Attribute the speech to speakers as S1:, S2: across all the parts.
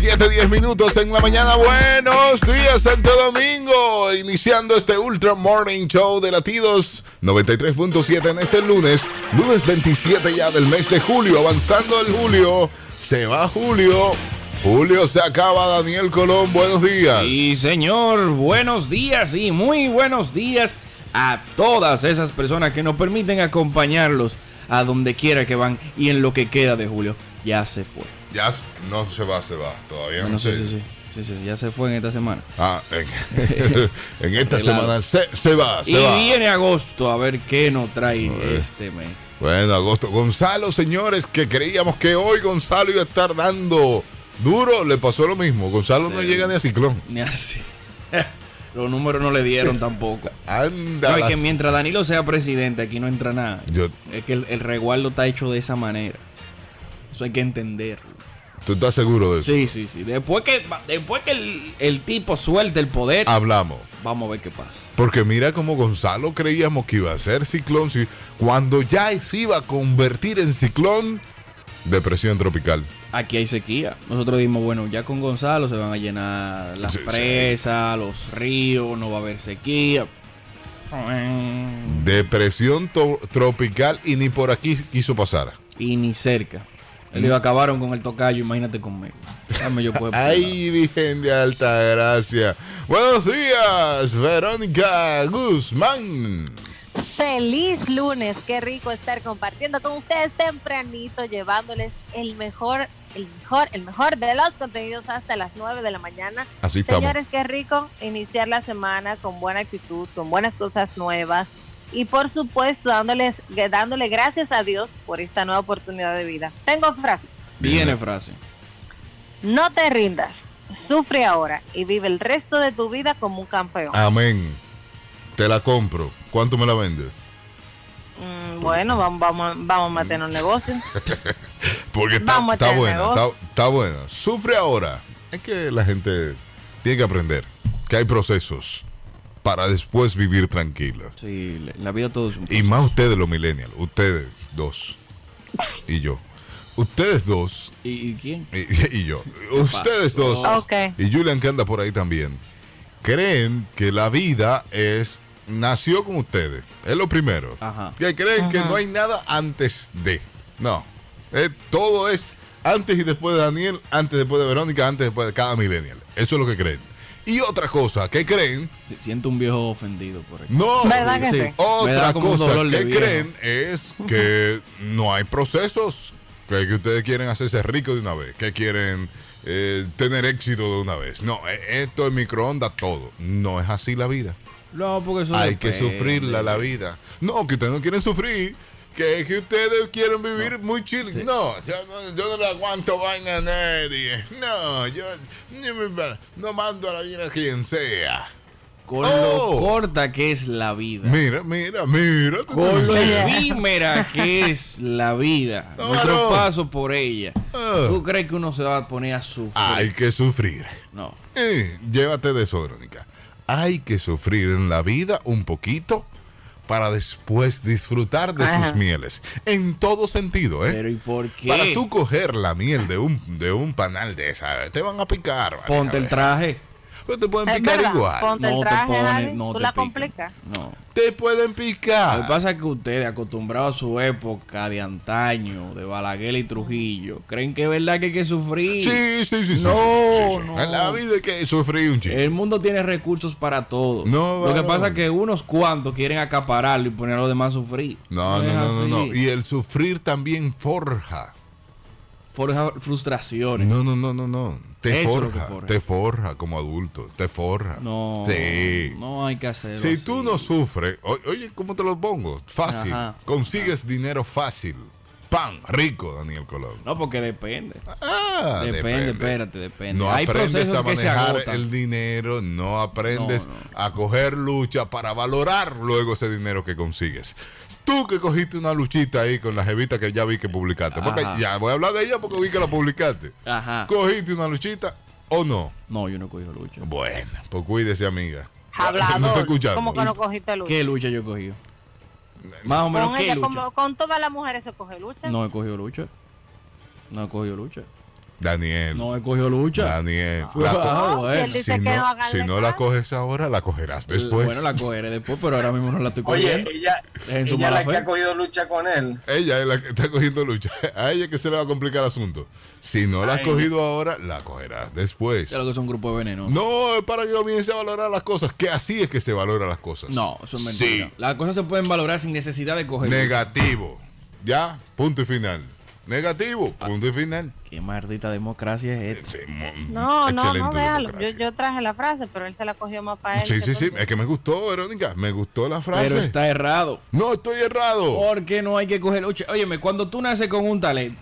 S1: 7, 10 minutos en la mañana. Buenos días, Santo Domingo. Iniciando este Ultra Morning Show de Latidos 93.7 en este lunes, lunes 27 ya del mes de julio. Avanzando el julio, se va julio. Julio se acaba, Daniel Colón, buenos días.
S2: Sí, señor, buenos días y muy buenos días a todas esas personas que nos permiten acompañarlos a donde quiera que van y en lo que queda de julio. Ya se fue.
S1: Ya se- no se va, se va. Todavía
S2: Bueno,
S1: no
S2: sí,
S1: sé.
S2: sí, sí, sí, sí, ya se fue en esta semana.
S1: Ah, en, en esta
S2: Arreglado.
S1: semana se, se va, se
S2: Y
S1: va.
S2: viene agosto a ver qué nos trae este mes.
S1: Bueno, agosto. Gonzalo, señores, que creíamos que hoy Gonzalo iba a estar dando duro, le pasó lo mismo. Gonzalo no
S2: Sí.
S1: llega ni a ciclón.
S2: Ni así. Los números no le dieron tampoco.
S1: Anda.
S2: No, es
S1: las-
S2: que mientras Danilo sea presidente, aquí no entra nada.
S1: Yo-
S2: Es que el, el resguardo está hecho de esa manera. Eso hay que entenderlo.
S1: ¿Tú estás seguro de eso?
S2: Sí, sí, sí. Después que, después que el, el tipo suelte el poder,
S1: Ah. Hablamos.
S2: vamos a ver qué pasa.
S1: Porque mira como Gonzalo creíamos que iba a ser ciclón. sí, Cuando ya se iba a convertir en ciclón, depresión tropical.
S2: Aquí hay sequía. Nosotros dijimos, bueno, ya con Gonzalo se van a llenar las
S1: Sí, sí.
S2: presas, los ríos, no va a haber sequía.
S1: Depresión to- tropical y ni por aquí quiso pasar.
S2: Y ni cerca. Ellos acabaron con el tocayo, imagínate conmigo. Dame yo puedo.
S1: Ay, Virgen de Alta Gracia. Buenos días, Verónica Guzmán.
S3: Feliz lunes, qué rico estar compartiendo con ustedes tempranito, llevándoles el mejor, el mejor, el mejor de los contenidos hasta las 9 de la mañana.
S1: Así estamos.
S3: Señores, qué rico iniciar la semana con buena actitud, con buenas cosas nuevas y por supuesto dándoles, dándole gracias a Dios por esta nueva oportunidad de vida. Tengo frase,
S2: Viene frase.
S3: no te rindas, sufre ahora y vive el resto de tu vida como un campeón.
S1: Ah. Amén. Te la compro. ¿Cuánto me la vendes?
S3: Mm, bueno, vamos, vamos, vamos a meter un negocio.
S1: Porque está,
S3: Vamos a
S1: está
S3: tener
S1: buena, está,
S3: negocio.
S1: está buena. Sufre ahora. Es que la gente tiene que aprender que hay procesos para después vivir tranquila.
S2: Sí, la- la vida todo es un
S1: Y más ustedes los millennials, ustedes dos y yo. Ustedes dos
S2: ¿Y, y quién?
S1: y, y yo. Ustedes dos
S3: Ok.
S1: y Julian que anda por ahí también. Creen que la vida es nació con ustedes. Es lo primero.
S2: Ajá.
S1: Que creen que no hay nada antes de. No. Eh, todo es antes y después de Daniel, antes después de Verónica, antes después de cada millennial. Eso es lo que creen. Y otra cosa, que creen?
S2: Si- Siento un viejo ofendido por aquí.
S1: No,
S3: ¿Verdad que sí?
S2: Me da
S1: otra
S2: como un
S1: cosa
S2: dolor de
S1: que
S2: viejo.
S1: creen es que no hay procesos, que, que ustedes quieren hacerse ricos de una vez, que quieren eh, tener éxito de una vez. No, e- esto es microondas, todo. No es así la vida.
S2: No, porque eso
S1: hay que
S2: depende.
S1: sufrirla la vida. No, que ustedes no quieren sufrir. Que, que ustedes quieren vivir muy chill.
S2: Sí.
S1: No, yo no, yo no le aguanto vaina a nadie. No, yo ni me- no mando a la vida a quien sea.
S2: Con
S1: Oh.
S2: lo corta que es la vida.
S1: Mira, mira, mira.
S2: Con lo
S3: Sí.
S2: efímera que es la vida.
S1: Claro.
S2: Nuestro paso por ella.
S1: Ah.
S2: ¿Tú crees que uno se va a poner a sufrir?
S1: Hay que sufrir.
S2: No.
S1: Eh, llévate de eso, Verónica. Hay que sufrir en la vida un poquito para después disfrutar de
S3: Ajá.
S1: sus mieles. En todo sentido, ¿eh?
S2: Pero ¿y por qué?
S1: Para tú coger la miel de un, de un panal de esa, te van a picar. ¿vale?
S2: Ponte
S1: A
S2: el
S1: ver.
S2: traje.
S1: Pero te pueden
S3: Es
S1: picar
S3: verdad,
S1: igual.
S3: pon- Ponte el traje, Harry,
S2: no
S3: tú
S2: te
S3: la
S2: pica.
S3: complicas.
S2: No.
S1: Te pueden
S2: Lo que
S1: picar.
S2: pasa es que ustedes, acostumbrados a su época de antaño, de Balaguer y Trujillo, creen que es verdad que hay que sufrir.
S1: Sí, sí, sí. sí, sí,
S2: No,
S1: sí, sí, sí.
S2: no. Eh,
S1: En la vida hay que sufrir un chico.
S2: El mundo tiene recursos para todo.
S1: No,
S2: Lo que
S1: varón.
S2: pasa es que unos cuantos quieren acapararlo y poner a los demás a sufrir.
S1: No,
S2: es
S1: no, no,
S2: así.
S1: no, no. Y el sufrir también forja.
S2: Forja frustraciones.
S1: No, no, no, no, no. Te
S2: Eso es lo que
S1: forja,
S2: forja.
S1: te forja como adulto, te forja.
S2: No.
S1: Sí.
S2: No hay que hacerlo.
S1: Si
S2: así.
S1: tú no sufres, o- oye, ¿cómo te lo pongo? Fácil.
S2: Ajá.
S1: Consigues dinero fácil. Pan, rico, Daniel Colón.
S2: No, porque depende.
S1: Ah,
S2: depende, espérate, depende.
S1: No
S2: hay
S1: aprendes
S2: procesos
S1: a
S2: que se
S1: manejar
S2: agotan.
S1: el dinero, no aprendes
S2: No, no.
S1: a coger lucha para valorar luego ese dinero que consigues. Tú que cogiste una luchita ahí con la jevita que ya vi que publicaste. Porque
S2: Ajá.
S1: ya voy a hablar de ella porque vi que la publicaste.
S2: Ajá.
S1: ¿Cogiste una luchita o no?
S2: No, yo no cogí lucha.
S1: Bueno, pues cuídese, amiga. No está
S3: Hablador.
S1: escuchando.
S3: ¿Cómo que no cogiste lucha?
S2: ¿Qué lucha yo he cogido? Más o menos,
S3: Con,
S2: ¿qué
S3: ella,
S2: lucha?
S3: como- con todas las mujeres se coge lucha.
S2: No he cogido lucha. No he cogido lucha.
S1: Daniel.
S2: No, he cogido lucha.
S1: Daniel.
S2: Ah,
S1: la
S2: ah,
S3: No,
S1: co-
S2: bueno.
S3: si Pues él dice
S1: si
S3: que no
S1: no,
S3: hagan
S1: si no la coges ahora, la cogerás después.
S2: Eh, Bueno, la cogeré después, pero ahora mismo no la estoy
S4: Oye,
S2: cogiendo.
S4: ella,
S2: En su
S4: ella
S2: mala
S4: la
S2: fe.
S4: que ha cogido lucha con él.
S1: Ella es la que está cogiendo lucha. A ella es que se le va a complicar el asunto. Si no la has
S4: Ay.
S1: cogido ahora, la cogerás después.
S2: Ya lo que es un grupo de veneno.
S1: No, es para que comience a valorar las cosas. Que así es que se valoran las cosas.
S2: No, eso es mentira.
S1: Sí.
S2: Las cosas se pueden valorar sin necesidad de coger.
S1: Negativo. Ya, punto y final. Negativo, punto y final.
S2: Qué maldita democracia es esta.
S1: Sí, mo-
S3: No, no, no,
S1: excelente
S3: véalo. Yo,
S1: democracia.
S3: yo traje la frase, pero él se la cogió más para él.
S1: Sí,
S3: que
S1: sí,
S3: tú.
S1: sí. Es que me gustó, Verónica. Me gustó la frase.
S2: Pero está errado.
S1: No estoy errado.
S2: Porque no hay que coger lucha. Óyeme, cuando tú naces con un talento.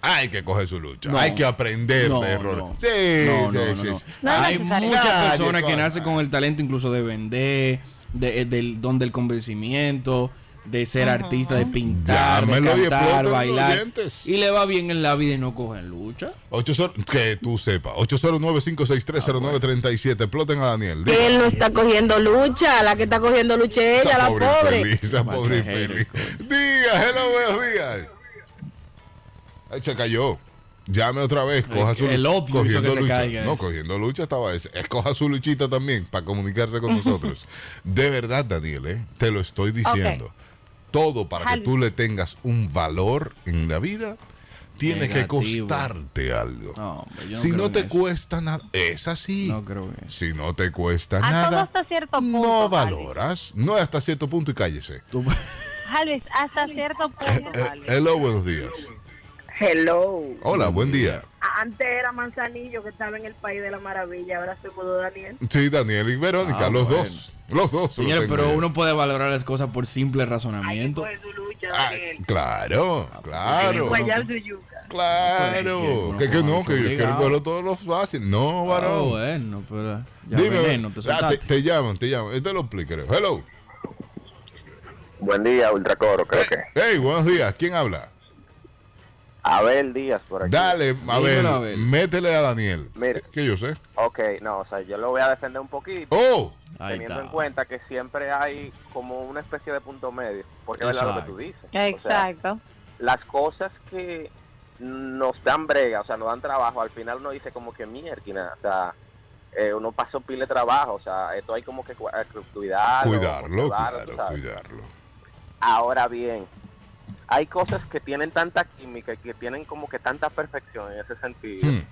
S1: Hay que coger su lucha.
S2: No.
S1: Hay que aprender
S2: No,
S1: de errores.
S2: no.
S1: Sí,
S2: No,
S1: sí,
S2: no, no,
S1: sí,
S2: no.
S1: sí.
S3: No es
S2: Hay
S3: necesario.
S1: Calle,
S2: muchas personas que
S1: coño.
S2: nacen con el talento incluso de vender, de- eh, del don del convencimiento, de ser artista, de pintar, de
S1: Llámelo y exploten
S2: cantar,
S1: los
S2: bailar.
S1: dientes.
S2: Y le va bien en la vida y no cogen lucha.
S1: 80 que tú sepas. 809-563-0937. Exploten a Daniel.
S5: Que él no está cogiendo lucha, la que está cogiendo lucha es ella,
S1: Esa
S5: la
S1: pobre
S5: pobre.
S1: infeliz, esa
S2: Más
S1: pobre
S2: ajena,
S1: infeliz.
S2: coño.
S1: Diga, hello, buenos días. Ay, se cayó. Llame otra vez,
S2: Ay,
S1: coja su
S2: el obvio hizo
S1: cogiendo
S2: que se
S1: lucha.
S2: caiga
S1: no,
S2: eso.
S1: cogiendo lucha estaba ese. Escoja su luchita también para comunicarse con nosotros. De verdad, Daniel, eh, te lo estoy diciendo. Todo para que
S3: Jalvis.
S1: tú le tengas un valor en la vida, tiene que
S2: Negativo.
S1: costarte algo.
S2: No, hombre, yo no
S1: si
S2: creo
S1: no
S2: en
S1: te
S2: eso.
S1: cuesta nada, es así.
S2: No creo en eso.
S1: Si no te cuesta
S3: A
S1: nada,
S3: todo hasta cierto
S1: no
S3: punto, Jalvis.
S1: valoras. No hasta cierto punto y cállese.
S2: Tú-
S3: Jalvis, hasta cierto punto,
S1: Eh,
S3: Jalvis.
S1: hello, buenos días.
S6: Hello.
S1: Hola, buen día.
S6: Antes era Manzanillo que estaba en el país de la maravilla, ahora se mudó Daniel.
S1: Sí, Daniel y Verónica,
S2: Ah,
S1: los
S2: bueno.
S1: dos. Los dos.
S2: Señores,
S1: los tengo
S2: pero
S1: ahí.
S2: uno puede valorar las cosas por simple
S6: Ahí
S2: razonamiento.
S6: fue su lucha,
S1: Ah,
S6: Daniel.
S1: claro, claro.
S3: Pues
S2: porque-
S6: Guayar su yuca.
S1: Claro.
S2: Porque-
S1: Que, que no,
S2: porque
S1: que yo quiero
S2: obligado.
S1: verlo todo lo fácil. No,
S2: Ah,
S1: varón.
S2: bueno, pero ya
S1: Dime,
S2: veneno, te
S1: ah,
S2: soltaste.
S1: te llaman, te llaman. Este lo explica, creo. Hello.
S7: Buen día, Ultracoro, creo que.
S1: Hey, buenos días. ¿Quién habla?
S7: Abel Díaz por aquí.
S1: Dale, a ver,
S2: Abel.
S1: métele a Daniel.
S7: Mira.
S1: Que yo sé.
S7: Ok, no, o sea, yo lo voy a defender un poquito,
S1: Oh,
S2: Ahí
S7: teniendo
S2: está.
S7: en cuenta que siempre hay como una especie de punto medio, porque es verdad lo que tú dices. O sea,
S3: Exacto.
S7: las cosas que nos dan brega, o sea, nos dan trabajo, al final uno dice como que mierda, o sea, eh, uno pasó pile de trabajo, o sea, esto hay como que cu- eh, cu- cuidarlo.
S1: cuidarlo,
S7: controlarlo, tú
S1: cuidarlo,
S7: sabes.
S1: cuidarlo.
S7: Ahora bien, hay cosas que tienen tanta química y que tienen como que tanta perfección en ese sentido.
S1: Hmm.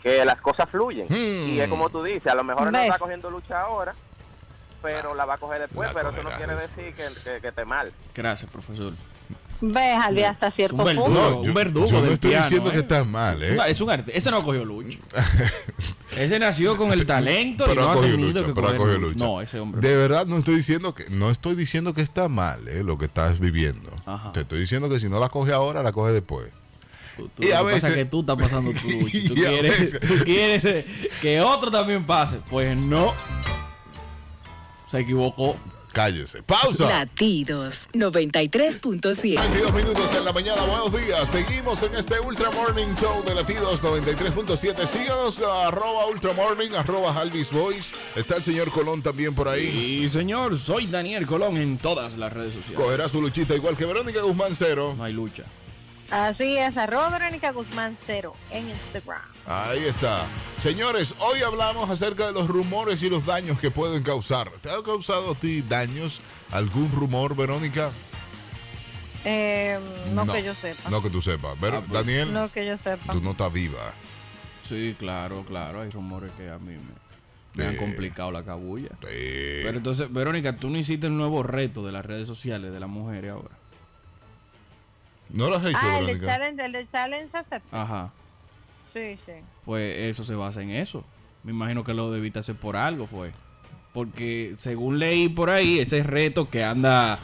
S7: que las cosas fluyen.
S1: Hmm.
S7: Y es como tú dices, a lo mejor él no
S3: ¿Ves?
S7: está cogiendo lucha ahora, pero la va a coger después,
S1: La
S7: pero eso no
S1: cogerá
S7: quiere decir que, que, que esté mal.
S2: Gracias, profesor.
S3: Ve, Jalvis, hasta
S2: Es
S3: cierto
S2: un verdugo,
S3: punto.
S1: No,
S2: un
S1: yo-
S2: verdugo
S1: yo no
S2: del
S1: estoy
S2: piano,
S1: diciendo
S2: ¿eh?
S1: que está mal, ¿eh?
S2: Es un- Es un arte. Ese no cogió lucha. ese nació con el talento
S1: pero ha
S2: y no ha
S1: cogido
S2: tenido
S1: lucha,
S2: que
S1: pero ha
S2: coger
S1: cogido
S2: lucha.
S1: lucha.
S2: No, ese hombre.
S1: De verdad no estoy diciendo que no estoy diciendo que está mal eh, lo que estás viviendo.
S2: Ajá.
S1: Te estoy diciendo que si no la coge ahora, la coge después.
S2: Tú- tú-
S1: y
S2: lo
S1: a
S2: que pasa
S1: veces-
S2: es que tú estás pasando tu lucha. Tú
S1: Y a
S2: quieres,
S1: veces-
S2: tú quieres que otro también pase. Pues no. Se equivocó.
S1: Cállese. Pausa.
S8: Latidos 93.7.
S1: 22 minutos en la mañana, buenos días. Seguimos en este Ultra Morning Show de Latidos 93.7. Síganos a arroba Ultra Morning, arroba Alvis Voice. Está el señor Colón también por ahí.
S2: Y señor, soy Daniel Colón en todas las redes sociales.
S1: Cogerá su luchita igual que Verónica Guzmán Cero.
S2: No hay lucha.
S3: Así es, arroba Verónica Guzmán Cero en Instagram.
S1: Ahí está. Señores, hoy hablamos acerca de los rumores y los daños que pueden causar. ¿Te ha causado a ti daños algún rumor, Verónica?
S3: Eh, no, que yo sepa. No,
S1: No que tú sepas. Ver-
S2: Ah, pues.
S1: Daniel,
S3: que yo sepa.
S1: tú no estás viva.
S2: Sí, claro, claro. Hay rumores que a mí me, me han
S1: Eh.
S2: complicado la cabulla.
S1: Eh,
S2: Pero entonces, Verónica, tú no hiciste el nuevo reto de las redes sociales de las mujeres ahora.
S1: no lo has hecho,
S3: Ah, el de
S1: Verónica.
S3: challenge, el de challenge acepta.
S2: Ajá.
S3: Sí, sí.
S2: Pues eso se basa en eso. Me imagino que lo debiste hacer por algo, fue. Porque según leí por ahí, ese reto que anda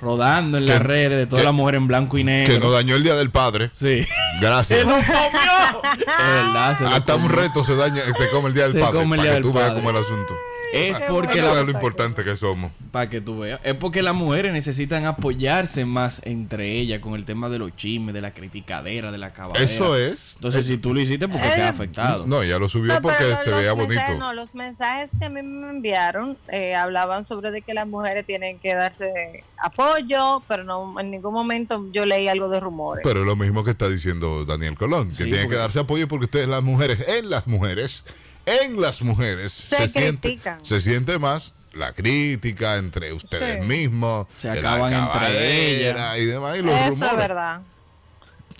S2: rodando en las
S1: Que-
S2: redes de toda
S1: que-
S2: la mujer en blanco y negro.
S1: Que nos dañó el Día del Padre.
S2: Sí.
S1: Gracias.
S2: ¡Se lo comió! Es verdad, se lo
S1: Hasta un
S2: comió.
S1: reto se daña, te come el Día del
S2: Se
S1: Padre.
S2: come el
S1: para
S2: Día
S1: que
S2: del
S1: tú veas
S2: Padre.
S1: cómo es el asunto.
S2: Es
S3: qué
S2: porque
S3: Ah, bueno.
S2: la,
S1: Mira lo importante que somos.
S2: Para que tú veas. Es porque las mujeres necesitan apoyarse más entre ellas con el tema de los chismes, de la criticadera, de la caballera.
S1: Eso es.
S2: Entonces, si tú lo hiciste, porque te
S3: Eh,
S2: ha afectado.
S1: No, ya lo subió
S3: No,
S1: porque
S3: pero
S1: se
S3: los
S1: veía
S3: mensajes,
S1: bonito.
S3: No, los mensajes que a mí me enviaron eh, hablaban sobre de que las mujeres tienen que darse apoyo, pero no en ningún momento yo leí algo de rumores.
S1: Pero es lo mismo que está diciendo Daniel Colón, que
S2: Sí,
S1: tiene que
S2: porque-
S1: darse apoyo porque ustedes, las mujeres, en las mujeres, en las mujeres, se, siente,
S3: critican.
S1: se siente más la crítica entre ustedes
S3: Sí.
S1: mismos,
S2: Se
S1: la
S2: acaban entre
S1: caballera y demás, y los
S3: Eso es
S1: rumores.
S3: verdad.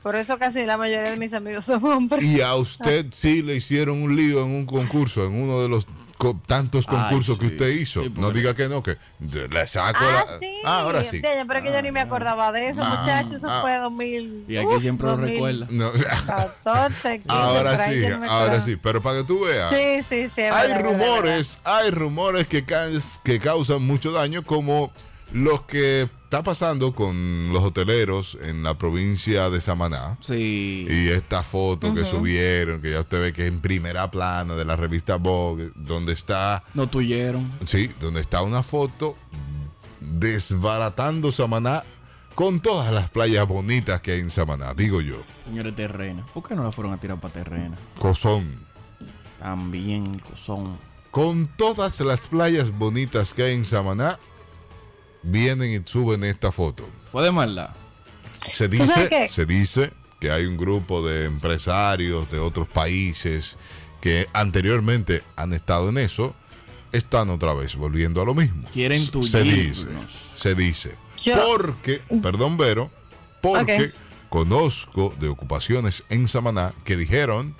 S3: Por eso casi la mayoría de mis amigos son hombres.
S1: Y a usted sí le hicieron un lío en un concurso, en uno de los co- tantos
S2: Ay,
S1: concursos que
S2: sí.
S1: usted hizo.
S2: Sí, porque-
S1: no diga que no, que de- le saco
S3: Ah,
S1: la-
S3: sí.
S1: Ah, ahora sí.
S3: Entiendo, pero es que yo ni me acordaba de eso,
S1: Ah,
S3: muchachos. Eso
S1: ah.
S3: fue 2000.
S2: Y aquí
S3: uf,
S2: siempre lo recuerda.
S3: 2014,
S1: No,
S3: 15, por
S1: ahora
S3: ahí,
S1: sí,
S3: yo no me
S1: ahora
S3: acordaba.
S1: sí. Pero para que tú veas.
S3: Sí, sí, sí. es verdad, es
S1: hay
S3: verdad.
S1: rumores, hay rumores que, caus- que causan mucho daño, como los que está pasando con los hoteleros en la provincia de Samaná.
S2: Sí.
S1: Y esta foto que subieron, que ya usted ve que es en primera plana de la revista Vogue, donde está,
S2: No tuyeron.
S1: sí, donde está una foto desbaratando Samaná con todas las playas bonitas que hay en Samaná, digo yo.
S2: Señores, terrena. ¿Por qué no la fueron a tirar para terrena?
S1: Cosón.
S2: También, el cosón.
S1: con todas las playas bonitas que hay en Samaná, vienen y suben esta foto.
S2: Fue de maldad.
S1: Se
S3: ¿Tú sabes
S1: dice,
S3: qué?
S1: se dice que hay un grupo de empresarios de otros países que anteriormente han estado en eso, están otra vez volviendo a lo mismo.
S2: Quieren
S1: S- Se dice,
S2: tullirnos.
S1: se dice.
S3: Yo-
S1: Porque, perdón Vero, porque
S3: Ok.
S1: conozco de ocupaciones en Samaná que dijeron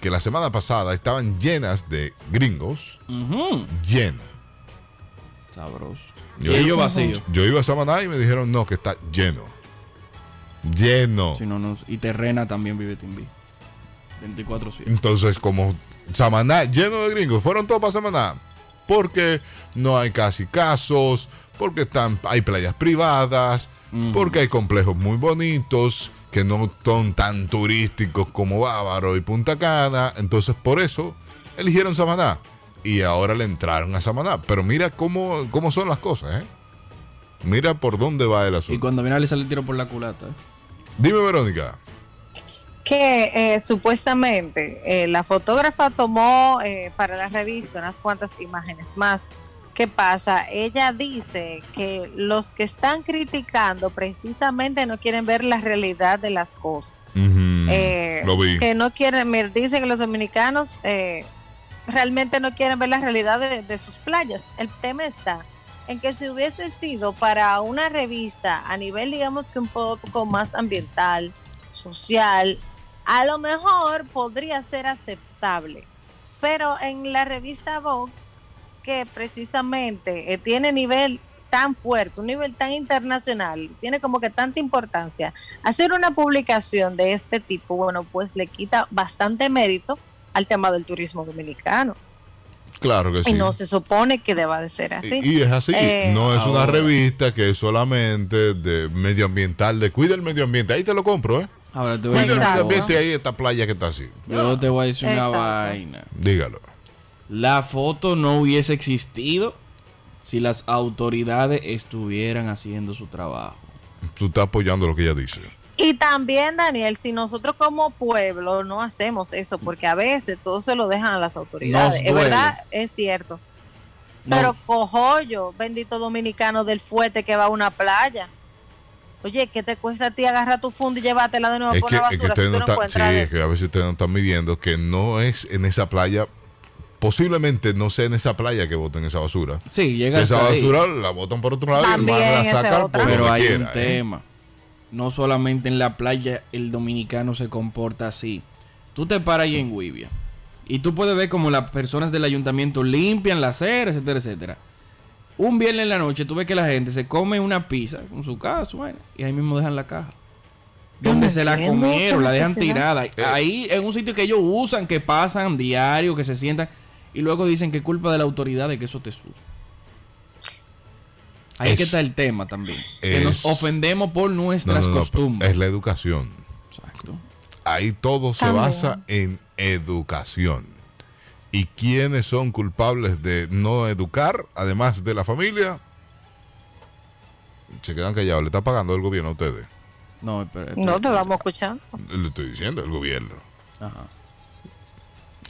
S1: que la semana pasada estaban llenas de gringos,
S2: Ujú.
S1: llenas.
S2: Sabroso.
S1: Yo
S2: y
S1: digo-
S2: ellos vacíos.
S1: Yo iba a Samaná y me dijeron, no, que está lleno. Lleno.
S2: Si no, no- y terrena también vive Timbi. 24-7.
S1: Entonces, como Samaná, lleno de gringos, fueron todos para Samaná. Porque no hay casi casos, porque están, hay playas privadas,
S2: Ujú.
S1: porque hay complejos muy bonitos, que no son tan turísticos como Bávaro y Punta Cana. Entonces, por eso, eligieron Samaná. Y ahora le entraron a Samaná. Pero mira cómo, cómo son las cosas, ¿eh? Mira por dónde va el asunto.
S2: Y cuando viene le sale el tiro por la culata. ¿eh?
S1: Dime, Verónica.
S3: que eh, supuestamente eh, la fotógrafa tomó eh, para la revista unas cuantas imágenes más. ¿Qué pasa? Ella dice que los que están criticando precisamente no quieren ver la realidad de las cosas. Eh,
S1: lo vi.
S3: Que no quieren, me dice que los dominicanos eh, realmente no quieren ver la realidad de, de sus playas. El tema está en que si hubiese sido para una revista a nivel, digamos que un poco más ambiental, social, a lo mejor podría ser aceptable. Pero en la revista Vogue, que precisamente eh, tiene nivel tan fuerte, un nivel tan internacional, tiene como que tanta importancia, hacer una publicación de este tipo, bueno, pues le quita bastante mérito al tema del turismo dominicano.
S1: Claro que Pues sí.
S3: Y eh, no se supone que deba de ser así.
S1: Y- y es así.
S3: Eh,
S1: no es una
S2: ahora.
S1: revista que es solamente de medioambiental, de cuida el medio ambiente. Ahí te lo compro, ¿eh?
S2: Ahora te voy a
S1: Cuida
S2: decir
S1: el
S2: una
S3: Exacto.
S1: medio ambiente y
S2: cosa.
S1: ahí esta playa que está así.
S2: Yo te voy a decir una
S3: Exacto.
S2: vaina.
S1: Dígalo.
S2: La foto no hubiese existido si las autoridades estuvieran haciendo su trabajo.
S1: Tú estás apoyando lo que ella dice.
S3: Y también, Daniel, si nosotros como pueblo no hacemos eso, porque a veces todo se lo dejan a las autoridades.
S2: Nos
S3: Es
S2: duele.
S3: verdad, es cierto.
S2: No,
S3: Pero cojollo, bendito dominicano del fuerte que va a una playa. Oye, ¿qué te cuesta a ti agarrar tu fundo y llevártela de nuevo
S1: Es
S3: por
S1: que,
S3: una
S1: es que
S3: basura? si
S1: ustedes
S3: tú
S1: no
S3: no
S1: están- sí,
S3: encuentras de-
S1: es que a veces ustedes no están midiendo que no es en esa playa. Posiblemente no sea en esa playa que boten esa basura.
S2: sí, llega
S1: Esa
S2: hasta ahí.
S1: basura la botan por otro lado y el
S3: También
S1: mar la
S3: esa es
S1: saca
S3: otra.
S1: por
S2: Pero
S1: donde
S2: hay
S1: quiera,
S2: un
S1: ¿eh?
S2: tema. No solamente en la playa el dominicano se comporta así. Tú te paras ahí en Wibia y tú puedes ver como las personas del ayuntamiento limpian la acera, etcétera, etcétera. Un viernes en la noche tú ves que la gente se come una pizza con su casa, su vaina, y ahí mismo dejan la caja.
S3: Yo
S2: Donde
S3: no
S2: se la
S3: entiendo
S2: comieron,
S3: esa
S2: la dejan
S3: necesidad.
S2: tirada.
S1: Eh.
S2: Ahí es un sitio que ellos usan, que pasan diario, que se sientan y luego dicen que es culpa de la autoridad de que eso te sufre. Ahí
S1: Es-
S2: es que está el tema también. que
S1: es-
S2: nos ofendemos por
S1: No, no,
S2: nuestras
S1: no,
S2: costumbres.
S1: es la educación.
S2: Exacto.
S1: Ahí todo se
S3: También.
S1: basa en educación. ¿Y quiénes son culpables de no educar, además de la familia? Se quedan callados. ¿Le está pagando el gobierno a ustedes?
S2: No, espera, espera.
S3: No te vamos escuchando.
S1: Le estoy diciendo, el gobierno.
S2: Ajá.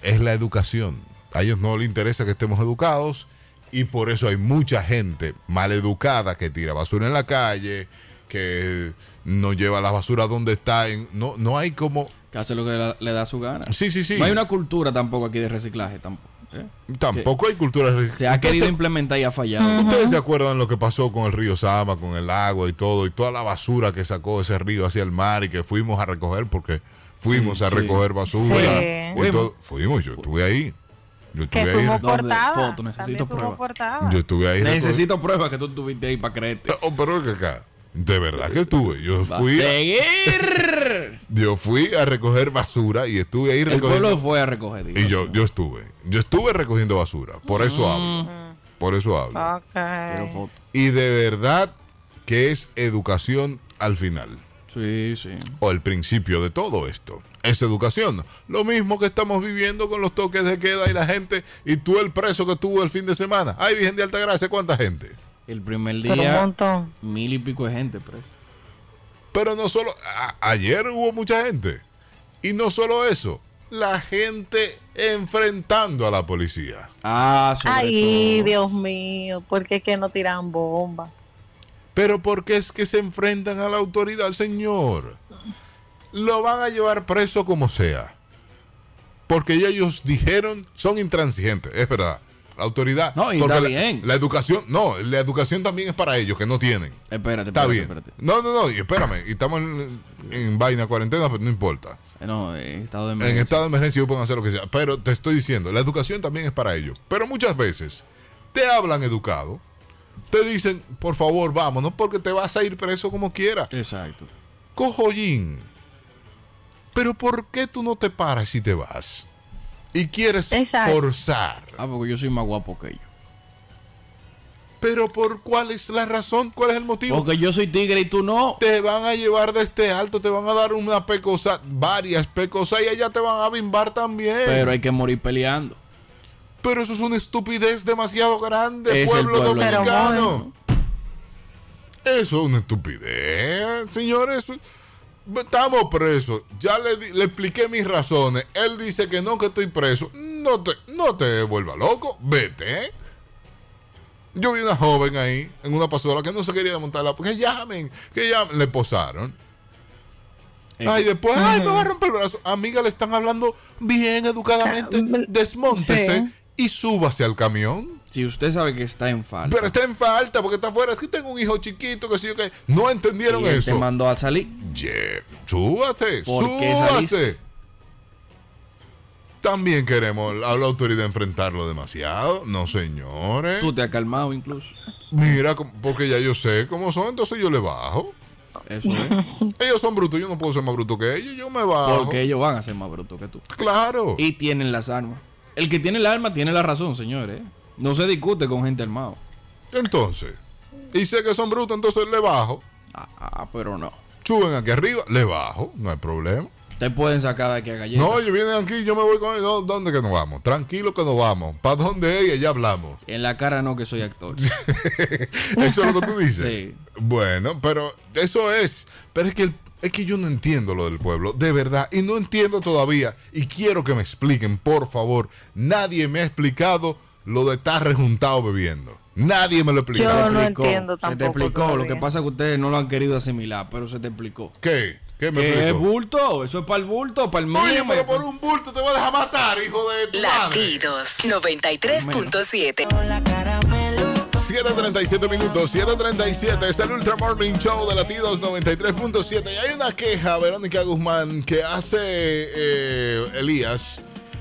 S1: Es la educación. A ellos no les interesa que estemos educados y por eso hay mucha gente maleducada que tira basura en la calle, que no lleva la basura donde está. en- No, no hay como...
S2: Que hace lo que la- le da su gana.
S1: Sí, sí, sí.
S2: No hay una cultura tampoco aquí de reciclaje tampoco. ¿eh?
S1: Tampoco hay cultura...
S2: Se ha querido
S1: Entonces,
S2: implementar y ha fallado.
S3: Mm.
S1: ¿Ustedes se acuerdan lo que pasó con el río Sama, con el agua y todo, y toda la basura que sacó ese río hacia el mar y que fuimos a recoger porque fuimos
S2: Sí,
S1: a
S2: sí.
S1: recoger basura?
S3: Sí.
S1: Y todo- Fuimos, yo estuve ahí. Yo
S3: Que
S1: estuve
S3: fuimos
S1: ahí.
S2: ¿Dónde?
S3: portadas.
S2: Foto, necesito
S3: También fuimos
S2: prueba.
S3: portadas.
S1: Yo estuve ahí.
S2: Necesito pruebas que tú estuviste ahí para creerte.
S1: Oh, pero que acá. De verdad que estuve. Yo
S2: Va a
S1: fui,
S2: seguir.
S1: yo fui a recoger basura y estuve ahí
S2: El pueblo
S1: recogiendo.
S2: fue Mm. a recoger. digo.
S1: Y yo, yo estuve. Yo estuve recogiendo basura. Por eso hablo. Por eso
S3: Ah.
S1: hablo.
S2: Quiero
S3: Ok.
S2: foto.
S1: Y de verdad que es educación al final.
S2: Sí, sí.
S1: O el principio de todo esto. Es educación. Lo mismo que estamos viviendo con los toques de queda y la gente. Y tú el preso que tuvo el fin de semana. Ay, Virgen de Altagracia, ¿cuánta gente?
S2: El primer
S3: Pero un
S2: día,
S3: montón.
S2: mil y pico de gente pues. presa.
S1: Pero no solo, a- ayer hubo mucha gente. Y no solo eso, la gente enfrentando a la policía.
S2: Ah, sobre
S3: Ay,
S2: todo.
S3: Dios mío, ¿por qué es que no tiran bomba?
S1: Pero ¿por qué es que se enfrentan a la autoridad, señor? Lo van a llevar preso como sea. Porque ya ellos dijeron, son intransigentes, es verdad. La autoridad...
S2: No, y
S1: porque
S2: está
S1: la-
S2: bien.
S1: La, educación, no, la educación también es para ellos, que no tienen.
S2: Espérate, espérate,
S1: Está bien.
S2: espérate.
S1: No, no, no, y espérame, y estamos en, en vaina cuarentena, pero no importa.
S2: Eh, No, en estado de
S1: En
S2: emergencia.
S1: estado de emergencia ellos pueden hacer lo que sea. Pero te estoy diciendo, la educación también es para ellos. Pero muchas veces te hablan educado, te dicen, por favor, vámonos, porque te vas a ir preso como quiera.
S2: Exacto.
S1: Cojollín. Pero ¿por qué tú no te paras y te vas? Y quieres
S3: Exacto.
S1: forzar.
S2: Ah, porque yo soy más guapo que ellos.
S1: Pero ¿por cuál es la razón? ¿Cuál es el motivo?
S2: Porque yo soy tigre y tú no.
S1: Te van a llevar de este alto, te van a dar una pecosa, varias pecosas y allá te van a bimbar también.
S2: Pero hay que morir peleando.
S1: Pero eso es una estupidez demasiado grande,
S2: Es el
S1: pueblo,
S2: pueblo
S1: dominicano. Eso es una estupidez, señores. Estamos presos. Ya le, di- le expliqué mis razones. Él dice que no, que estoy preso. No te, no te vuelva loco. Vete. Yo vi una joven ahí, en una pasola, que no se quería montarla. Que llamen, que llamen. Le posaron.
S2: Eh,
S1: Ay, después, ay, me va a romper el brazo. Amiga, le están hablando bien educadamente.
S3: Ah, me-
S1: Desmóntese
S3: sí.
S1: y súbase al camión.
S2: Si usted sabe que está en falta.
S1: Pero está en falta porque está afuera. Es que tengo un hijo chiquito, que sí, yo que No entendieron
S2: y él te
S1: eso.
S2: mandó a salir.
S1: Yeah. Súbase,
S2: ¿Por qué
S1: súbase.
S2: saliste?
S1: También queremos a la autoridad enfrentarlo demasiado. No, señores.
S2: Tú te has calmado incluso.
S1: Mira, com- porque ya yo sé cómo son, entonces yo le bajo.
S2: Eso es.
S3: Mm.
S1: Ellos son brutos, yo no puedo ser más bruto que ellos, yo me bajo.
S2: Porque ellos van a ser más brutos que tú.
S1: Claro.
S2: Y tienen las armas. El que tiene el arma tiene la razón, señores. No se discute con gente armada.
S1: Entonces, y sé que son brutos, entonces le bajo.
S2: Ah, ah, pero no.
S1: Suben aquí arriba, le bajo, no hay problema.
S2: Te pueden sacar de aquí a galletas.
S1: No, ellos vienen aquí, yo me voy con ellos. No, ¿Dónde que nos vamos? Tranquilo que nos vamos. ¿Para dónde es? Y allá hablamos.
S2: En la cara no, que soy actor.
S1: Eso es lo que tú dices.
S2: Sí.
S1: Bueno, pero eso es. Pero es que, el- es que yo no entiendo lo del pueblo, de verdad. Y no entiendo todavía. Y quiero que me expliquen, por favor. Nadie me ha explicado lo de estar rejuntado bebiendo. Nadie me lo explicó.
S3: Yo
S2: Se
S3: no
S2: te
S3: entiendo
S2: Se te
S3: tampoco
S2: explicó. Lo
S3: todavía.
S2: que pasa es que ustedes no lo han querido asimilar, pero se te explicó.
S1: ¿Qué? ¿Qué me
S2: ¿Qué es
S1: explicó?
S2: bulto? Eso es para el bulto, para el mío.
S1: Oye, pero por un bulto te voy a dejar matar, hijo de tu madre.
S8: Latidos 93.7.
S1: 7.37 minutos, 7.37 es el Ultra Morning Show de Latidos 93.7 y hay una queja, Verónica Guzmán, que hace eh, Elías,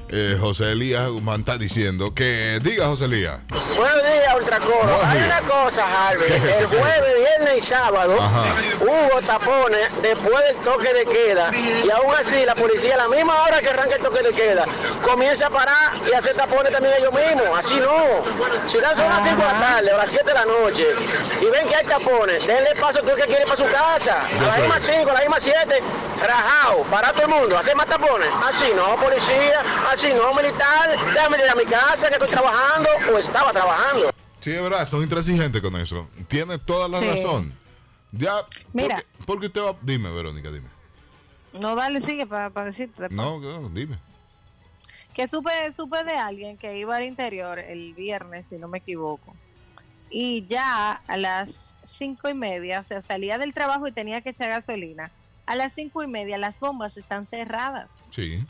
S1: eh, José Elías Guzmán está diciendo que, diga José Elías,
S4: Buenos días, Ultracoro.
S1: Buenos
S4: Hay
S1: días.
S4: una cosa, Harvey.
S1: ¿Qué es eso?
S4: El jueves, viernes y sábado
S1: Ajá.
S4: hubo tapones después del toque de queda. Y aún así, la policía, a la misma hora que arranca el toque de queda, comienza a parar y hacer tapones también ellos mismos. Así no. Si dan son las 5 de la tarde o las 7 de la noche y ven que hay tapones, denle paso tú que quieres para su casa. A
S1: De
S4: las
S1: acuerdo.
S4: mismas 5, a las mismas 7, rajado, para todo el mundo, hacer más tapones. Así no, policía, así no, militar, déjame ir a mi casa que estoy trabajando o estaba trabajando.
S1: Sí, es verdad, son intransigentes con eso. Tiene toda la
S3: Sí.
S1: razón. Ya.
S3: Mira.
S1: Porque, porque usted va. Dime, Verónica, dime.
S3: No, dale, sigue para decirte. después.
S1: No, no, dime.
S3: Que supe, supe de alguien que iba al interior el viernes, si no me equivoco. Y ya a las cinco y media, o sea, salía del trabajo y tenía que echar gasolina. A las cinco y media las bombas están cerradas.
S1: Sí.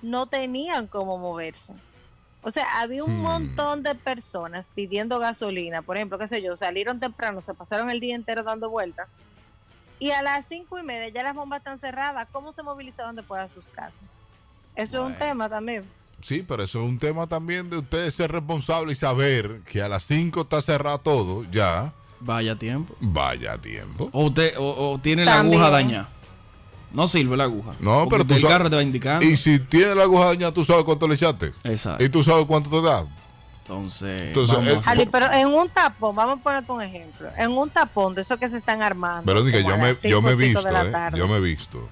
S3: No tenían cómo moverse. O sea, había un
S1: Hmm.
S3: montón de personas pidiendo gasolina. Por ejemplo, qué sé yo, salieron temprano, se pasaron el día entero dando vueltas. Y a las cinco y media ya las bombas están cerradas. ¿Cómo se movilizaban después a sus casas? Eso es un
S2: Bueno.
S3: tema también.
S1: Sí, pero eso es un tema también de ustedes ser responsables y saber que a las 5 está cerrado todo, ya.
S2: Vaya tiempo.
S1: Vaya a tiempo.
S2: O, usted, o, o tiene
S3: También.
S2: la aguja dañada. No sirve la aguja.
S1: No,
S2: Porque
S1: pero tú
S2: usted el
S1: sabes-
S2: carro te va indicando.
S1: Y si tiene la aguja dañada, tú sabes cuánto le echaste.
S2: Exacto.
S1: Y tú sabes cuánto te da.
S2: Entonces,
S1: Entonces,
S2: vamos
S1: eh,
S2: a-
S3: Ali, pero en un tapón, vamos a ponerte un ejemplo. En un tapón de esos que se están armando.
S1: Verónica,
S3: como
S1: yo
S3: a
S1: me,
S3: las
S1: yo me he
S3: cinco y pico
S1: visto,
S3: de la
S1: eh,
S3: tarde,
S1: Yo me he visto.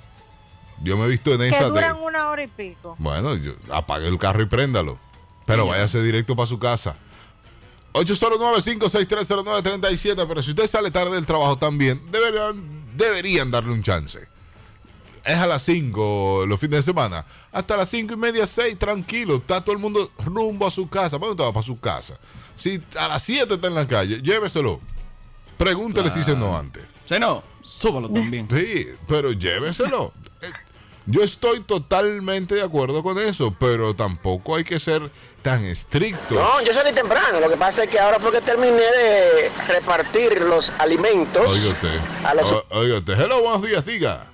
S1: Yo me he visto en
S3: que
S1: esa de.
S3: duran una hora y pico.
S1: Bueno, yo, apague el carro y préndalo. Pero váyase directo para su casa. 809-56309-37. Pero si usted sale tarde del trabajo también, deberían, deberían darle un chance. Es a las 5 los fines de semana. Hasta las 5 y media, 6, tranquilo. Está todo el mundo rumbo a su casa. ¿Para dónde te va? Para su casa. Si a las 7 está en la calle, lléveselo. Pregúntele si se no antes.
S2: Se no, súbalo también.
S1: Sí, pero lléveselo. Eh, Yo estoy totalmente de acuerdo con eso, pero tampoco hay que ser tan estrictos.
S4: No, yo salí temprano, lo que pasa es que ahora fue que terminé de repartir los alimentos.
S1: Oiga usted.
S4: A los-
S1: O- Oiga usted. Hello, buenos días, diga.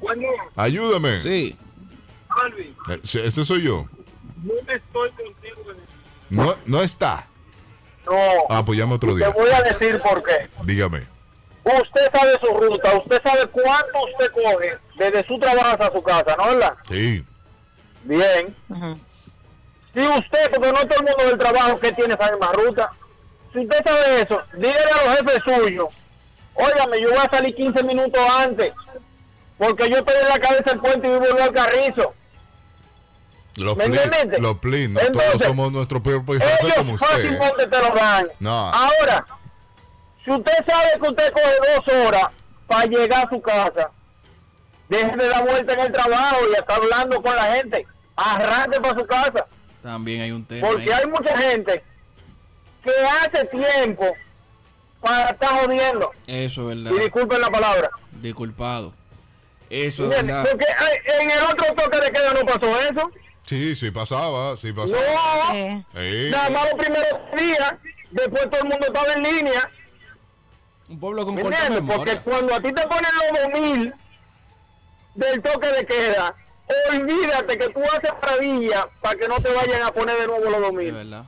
S6: Buen día,
S1: Ayúdame.
S2: Sí.
S6: Alvin.
S1: Eh, sí, ese soy yo.
S6: No estoy contigo.
S1: No, no está.
S4: No,
S1: Ah, pues llame otro
S4: te
S1: día.
S4: voy a decir por qué.
S1: Dígame.
S4: Usted sabe su ruta, usted sabe cuánto usted coge desde su trabajo hasta su casa, ¿no verdad?
S1: Sí.
S4: Bien.
S3: Ujú.
S4: Si usted, porque no todo el mundo del trabajo que tiene esa misma ruta, si usted sabe eso, dígale a los jefes suyos, óigame, yo voy a salir 15 minutos antes, porque yo estoy en la cabeza del puente y vivo en el carrizo.
S1: Los
S4: ¿Me
S1: plin.
S4: entendiste?
S1: Los plin. No todos
S4: Entonces,
S1: somos nuestro propio jefe como
S4: Ellos
S1: usted.
S4: fácilmente te lo dan.
S1: No.
S4: Ahora, si usted sabe que usted coge dos horas para llegar a su casa, deje de dar vuelta en el trabajo y estar hablando con la gente, arranque para su casa.
S2: También hay un tema.
S4: Porque
S2: ahí.
S4: hay mucha gente que hace tiempo para estar jodiendo.
S2: Eso es verdad.
S4: Y disculpen la palabra.
S2: Disculpado. Eso es
S4: ¿entiendes?
S2: verdad.
S4: Porque hay- en el otro toque de queda no pasó eso.
S1: Sí, sí pasaba. Sí pasaba.
S4: No.
S3: Eh,
S1: Sí.
S4: Nada más los primeros días. Después todo el mundo estaba en línea.
S2: Un pueblo con
S4: ¿me
S2: corta
S4: ¿Entiendes? Porque
S2: memoria.
S4: cuando a ti te ponen los 2000 del toque de queda, olvídate que tú haces maravilla para que no te vayan a poner de nuevo los
S2: Es
S4: 2000.
S2: verdad.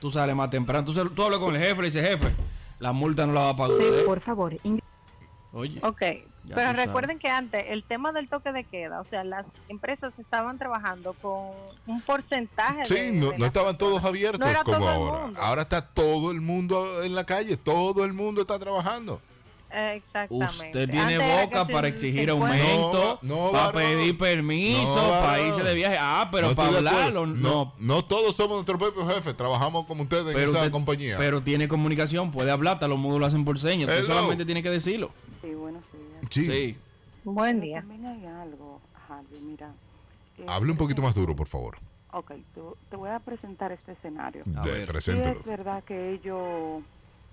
S2: Tú sales más temprano. Tú, sal- tú hablas con el jefe y le dices, jefe, la multa no la va a pagar. usted".
S9: pues.
S5: favor,
S2: Oye.
S3: ok,
S2: Ya
S3: pero
S2: tú sabes.
S3: recuerden que antes el tema del toque de queda, o sea, las empresas estaban trabajando con un porcentaje.
S1: Sí,
S3: de-
S1: no,
S3: de
S1: no
S3: las
S1: estaban todos
S3: personas.
S1: abiertos
S3: No era
S1: como
S3: todo el
S1: ahora.
S3: mundo.
S1: Ahora está todo el mundo en la calle, todo el mundo está trabajando.
S3: Eh, exactamente.
S2: Usted tiene
S3: Antes era
S2: boca
S3: que
S2: para
S3: si un
S2: exigir
S3: 50,
S2: aumento,
S1: No, no,
S2: para
S1: Bárbara.
S2: pedir permiso,
S1: No,
S2: para
S1: Bárbara.
S2: irse de viaje. Ah, pero
S1: No
S2: para
S1: estoy de acuerdo.
S2: hablarlo,
S1: no.
S2: no.
S1: No todos somos nuestro propio jefe, trabajamos como ustedes en
S2: Pero,
S1: esa
S2: usted-
S1: compañía.
S2: pero tiene comunicación, puede hablar, hasta los módulos hacen por señas. Usted
S1: Hello.
S2: solamente tiene que decirlo.
S10: Sí, buenos días.
S1: sí.
S2: Sí.
S3: Buen
S10: Pero
S3: día.
S10: También hay algo, Javi, mira. eh,
S1: Hable un poquito más duro, por favor.
S10: Ok, tú- te voy a presentar este escenario.
S2: A
S1: De,
S2: ver.
S10: Sí,
S1: preséntelo.
S10: es verdad que ellos,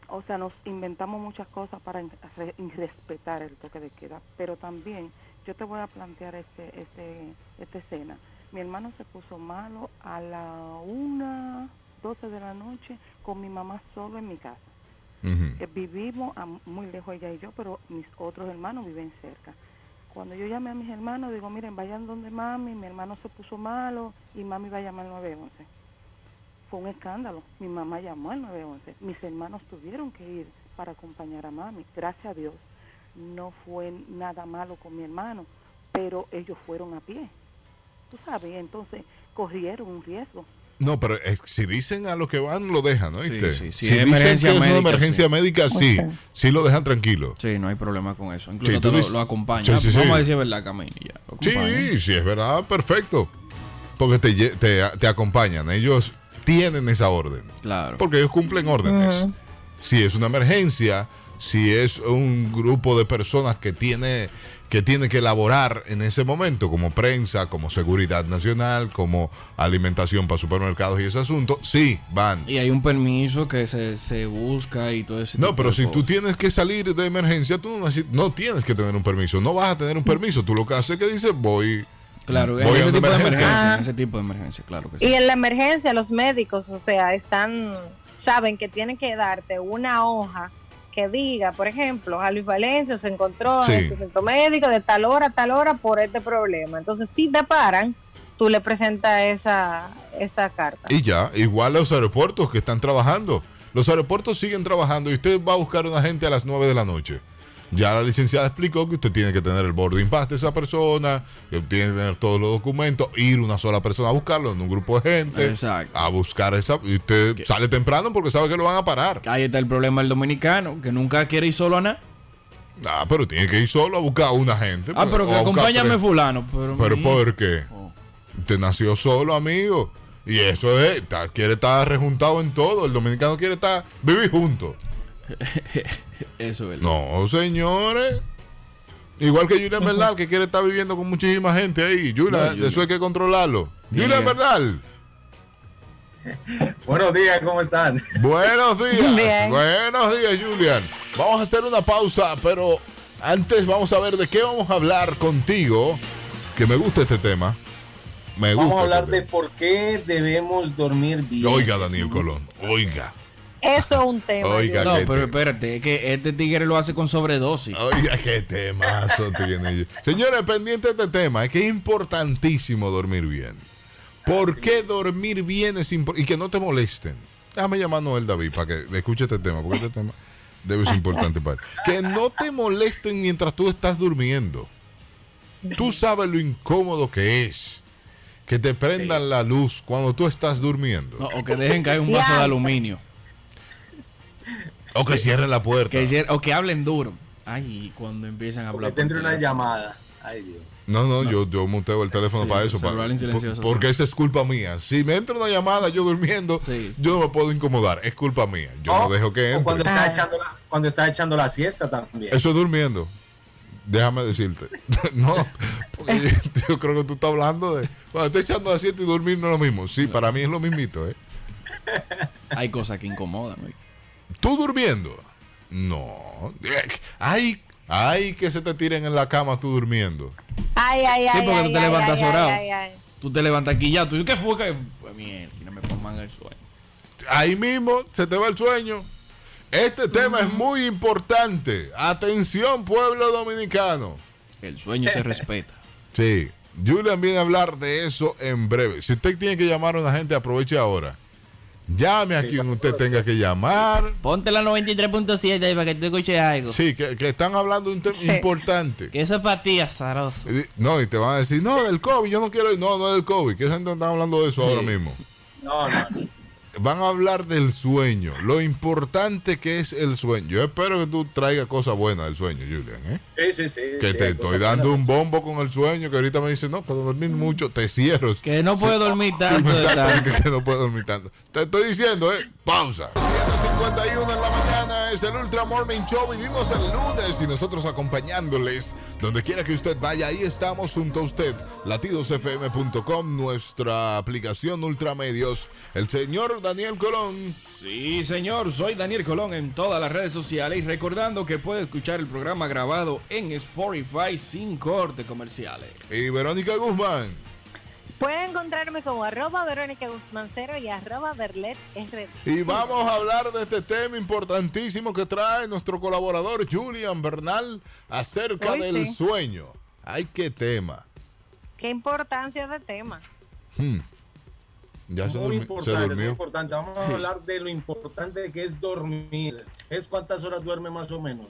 S10: o sea, nos inventamos muchas cosas para in- re- irrespetar el toque de queda, pero también yo te voy a plantear este, este, esta escena. Mi hermano se puso malo a la una, 12 de la noche con mi mamá solo en mi casa.
S1: Ujú.
S10: Eh, vivimos a- muy lejos ella y yo, pero mis otros hermanos viven cerca. Cuando yo llamé a mis hermanos, digo, miren, vayan donde mami, mi hermano se puso malo y mami va a llamar al 911. Fue un escándalo. Mi mamá llamó al 911. Mis hermanos tuvieron que ir para acompañar a mami. Gracias a Dios, no fue nada malo con mi hermano, pero ellos fueron a pie. Tú sabes, entonces corrieron un riesgo.
S1: No, pero es- si dicen a los que van, lo dejan, ¿no?
S2: Sí,
S1: ¿Viste?
S2: sí, sí,
S1: Si
S2: es
S1: dicen
S2: emergencia
S1: que es una
S2: médica,
S1: emergencia
S2: sí.
S1: médica, sí.
S10: Ok.
S1: Sí lo dejan tranquilo.
S2: Sí, no hay problema con eso. Incluso
S1: Sí, tú
S2: te lo,
S1: dices-
S2: lo acompaña.
S1: Sí,
S2: Ah,
S1: sí,
S2: pues
S1: sí.
S2: Vamos a decir verdad, Camino. Ya. Lo acompaña.
S1: Sí, sí, es verdad, perfecto. Porque te, lle- te, te acompañan, ellos tienen esa orden.
S2: Claro.
S1: Porque ellos cumplen órdenes. Si es una emergencia, si es un grupo de personas que tiene que tiene que elaborar en ese momento, como prensa, como seguridad nacional, como alimentación para supermercados y ese asunto, sí, van.
S2: Y hay un permiso que se, se busca y todo ese
S1: No,
S2: tipo
S1: pero
S2: de
S1: si tú
S2: cosas.
S1: tienes que salir de emergencia, tú no, neces- no tienes que tener un permiso, no vas a tener un permiso, tú lo que haces es que dices, voy...
S2: Claro, en
S1: voy a
S2: ese
S1: una
S2: tipo de
S1: emergencia.
S2: emergencia.
S3: Ah.
S2: En ese tipo de emergencia, claro que sí.
S3: Y en la emergencia, los médicos, o sea, están, saben que tienen que darte una hoja que diga, por ejemplo, a Luis Valencio se encontró
S1: Sí.
S3: en este centro médico de tal hora a tal hora por este problema. Entonces, si te paran, tú le presentas esa, esa carta.
S1: Y ya, igual a los aeropuertos que están trabajando. Los aeropuertos siguen trabajando y usted va a buscar a una gente a las 9 de la noche. Ya la licenciada explicó que usted tiene que tener el boarding pass de esa persona, que tiene que tener todos los documentos, ir una sola persona a buscarlo en un grupo de gente.
S2: Exacto.
S1: A buscar esa. Y usted sale temprano porque sabe que lo van a parar.
S2: Ahí está el problema del dominicano, que nunca quiere ir solo a nada.
S1: Ah, pero tiene que ir solo a buscar a una gente.
S2: Ah,
S1: pues,
S2: pero
S1: o
S2: que
S1: a buscar
S2: acompáñame
S1: tres.
S2: fulano. Pero,
S1: Pero
S2: mi-
S1: ¿por qué?
S2: Oh.
S1: Usted nació solo, amigo. Y eso es, está- quiere estar rejuntado en todo. El dominicano quiere estar, vivir juntos.
S2: Eso es verdad.
S1: No, señores. Igual que Julian Verdal, que quiere estar viviendo con muchísima gente ahí.
S2: No,
S1: Julian,
S2: Julian.
S1: eso hay que controlarlo.
S2: Bien.
S1: Julian Verdal,
S11: Buenos días, ¿cómo están?
S1: buenos días.
S3: Bien.
S1: Buenos días, Julian. Vamos a hacer una pausa, pero antes vamos a ver de qué vamos a hablar contigo. Que me gusta este tema. Me gusta.
S11: Vamos a hablar
S1: este
S11: de por qué debemos dormir bien.
S1: tema. Oiga, Daniel Colón. Oiga.
S3: Eso es un tema.
S1: Oiga,
S2: No,
S1: que
S2: pero
S1: te- Ah,
S2: espérate, es que este tigre lo hace con sobredosis.
S1: Oiga, qué temazo tiene. ella. Señores, pendiente de este tema, es que es importantísimo dormir bien. ¿Por qué dormir bien es importante? Y que no te molesten. Déjame llamar a Noel David para que escuche este tema, porque este tema debe ser importante para él. Que no te molesten mientras tú estás durmiendo. Tú sabes lo incómodo que es. Que te prendan la luz cuando tú estás durmiendo.
S2: No, o que dejen caer un vaso de aluminio.
S1: O que cierren la puerta.
S2: Que hicier- o que hablen duro. Ay, y cuando empiezan a
S11: Porque
S2: hablar.
S11: te entra
S2: por
S11: una
S2: teléfono.
S11: llamada. Ay, Dios.
S1: No, no, Yo, yo monteo el teléfono
S2: Sí,
S1: para eso.
S2: celular
S1: para-
S2: en silencioso,
S1: por- porque
S2: sí.
S1: esa es culpa mía. Si me entra una llamada yo durmiendo,
S2: Sí, sí.
S1: yo no me puedo incomodar. Es culpa mía. Yo
S11: O-
S1: no dejo que
S11: Oh, o cuando
S1: entre.
S11: estás echando la, cuando estás echando la siesta también.
S1: Eso es durmiendo. Déjame decirte. no, porque yo, yo creo que tú estás hablando de. Cuando estás echando asiento y dormir no es lo mismo. Sí, para mí es lo mismito. ¿eh?
S2: Hay cosas que incomodan. oye.
S1: ¿Tú durmiendo? No. Ay, ay, que se te tiren en la cama tú durmiendo.
S3: Ay, ay, ay.
S2: Sí, porque
S3: ay,
S2: tú te
S3: ay,
S2: levantas
S3: ay,
S2: orado.
S3: ay, ay, ay.
S2: Tú te levantas aquí ya. Tú, ¿qué fue? que Pues, mierda, no me pongan el sueño.
S1: ahí mismo se te va el sueño. Este tema es muy importante. Atención, pueblo dominicano.
S2: El sueño se respeta.
S1: Sí, Julian viene a hablar de eso en breve. Si usted tiene que llamar a una gente, aproveche ahora. Llame a quien usted tenga que llamar.
S2: Ponte la 93.7 ahí para que te escuche algo.
S1: Sí, que, que están hablando de un tema
S3: Sí.
S1: importante.
S2: Que eso es para ti, azaroso.
S1: Y di- No, y te van a decir, no, del COVID, yo no quiero ir. No, no es del COVID, que esa gente está hablando de eso ahora
S2: Sí.
S1: mismo.
S11: No, no, no.
S1: van a hablar del sueño, lo importante que es el sueño. Yo espero que tú traigas cosas buenas del sueño, Julian. ¿eh?
S11: Sí, sí, sí.
S1: Que
S11: sí,
S1: te
S11: hay
S1: estoy
S11: cosas
S1: dando
S11: buenas.
S1: un bombo con el sueño, que ahorita me dicen, no, puedo dormir mucho, te cierro.
S2: Que no puede dormir tanto de
S1: Exactamente,
S2: tanto.
S1: que no puedo dormir tanto. Te estoy diciendo, ¿eh? Pausa. 51 en la mañana es el Ultra Morning Show. Vivimos el lunes y nosotros acompañándoles. Donde quiera que usted vaya, ahí estamos junto a usted. Latidosfm.com, nuestra aplicación Ultramedios. El señor Daniel Colón.
S2: Sí, señor, soy Daniel Colón en todas las redes sociales y recordando que puede escuchar el programa grabado en Spotify sin corte comerciales.
S1: Y Verónica Guzmán.
S3: Pueden encontrarme como arroba Verónica Guzmán Cero y arroba Berlet RD.
S1: Y vamos a hablar de este tema importantísimo que trae nuestro colaborador Julian Bernal acerca
S3: Hoy
S1: del
S3: sí.
S1: sueño. Ay, qué tema.
S3: Qué importancia de tema.
S1: Hmm. Ya se,
S11: Muy
S1: durmi- se
S11: importante, es muy
S1: durmió.
S11: importante. Vamos a hablar de lo importante que es dormir. ¿Es cuántas horas duerme más o menos?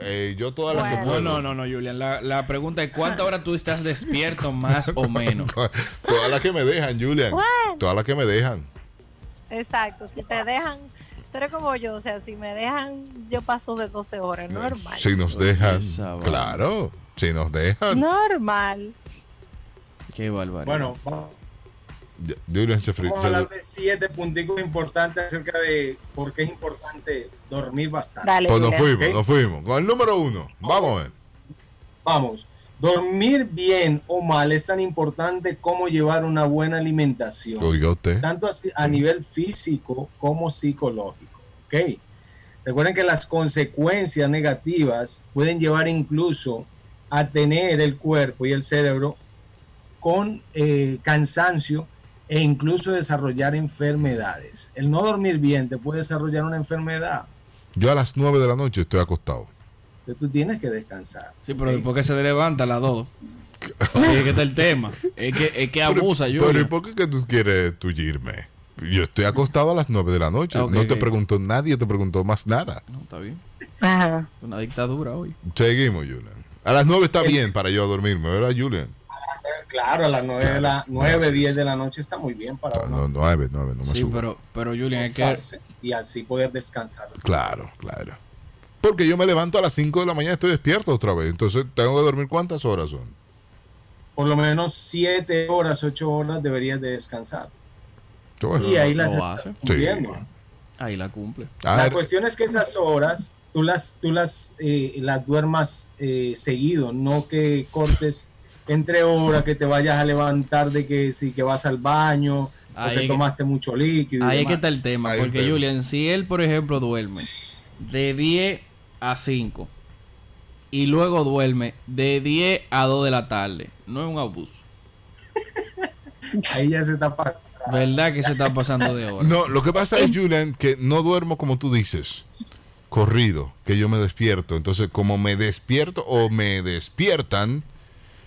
S1: Eh, yo todas las que
S2: No,
S1: puedo.
S2: no, no, no, Julian. La, la pregunta es: ¿cuántas horas tú estás despierto más o menos?
S1: Todas las que me dejan, Julian.
S3: Bueno.
S1: Todas las que me dejan.
S3: Exacto, si te dejan, tú eres como yo, o sea, si me dejan, yo paso de 12 horas, normal.
S1: Si nos dejan. Claro. Si nos dejan.
S3: Normal.
S2: Qué bárbaro.
S11: Bueno, vamos
S1: Ya, Julian se
S11: vamos
S1: fritó.
S11: a hablar de siete punticos importantes acerca de por qué es importante dormir bastante.
S1: Pues nos fuimos,
S11: ¿Ok?
S1: nos fuimos. Con el número uno. Vamos a ver.
S11: Vamos, dormir bien o mal es tan importante como llevar una buena alimentación.
S1: Oiga usted.
S11: tanto así- a nivel físico como psicológico. ¿ok? Recuerden que las consecuencias negativas pueden llevar incluso a tener el cuerpo y el cerebro con eh, cansancio e incluso desarrollar enfermedades. El no dormir bien te puede desarrollar una enfermedad.
S1: Yo a las 9 de la noche estoy acostado.
S11: Entonces tú tienes que descansar.
S2: Sí, pero después que se levanta a las 2. es que está el tema. Es que, es que abusa,
S1: pero, pero ¿y
S2: Julian.
S1: por qué que tú quieres tullirme? Yo estoy acostado a las 9 de la noche.
S2: Ah, ok,
S1: no te
S2: ok.
S1: preguntó nadie, te preguntó más nada.
S2: No, está bien.
S3: Ajá.
S2: Es Una dictadura hoy.
S1: Seguimos, Julian. A las 9
S2: Eh,
S1: está bien para yo dormirme, ¿verdad, Julian?
S11: Claro, a las 9, de la, 9 10 de la noche está muy bien para
S1: No,
S11: uno
S1: 9, 9, no me
S2: Ah, Sí,
S1: subo.
S2: pero, pero Julian, es que.
S11: acostarse y así poder descansar.
S1: Claro, claro. Porque yo me levanto a las 5 de la mañana y estoy despierto otra vez. Entonces tengo que dormir cuántas horas son.
S11: por lo menos 7 horas, 8 horas deberías de descansar.
S1: Bueno,
S11: y ahí
S2: lo
S11: las
S2: hace.
S11: estás cumpliendo.
S1: Sí.
S2: Ahí la cumple.
S1: a
S11: La
S1: ver,
S11: cuestión es que esas horas tú las, tú las, eh, las duermas eh, seguido, no que cortes entre horas, que te vayas a levantar de que sí que vas al baño,
S2: Ahí
S11: porque
S2: es que-
S11: tomaste mucho líquido. y
S2: Ahí es que
S11: demás.
S2: está el tema.
S1: Ahí el
S2: Porque
S1: tema.
S2: Julian, si él, por ejemplo, duerme de 10 a 5 y luego duerme de 10 a 2 de la tarde, no es un abuso.
S11: Ahí ya se está pasando.
S2: ¿Verdad que se está pasando de hora?
S1: No, lo que pasa es, Julian, que no duermo como tú dices, corrido, que yo me despierto. Entonces, como me despierto o me despiertan,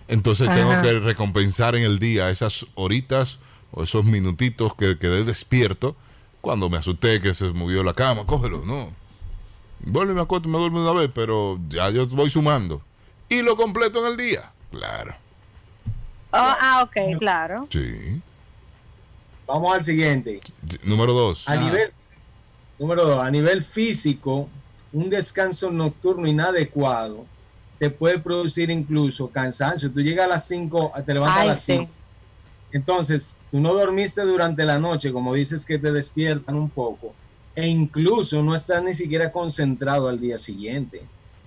S1: entonces tengo que recompensar en el día esas horitas o esos minutitos que quedé despierto cuando me asusté que se movió la cama. Cógelo, no. Vuelvo y me acuesto y me duermo de una vez, pero ya yo voy sumando. Y lo completo en el día. Claro.
S3: Oh, ah, ok, claro.
S1: Sí.
S11: Vamos al siguiente.
S1: Sí, Número dos.
S2: Ah,
S11: A nivel, número dos, a nivel físico, un descanso nocturno inadecuado te puede producir incluso cansancio. Tú llegas a las 5, te levantas a
S3: Ay,
S11: las
S3: sí.
S11: 5. Entonces, tú no dormiste durante la noche, como dices que te despiertan un poco, e incluso no estás ni siquiera concentrado al día siguiente.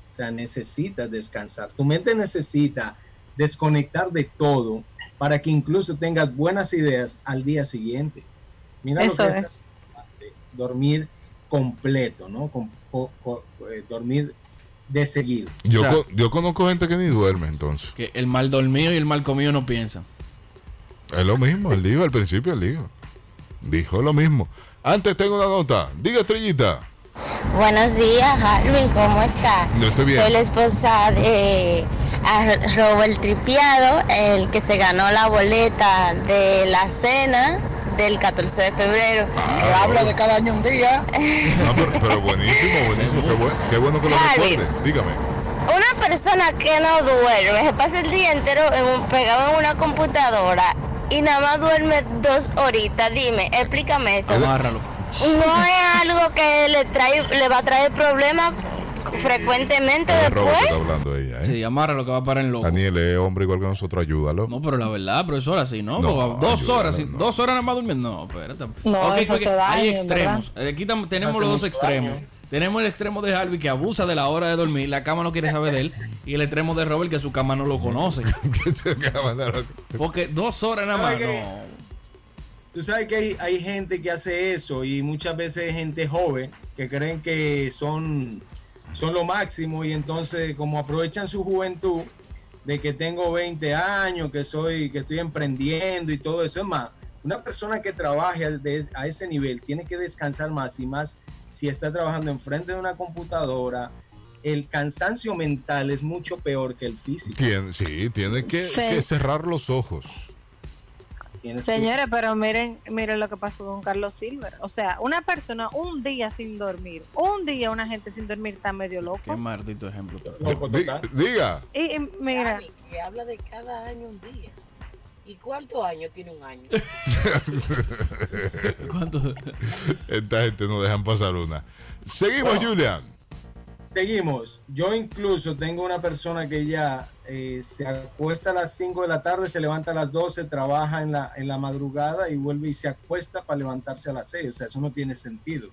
S11: O sea, necesitas descansar. Tu mente necesita desconectar de todo para que incluso tengas buenas ideas al día siguiente. Mira
S3: Eso
S11: lo
S3: es.
S11: que es dormir completo, ¿no? Com- co- co- eh, dormir de seguido.
S1: Yo,
S2: o sea-
S1: co- yo conozco gente que ni duerme entonces.
S2: Que el mal dormido y el mal comido no piensan.
S1: Es lo mismo, él dijo al principio, él dijo. Dijo lo mismo. Antes tengo una nota. Diga, estrellita.
S9: Buenos días, Harvin, ¿cómo está?
S1: No estoy bien.
S9: Soy la esposa de a Robert Tripiado, el que se ganó la boleta de la cena del 14 de febrero.
S1: Ah, no,
S4: cada año un día.
S1: no, Ah, pero, pero buenísimo, buenísimo. Qué, buen- qué bueno que lo
S9: Harvey.
S1: recuerde. Dígame.
S9: Una persona que no duerme, se pasa el día entero en un- pegado en una computadora y nada más duerme dos horitas, dime, explícame eso.
S2: Amárralo.
S9: No es algo que le, trae, le va a traer problemas frecuentemente
S1: De robo que
S9: después.
S1: está hablando ella, ¿eh?
S2: Sí, amárralo que va a parar en loco.
S1: Daniel es hombre igual que nosotros, ayúdalo.
S2: No, pero la verdad, profesora, sí, ¿no?
S1: No,
S2: Porque dos
S1: ayuda,
S2: horas,
S1: no,
S2: sí,
S1: no.
S2: dos horas nada más durmiendo. No, espérate.
S9: No,
S2: Ok,
S9: eso
S2: porque
S9: se daña,
S2: hay
S9: ¿verdad?
S2: extremos. Aquí tam- tenemos
S11: Hace
S2: los dos
S11: mucho
S2: extremos.
S11: daño.
S2: Tenemos el extremo de Harvey que abusa de la hora de dormir, la cama no quiere saber de él. Y el extremo de Robert que su cama no lo conoce. Porque dos horas nada más,
S11: ¿Sabe qué?
S2: no.
S11: Tú sabes que hay, hay gente que hace eso y muchas veces gente joven que creen que son, son lo máximo y entonces como aprovechan su juventud de que tengo 20 años, que soy, que estoy emprendiendo y todo eso. Es más, una persona que trabaje al- de- a ese nivel tiene que descansar más y más si está trabajando enfrente de una computadora. El cansancio mental es mucho peor que el físico.
S1: Tien- sí, tiene que,
S3: Sí.
S1: que cerrar los ojos.
S11: Tienes que-
S3: Señores, pero miren, miren lo que pasó con Carlos Silver. O sea, una persona un día sin dormir, un día una gente sin dormir está medio
S2: Qué
S3: loco.
S2: maldito ejemplo.
S1: Di- diga.
S3: Y, y mira,
S12: Dani, que habla de cada año un día. ¿Y cuántos años tiene un año?
S1: Esta gente no dejan pasar una. Seguimos,
S11: Bueno.
S1: Julian.
S11: Seguimos. Yo incluso tengo una persona que ya eh, se acuesta a las 5 de la tarde, se levanta a las 12, trabaja en la, en la madrugada y vuelve y se acuesta para levantarse a las 6. O sea, eso no tiene sentido.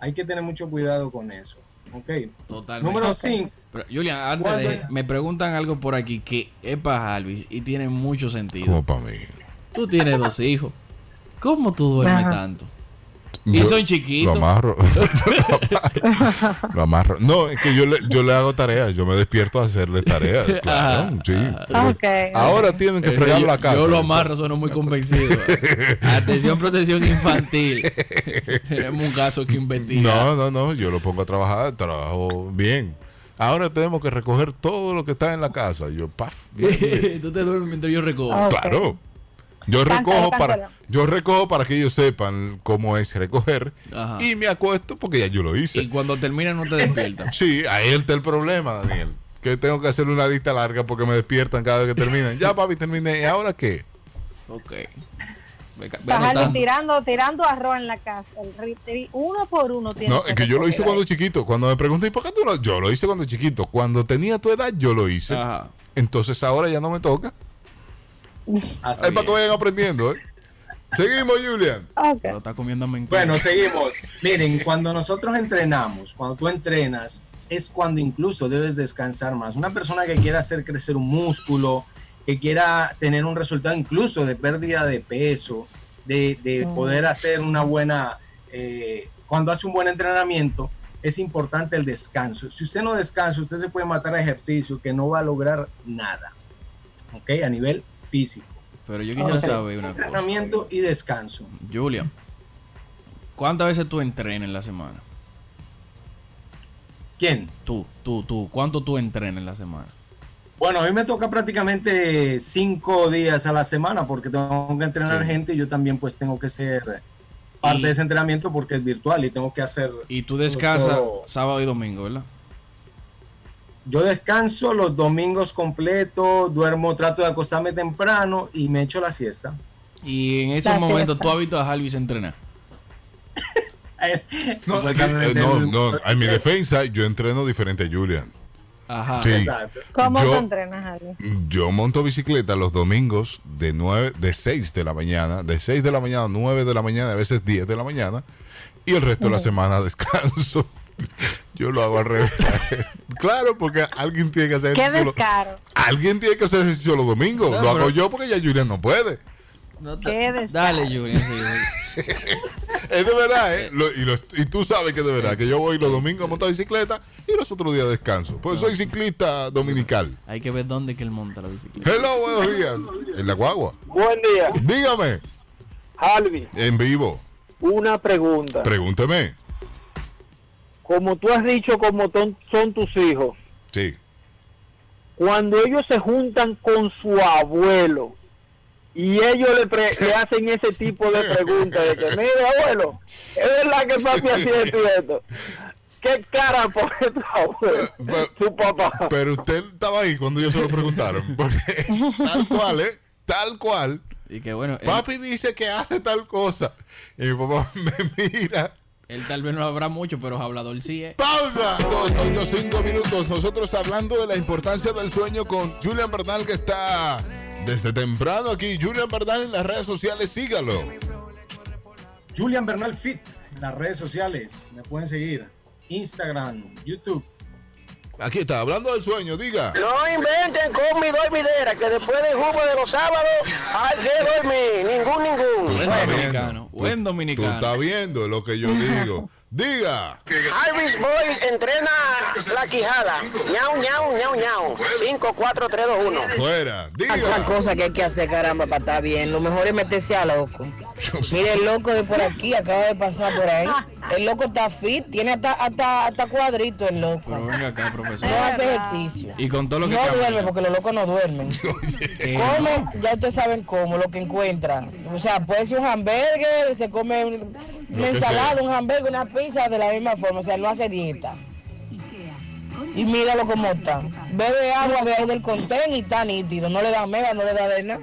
S11: Hay que tener mucho cuidado con eso. Ok.
S2: Totalmente.
S11: Número
S2: Ok.
S11: 5.
S2: Pero, Julian, antes
S11: ¿Cuándo
S2: de, me preguntan algo por aquí que es para Alvis y tiene mucho sentido.
S1: para mí.
S2: Tú tienes dos hijos. ¿Cómo tú duermes
S1: Ajá.
S2: tanto? Y
S1: Yo
S2: son chiquitos.
S1: Lo amarro. Lo amarro. Lo amarro. No, es que yo le, yo le hago tareas. Yo me despierto a hacerle tareas. Claro, sí.
S2: Ah,
S3: ok.
S1: Ahora tienen que
S2: Eh,
S1: fregar
S2: yo-
S1: la casa.
S2: Yo lo amarro, sueno muy convencido. Atención, protección infantil. Tenemos un caso que investigar.
S1: No, no, no. Yo lo pongo a trabajar. Trabajo bien. Ahora tenemos que recoger todo lo que está en la casa. Yo, paf.
S2: Tú te duermes mientras yo recojo.
S1: Ah, Claro. Yo recojo
S2: Cántalo,
S1: para
S2: cántalo.
S1: yo recojo para que ellos sepan cómo es recoger
S2: Ajá.
S1: y me acuesto porque ya yo lo hice.
S2: Y cuando termina no te despiertas.
S1: Sí, ahí está el problema, Daniel. Que tengo que hacer una lista larga porque me despiertan cada vez que terminan. Ya, papi, terminé. ¿Y ahora qué?
S2: Ok. Ve ca- ve
S3: Bajarle
S2: anotando.
S3: tirando, tirando arroz en la casa. El ri- ri- Uno por uno tiene.
S1: No, es que yo lo hice
S3: recoger.
S1: cuando chiquito. Cuando me preguntan, ¿y por qué tú lo Yo lo hice cuando chiquito. Cuando tenía tu edad, yo lo hice.
S2: Ah.
S1: Entonces ahora ya no me toca. Es para que vayan aprendiendo, ¿eh? Seguimos, Julian.
S2: Lo está comiendo mentira.
S11: Bueno, seguimos. Miren, cuando nosotros entrenamos, cuando tú entrenas, es cuando incluso debes descansar más. Una persona que quiera hacer crecer un músculo, que quiera tener un resultado incluso de pérdida de peso, de, de
S7: Mm.
S11: poder hacer una buena, eh, cuando hace un buen entrenamiento, es importante el descanso. Si usted no descansa, usted se puede matar a ejercicio que no va a lograr nada, ¿ok? A nivel físico.
S2: Pero yo quisiera
S11: O sea,
S2: saber una cosa.
S11: Entrenamiento y descanso.
S2: Julian, ¿cuántas veces tú entrenas en la semana?
S11: ¿Quién?
S2: Tú, tú, tú. ¿Cuánto tú entrenas en la semana?
S11: Bueno, a mí me toca prácticamente cinco días a la semana porque tengo que entrenar
S2: Sí.
S11: gente y yo también pues tengo que ser parte
S2: Y-
S11: de ese entrenamiento porque es virtual y tengo que hacer...
S2: Y tú descansas
S11: todo.
S2: sábado y domingo, ¿verdad?
S11: Yo descanso los domingos completos, duermo, trato de acostarme temprano y me echo la siesta.
S2: Y en esos
S11: La
S2: momentos
S11: siesta.
S2: tú has visto a Alvis entrenar.
S1: No, es que-
S11: Supuestamente
S1: no,
S11: el-
S1: no. En mi defensa, yo entreno diferente a Julian.
S2: Ajá.
S1: Sí.
S3: ¿Cómo
S1: Yo-
S3: te entrenas, Javi?
S1: Yo monto bicicleta los domingos de nueve, de 6 de la mañana, de 6 de la mañana, 9 de la mañana, a veces 10 de la mañana, y el resto de la semana descanso. Yo lo hago al revés. claro, porque alguien tiene que hacer
S3: Qué
S1: ejercicio los-
S3: descaro.
S1: Alguien tiene que hacer ejercicio los domingos.
S2: No,
S1: lo hago
S2: pero-
S1: yo porque ya Julian no puede.
S3: Qué descaro.
S2: Dale, Julian. sí, sí.
S1: Es de verdad, ¿eh? Lo- y, lo- y tú sabes que es de verdad, que yo voy los domingos a montar bicicleta y los otros días descanso. Pues soy ciclista dominical.
S2: Hay que ver dónde que él monta la bicicleta.
S1: Hello, buenos días. En la guagua.
S13: Buen día,
S1: Dígame,
S13: Albi.
S1: en vivo.
S13: Una pregunta.
S1: Pregúnteme.
S13: Como tú has dicho, como ton- son tus hijos,
S1: Sí.
S13: cuando ellos se juntan con su abuelo y ellos le, pre- le hacen ese tipo de preguntas de que, mire abuelo, es verdad que papi hacía esto y esto. ¿Qué cara pone tu abuelo? Tu papá.
S1: Pero usted estaba ahí cuando ellos se lo preguntaron. Porque tal cual, ¿eh? Tal cual.
S2: Y que bueno, él,
S1: Papi dice que hace tal cosa. Y mi papá me mira.
S2: él tal vez no habrá mucho, pero hablador sí eh. es.
S1: Pausa. Dos, ocho, cinco minutos. Nosotros hablando de la importancia del sueño con Julian Bernal que está desde temprano aquí. Julian Bernal en las redes sociales, sígalo.
S11: Julian Bernal Fit, en las redes sociales, me pueden seguir. Instagram, YouTube.
S1: Aquí está, hablando del sueño, diga.
S4: No inventen con mi dormidera, que después del jugo de los sábados hay que dormir. Ningún, ningún.
S1: Buen dominicano.
S2: Buen dominicano.
S1: Tú estás viendo lo que yo digo. Diga.
S4: Alvis Boy entrena la quijada. Ñau, ñau, ñau, ñau. 5, 4, 3, 2, 1.
S1: Fuera.
S4: Diga.
S12: Otra cosa que hay que hacer, caramba, para estar bien. Lo mejor es meterse a loco.
S14: Mira el loco de por aquí, acaba de pasar por ahí. El loco está fit, tiene hasta, hasta, hasta cuadrito el loco.
S2: Pero venga acá, profesor.
S14: No hace ejercicio.
S2: Y con todo lo que
S14: Eh.
S2: Eh,
S14: No
S2: camina.
S14: duerme porque los locos no duermen. Comen, ya ustedes saben cómo, lo que encuentran. O sea, puede ser un hamburger, se come un-
S2: Lo
S14: una
S2: que
S14: ensalada,
S2: sea.
S14: un hamburger, una pizza de la misma forma. O sea, no hace dieta. Y míralo cómo está. Bebe agua de ahí del contén y está nítido. No le da mega, no le da de nada.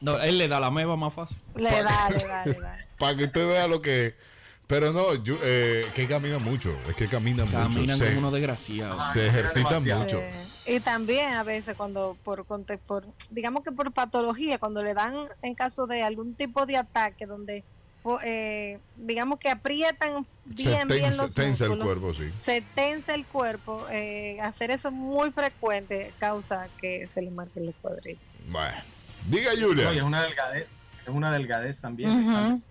S2: No, él le da la meba más fácil.
S14: Le da, le
S1: Para que usted vea lo que es. Pero no, yo, eh, que camina mucho. Es que camina mucho.
S2: Caminan
S1: se-
S2: como unos desgraciados.
S1: Se ejercitan
S2: Demasiado.
S1: mucho.
S3: Eh, Y también a veces cuando por, conte- por digamos que por patología, cuando le dan en caso de algún tipo de ataque donde po- eh, digamos que aprietan bien
S1: se
S3: bien
S1: tensa,
S3: los
S1: tensa el
S3: músculos,
S1: cuerpo, sí.
S3: se tensa el cuerpo, eh, hacer eso muy frecuente causa que se le marquen los cuadritos.
S1: Bueno. Diga, Julia.
S11: No, y es una delgadez. Es una delgadez también.
S3: Ujú.
S11: están-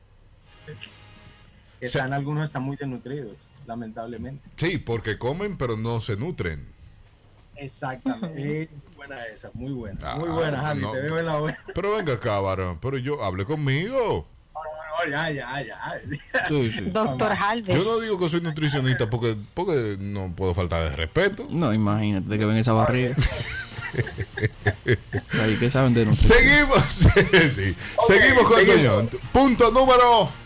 S11: que están, algunos están muy desnutridos, lamentablemente.
S1: Sí, porque comen, pero no se nutren.
S11: Exactamente. Eh, buena esa, muy buena. muy
S1: Ah,
S11: buena, Javi.
S1: no.
S11: Te veo en la buena.
S1: Pero venga acá, varón. Pero yo, hable conmigo.
S11: No, ya, ya, ya.
S1: Sí, sí.
S3: Doctor
S1: Yo
S3: Halves.
S1: no digo que soy nutricionista porque, porque no puedo faltar de respeto.
S2: No, imagínate de que ven esa barriga. Ahí que saben de nosotros.
S1: Seguimos. sí. Seguimos con el
S11: seguimos.
S1: señor. Punto número.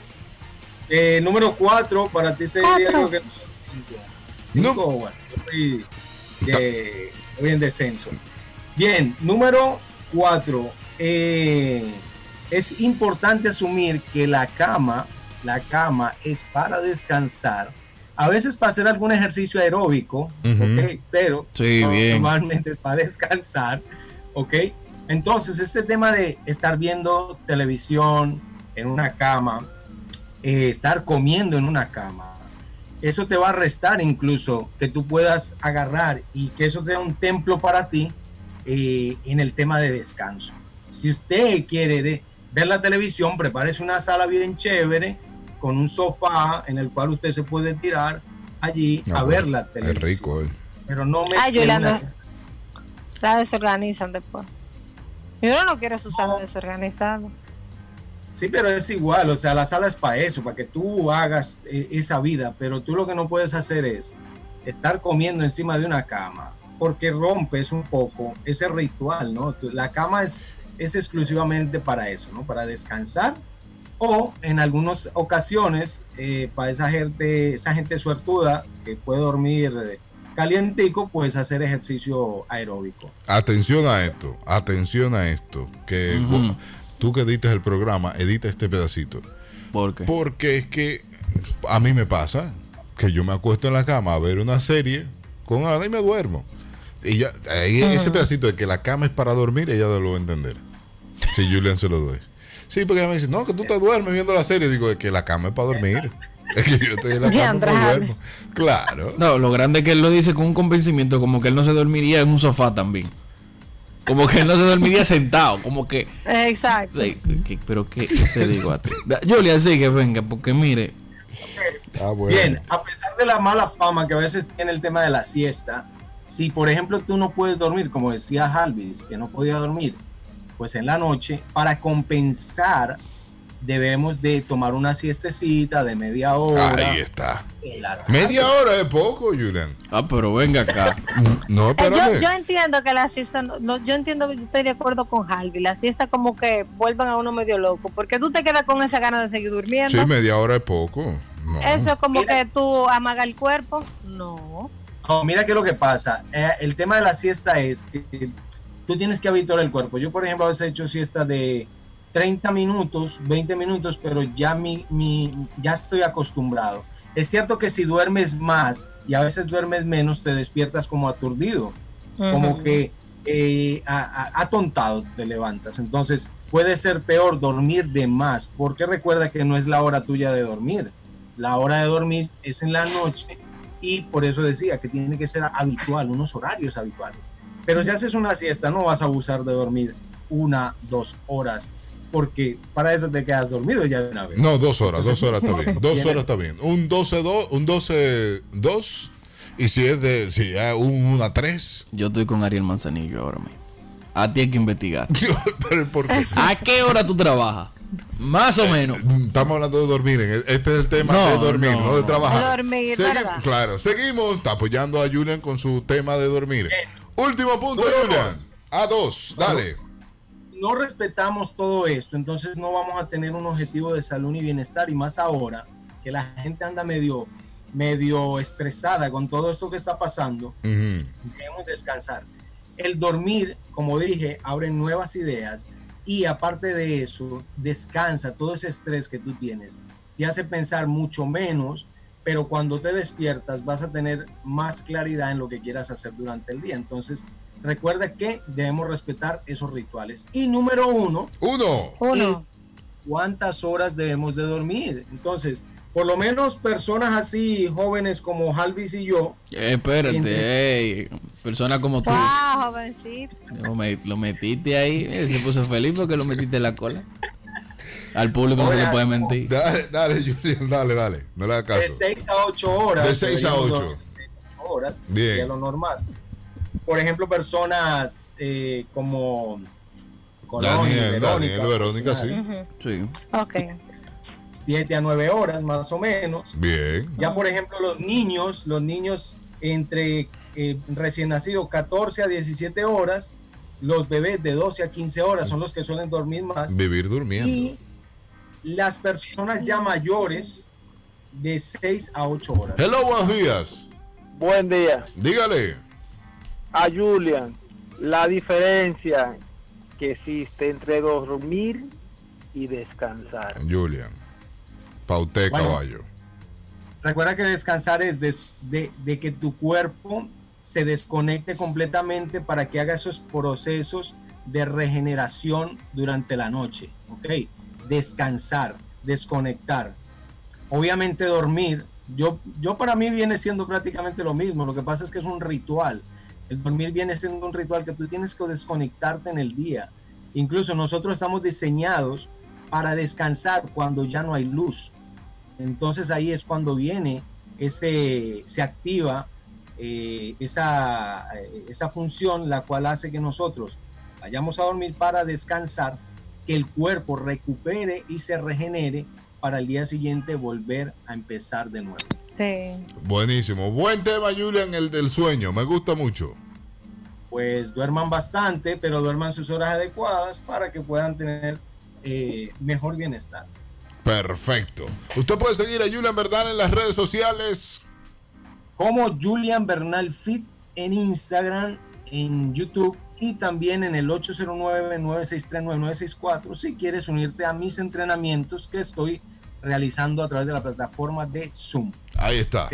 S11: Eh, número 4, para ti sería
S1: Cuatro.
S11: lo que. Cinco, bueno, yo estoy de- voy en descenso. Bien, número 4. es importante asumir que la cama, la cama es para descansar. A veces para hacer algún ejercicio aeróbico,
S2: Ujú.
S11: ¿ok? pero
S2: Sí,
S11: no-
S2: bien.
S11: normalmente es para descansar, ¿ok? Entonces, este tema de estar viendo televisión en una cama, eh, estar comiendo en una cama, eso te va a restar incluso que tú puedas agarrar y que eso sea un templo para ti eh, en el tema de descanso. Si usted quiere de- ver la televisión, prepárese una sala bien chévere con un sofá en el cual usted se puede tirar allí a
S1: Ah,
S11: ver la
S1: Es
S11: televisión.
S1: rico, eh.
S11: Pero no me
S3: Ah, Yolanda. La desorganizan después. Yo no quiero su sala desorganizada.
S11: Sí, pero es igual, o sea, la sala es para eso, para que tú hagas eh, esa vida, pero tú lo que no puedes hacer es estar comiendo encima de una cama, porque rompes un poco ese ritual, ¿no? Tú- La cama es, es exclusivamente para eso, ¿no? Para descansar o en algunas ocasiones eh, para esa gente, esa gente suertuda que puede dormir eh, calientico, pues hacer ejercicio aeróbico.
S1: Atención a esto, atención a esto. Que cu- tú que editas el programa, edita este pedacito.
S2: ¿Por qué?
S1: Porque es que a mí me pasa que yo me acuesto en la cama a ver una serie con Ana y me duermo. Y ya, ahí ese pedacito de que la cama es para dormir, ella lo va a entender. Si Julian se lo doy. Sí, porque ella me dice, no, que tú te duermes viendo la serie. Digo, es que la cama es para dormir. Es que yo estoy en la
S3: Ya,
S1: cama y me
S3: Andrés.
S1: duermo. Claro.
S2: No, lo grande es que él lo dice con un convencimiento, como que él no se dormiría en un sofá también. Como que él no se dormiría sentado, como que...
S3: Exacto.
S2: Sí, que- que- pero qué qué te digo a ti. Da- Julia, sí que venga, porque mire...
S1: Ah,
S11: Bien, a pesar de la mala fama que a veces tiene el tema de la siesta, si por ejemplo tú no puedes dormir, como decía Halvis, que no podía dormir, pues en la noche, para compensar, debemos de tomar una siestecita de media hora.
S1: Ahí está.
S11: en la tarde.
S1: Media hora es poco, Julian.
S2: Ah, pero venga acá.
S1: No,
S3: Eh,
S1: espérame.
S3: yo, yo entiendo que la siesta, no- no, yo entiendo que yo estoy de acuerdo con Harvey, la siesta como que vuelven a uno medio loco, porque tú te quedas con esa gana de seguir durmiendo.
S1: Sí, media hora es poco. No.
S3: Eso es como que tú amaga el cuerpo. No.
S11: No, mira qué es lo que pasa. Eh, el tema de la siesta es que tú tienes que habituar el cuerpo. Yo, por ejemplo, a veces he hecho siesta de 30 minutos, 20 minutos, pero ya, mi, mi- ya estoy acostumbrado. Es cierto que si duermes más y a veces duermes menos, te despiertas como aturdido, como
S13: Ujú.
S11: que eh, a- a- atontado te levantas. Entonces puede ser peor dormir de más, porque recuerda que no es la hora tuya de dormir. La hora de dormir es en la noche y por eso decía que tiene que ser habitual, unos horarios habituales. Pero si haces una siesta, no vas a abusar de dormir una, dos horas, porque para eso te quedas dormido ya de una vez.
S1: No, dos horas, dos horas está bien. Dos
S11: Tiene-
S1: horas está bien. Un 12-2, un 12-2. Y si es de si es un 1 a 3.
S2: Yo estoy con Ariel Manzanillo ahora mismo. A ti hay que investigar.
S1: ¿Por qué?
S2: ¿A qué hora tú trabajas? Más o menos.
S1: Estamos hablando de dormir. en- Este es el tema
S2: No,
S1: de dormir, no,
S2: no.
S1: de trabajar.
S3: Dormir,
S1: Segui-
S3: ¿verdad?
S1: Claro, seguimos está apoyando a Julian con su tema de dormir. Último punto,
S11: Número
S1: Julian. A dos, dale.
S11: no respetamos todo esto, entonces no vamos a tener un objetivo de salud y bienestar y más ahora que la gente anda medio medio estresada con todo esto que está pasando, debemos descansar. El dormir, como dije, abre nuevas ideas y aparte de eso, descansa todo ese estrés que tú tienes. Te hace pensar mucho menos, pero cuando te despiertas vas a tener más claridad en lo que quieras hacer durante el día. Entonces, recuerda que debemos respetar esos rituales. Y número uno,
S1: uno,
S11: es cuántas horas debemos de dormir. Entonces, por lo menos personas así jóvenes como Halvis y yo,
S2: Eh, Espérate, ey, persona como tú.
S3: Wow, jovencito.
S2: Lo, me- lo metiste ahí. eh, Se puso feliz porque lo metiste en la cola. Al público no se le
S11: Oiga,
S2: puede mentir.
S1: Dale, dale, Julian, dale, dale. No le hagas
S11: de
S1: caso.
S11: 6 a 8 horas.
S1: De seis a
S11: deberíamos
S1: ocho.
S11: dormir seis a ocho horas,
S1: Bien.
S11: que es lo normal. Por ejemplo, personas eh, como Colón,
S1: Daniel, Daniel, Verónica,
S11: personas,
S1: sí.
S2: Sí.
S3: Ok.
S11: 7 a 9 horas más o menos.
S1: Bien.
S11: Ya por ejemplo los niños, los niños entre eh, recién nacidos 14 a 17 horas, los bebés de 12 a 15 horas son los que suelen dormir más.
S1: Vivir durmiendo.
S11: Y las personas ya mayores de 6 a 8 horas.
S1: Hello, buenos días.
S13: Buen día.
S1: Dígale.
S13: A Julian, la diferencia que existe entre dormir y descansar.
S1: Julian. Pauté,
S11: Bueno.
S1: caballo.
S11: Recuerda que descansar es des- de, de que tu cuerpo se desconecte completamente para que haga esos procesos de regeneración durante la noche. ¿Ok? Descansar, desconectar. Obviamente dormir. Yo, yo para mí viene siendo prácticamente lo mismo. Lo que pasa es que es un ritual. El dormir viene siendo un ritual que tú tienes que desconectarte en el día. Incluso nosotros estamos diseñados para descansar cuando ya no hay luz. Entonces ahí es cuando viene ese, se activa eh, esa, eh, esa función la cual hace que nosotros vayamos a dormir para descansar, que el cuerpo recupere y se regenere para el día siguiente volver a empezar de nuevo.
S3: Sí.
S1: Buenísimo. Buen tema, Julian, el del sueño. Me gusta mucho.
S11: Pues duerman bastante, pero duerman sus horas adecuadas para que puedan tener eh, mejor bienestar.
S1: Perfecto. Usted puede seguir a Julian Verdad en las redes sociales.
S11: como Julian Bernal Fit en Instagram, en YouTube y también en el 809-963-9964 si quieres unirte a mis entrenamientos que estoy realizando a través de la plataforma de Zoom.
S1: Ahí está.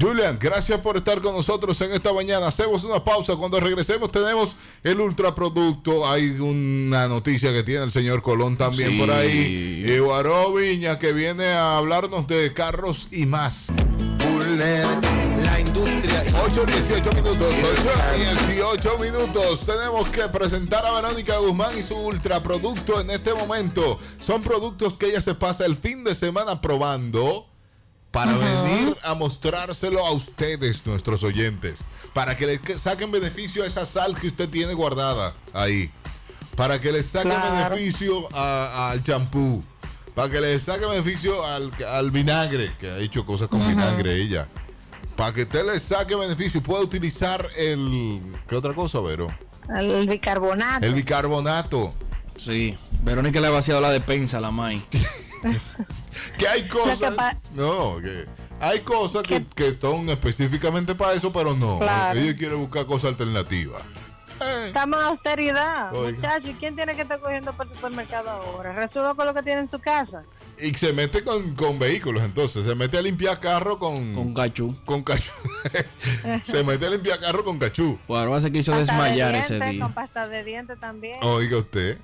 S1: Julian, gracias por estar con nosotros en esta mañana. Hacemos una pausa. Cuando regresemos tenemos el ultraproducto. Hay una noticia que tiene el señor Colón también
S2: Sí.
S1: por ahí. Y Guaró Viña que viene a hablarnos de carros y más. La industria. 8, 18 minutos. 8, 18 minutos. Tenemos que presentar a Verónica Guzmán y su ultraproducto en este momento. Son productos que ella se pasa el fin de semana probando para venir a mostrárselo a ustedes, nuestros oyentes, para que le que- saquen beneficio a esa sal que usted tiene guardada ahí, para que le saquen
S15: Claro.
S1: beneficio a- al champú, para que le saquen beneficio al, al vinagre, que ha hecho cosas con vinagre ella, para que usted le saque beneficio y pueda utilizar el... ¿Qué otra cosa, Vero?
S3: El bicarbonato.
S1: El bicarbonato.
S2: Sí. Verónica le ha vaciado la despensa a la May.
S1: que hay
S3: Lo que
S1: cosas.
S3: pa-
S1: No, que hay cosas que, que son específicamente para eso, pero no.
S3: Claro.
S1: Ella quiere buscar cosas alternativas. Eh,
S3: Estamos en austeridad,
S1: Oiga.
S3: muchachos. ¿Y quién tiene que estar cogiendo para el supermercado ahora? Resuelva con lo que tiene en su casa.
S1: Y se mete con, con vehículos, entonces. Se mete a limpiar carro con. Con
S2: cachú.
S1: Con cachú. se mete a limpiar carro con cachú.
S2: Guaró se quiso desmayar ese
S3: dientes,
S2: día.
S3: con pasta de dientes también.
S1: Oiga usted.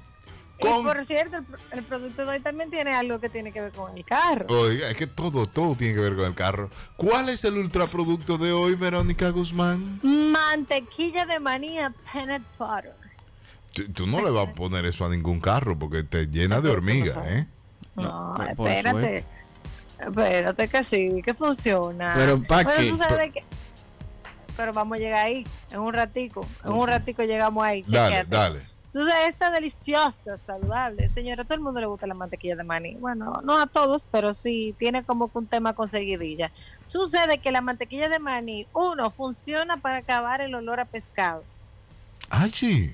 S3: Y Eh, por cierto, el, pro- el producto de hoy también tiene algo que tiene que ver con el carro.
S1: Oiga, es que todo, todo tiene que ver con el carro. ¿Cuál es el ultraproducto de hoy, Verónica Guzmán?
S3: Mantequilla de manía peanut butter.
S1: Tú- Tú no le vas a poner eso a ningún carro porque te llena de hormigas, ¿eh?
S3: No,
S1: por- por
S3: espérate.
S1: suerte.
S3: Espérate que sí, que funciona.
S1: Pero, ¿pa'
S3: Bueno,
S1: qué?
S3: tú sabes que- Pero vamos a llegar ahí, en un ratico. En un ratico llegamos ahí.
S1: Dale,
S3: chequéate.
S1: dale.
S3: Entonces, está deliciosa, saludable. Señora, a todo el mundo le gusta la mantequilla de maní. Bueno, no a todos, pero sí tiene como que un tema conseguidilla. Sucede que la mantequilla de maní, uno, funciona para acabar el olor a pescado.
S1: Ay, sí.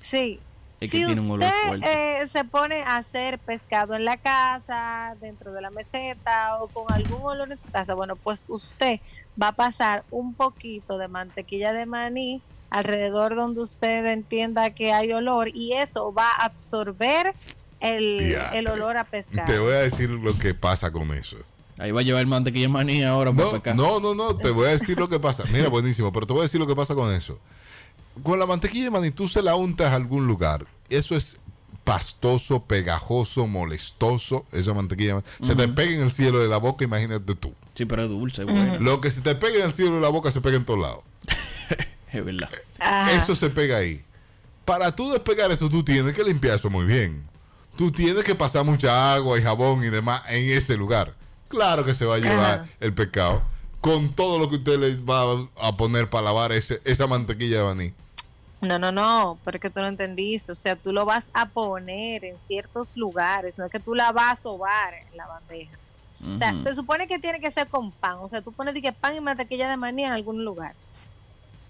S3: Sí.
S2: Es que
S3: si
S2: tiene un olor
S3: usted
S2: fuerte.
S3: eh, se pone a hacer pescado en la casa, dentro de la meseta o con algún olor en su casa, bueno, pues usted va a pasar un poquito de mantequilla de maní alrededor donde usted entienda que hay olor y eso va a absorber el,
S1: Diatre.
S3: el olor a
S1: Te
S3: pescado.
S1: voy a decir lo que pasa con eso.
S2: Ahí va a llevar mantequilla maní ahora.
S1: No, no, no, no, te voy a decir lo que pasa. Mira, buenísimo, pero te voy a decir lo que pasa con eso. Con la mantequilla de maní, tú se la untas a algún lugar. Eso es pastoso, pegajoso, molestoso. Esa mantequilla de maní. Se te pega en el cielo de la boca, imagínate tú.
S2: Sí, pero es dulce,
S1: bueno. Lo que se te pega en el cielo de la boca se pega en todos lados.
S2: es verdad.
S1: Eso se pega ahí. Para tú despegar eso, tú tienes que limpiar eso muy bien. Tú tienes que pasar mucha agua y jabón y demás en ese lugar. Claro que se va a llevar
S15: Ajá.
S1: el pescado con todo lo que usted le va a poner para lavar ese- esa mantequilla de maní.
S3: No, no, no, porque tú no entendiste. O sea, tú lo vas a poner en ciertos lugares, no es que tú la vas a sobar en la bandeja. O sea,
S16: Ujú.
S3: se supone que tiene que ser con pan. O sea, tú pones de que pan y mantequilla de maní en algún lugar.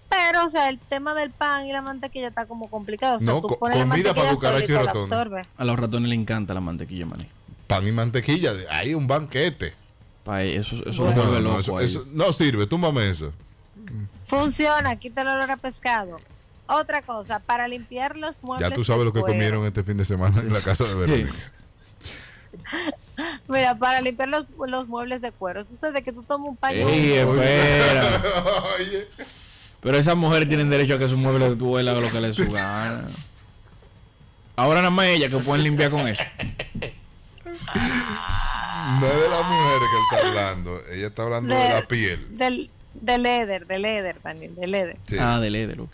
S3: Pero, o sea, el tema del pan y la mantequilla está como complicado. O sea,
S2: No,
S3: tú
S2: co-
S3: pones la
S2: comida para
S3: mantequilla solita
S2: cucarachas y
S3: la
S2: ratones.
S3: absorbe.
S2: A los ratones le encanta la mantequilla maní.
S1: Pan y mantequilla, hay un banquete.
S2: e- eso eso
S1: no,
S2: lo vuelve
S1: no,
S2: loco
S1: eso-
S2: a
S1: eso no sirve, túmbame eso.
S3: Funciona, quita el olor a pescado. Otra cosa, para limpiar los muebles.
S1: Ya tú sabes lo que
S3: del fuego.
S1: comieron este fin de semana en la casa de Verónica.
S3: Mira, para limpiar los, los muebles de cuero. Sucede que tú tomas un paño.
S2: Ey, espera.
S1: Oye.
S2: Pero esas mujeres tienen derecho a que su mueble duela lo que les su gana. Ahora nada más ellas que pueden limpiar con eso.
S1: No es de las mujeres que él está hablando. Ella está hablando de,
S3: De-
S1: la piel.
S3: Del, del éder, del éder también, del éder.
S2: Ah, de leder, ok.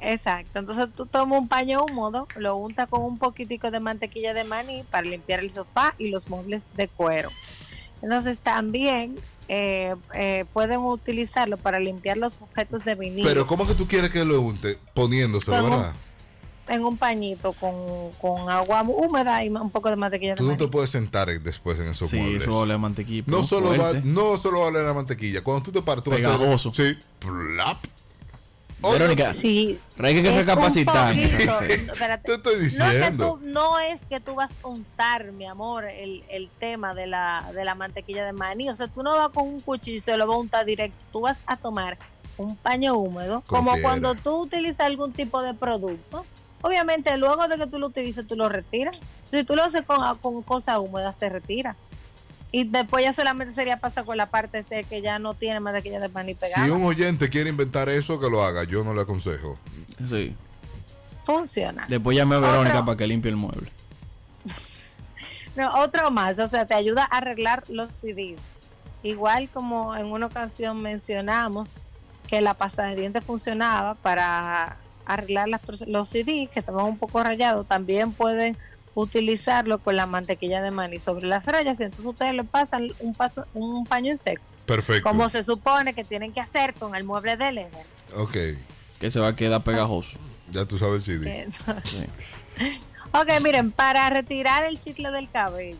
S3: Exacto, entonces tú tomas un paño húmedo, lo untas con un poquitico de mantequilla de maní para limpiar el sofá y los muebles de cuero. Entonces también eh, eh, pueden utilizarlo para limpiar los objetos de vinilo
S1: Pero ¿cómo que tú quieres que lo unte? Poniéndoselo,
S3: Con un-
S1: ¿verdad?
S3: en un pañito con, con agua húmeda y un poco de mantequilla de
S1: Tú no
S3: maní.
S1: te puedes sentar después en esos
S2: Sí,
S1: muebles.
S2: eso huele a mantequilla.
S1: no, solo va,
S2: fuerte.
S1: no solo va a oler a mantequilla. Cuando tú te paras, tú
S2: Pegajoso.
S1: vas a hacer- Sí. Plap.
S2: Verónica,
S3: Sí.
S2: hay
S3: Es
S2: que
S3: un
S2: recapacitar.
S3: poquito,
S2: Sí.
S3: espérate.
S1: Te estoy
S3: No, es que
S1: diciendo.
S3: tú- no es que tú vas a untar, mi amor, el, el tema de la, de la mantequilla de maní. O sea, tú no vas con un cuchillo y se lo vas a untar directo. Tú vas a tomar un paño húmedo, como
S1: Cualquiera.
S3: cuando tú utilizas algún tipo de producto. Obviamente, luego de que tú lo utilices, tú lo retiras. Si tú lo haces con, con cosa húmeda, se retira. Y después ya solamente sería pasar con la parte C que ya no tiene mantequilla de maní pegada.
S1: Si un oyente quiere inventar eso, que lo haga. Yo no le aconsejo.
S2: Sí.
S3: Funciona.
S2: Después llame a Verónica
S3: Otro-
S2: para que limpie el mueble.
S3: No, otro más, o sea, te ayuda a arreglar los CDs. Igual como en una ocasión mencionamos que la pasada de dientes funcionaba para arreglar las pers- los CDs que estaban un poco rayados, también pueden utilizarlo con la mantequilla de maní sobre las rayas y entonces ustedes le pasan un, paso, un paño en seco,
S1: Perfecto.
S3: como se supone que tienen que hacer con el mueble de E Leder.
S1: Ok.
S2: Que se va a quedar pegajoso.
S1: Ya tú sabes el CD.
S3: Que- ok, miren, para retirar el chicle del cabello.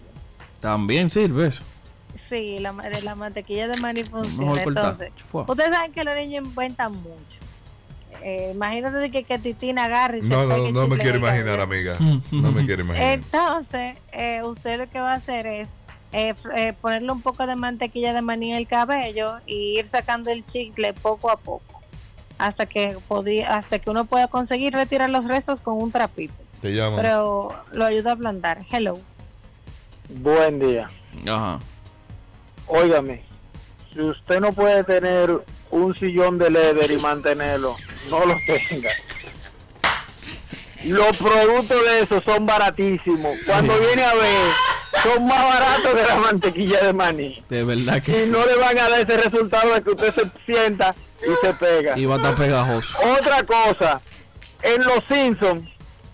S2: También sirve eso.
S3: Sí, la, ma- de la mantequilla de maní
S2: Mejor
S3: funciona.
S2: cortar.
S3: Entonces,
S2: Fua.
S3: ustedes saben que los niños inventan mucho. Eh, imagínate de que, que Titina agarre y se
S1: No,
S3: pegue
S1: no,
S3: el
S1: no me
S3: chicle
S1: quiero
S3: en el
S1: imaginar, amiga.
S2: Mm,
S1: No me
S3: cabello.
S1: quiero imaginar.
S3: Entonces, eh, usted lo que va a hacer es eh, fr- eh, ponerle un poco de mantequilla de maní en el cabello y ir sacando el chicle poco a poco hasta que podí- hasta que uno pueda conseguir retirar los restos con un trapito.
S1: Te llaman.
S3: Pero lo ayuda a ablandar. Hello.
S13: Buen día.
S2: Ajá.
S13: Óigame, si usted no puede tener un sillón de leather y mantenerlo, no lo tenga. Los productos de eso son baratísimos. Cuando viene a ver, son más baratos que la mantequilla de maní.
S2: De verdad
S3: Eh,
S2: que
S13: Y
S2: sí.
S13: no le van a dar ese resultado de que usted se sienta y se pega.
S2: Y va a estar pegajoso.
S13: Otra cosa, en Los Simpsons,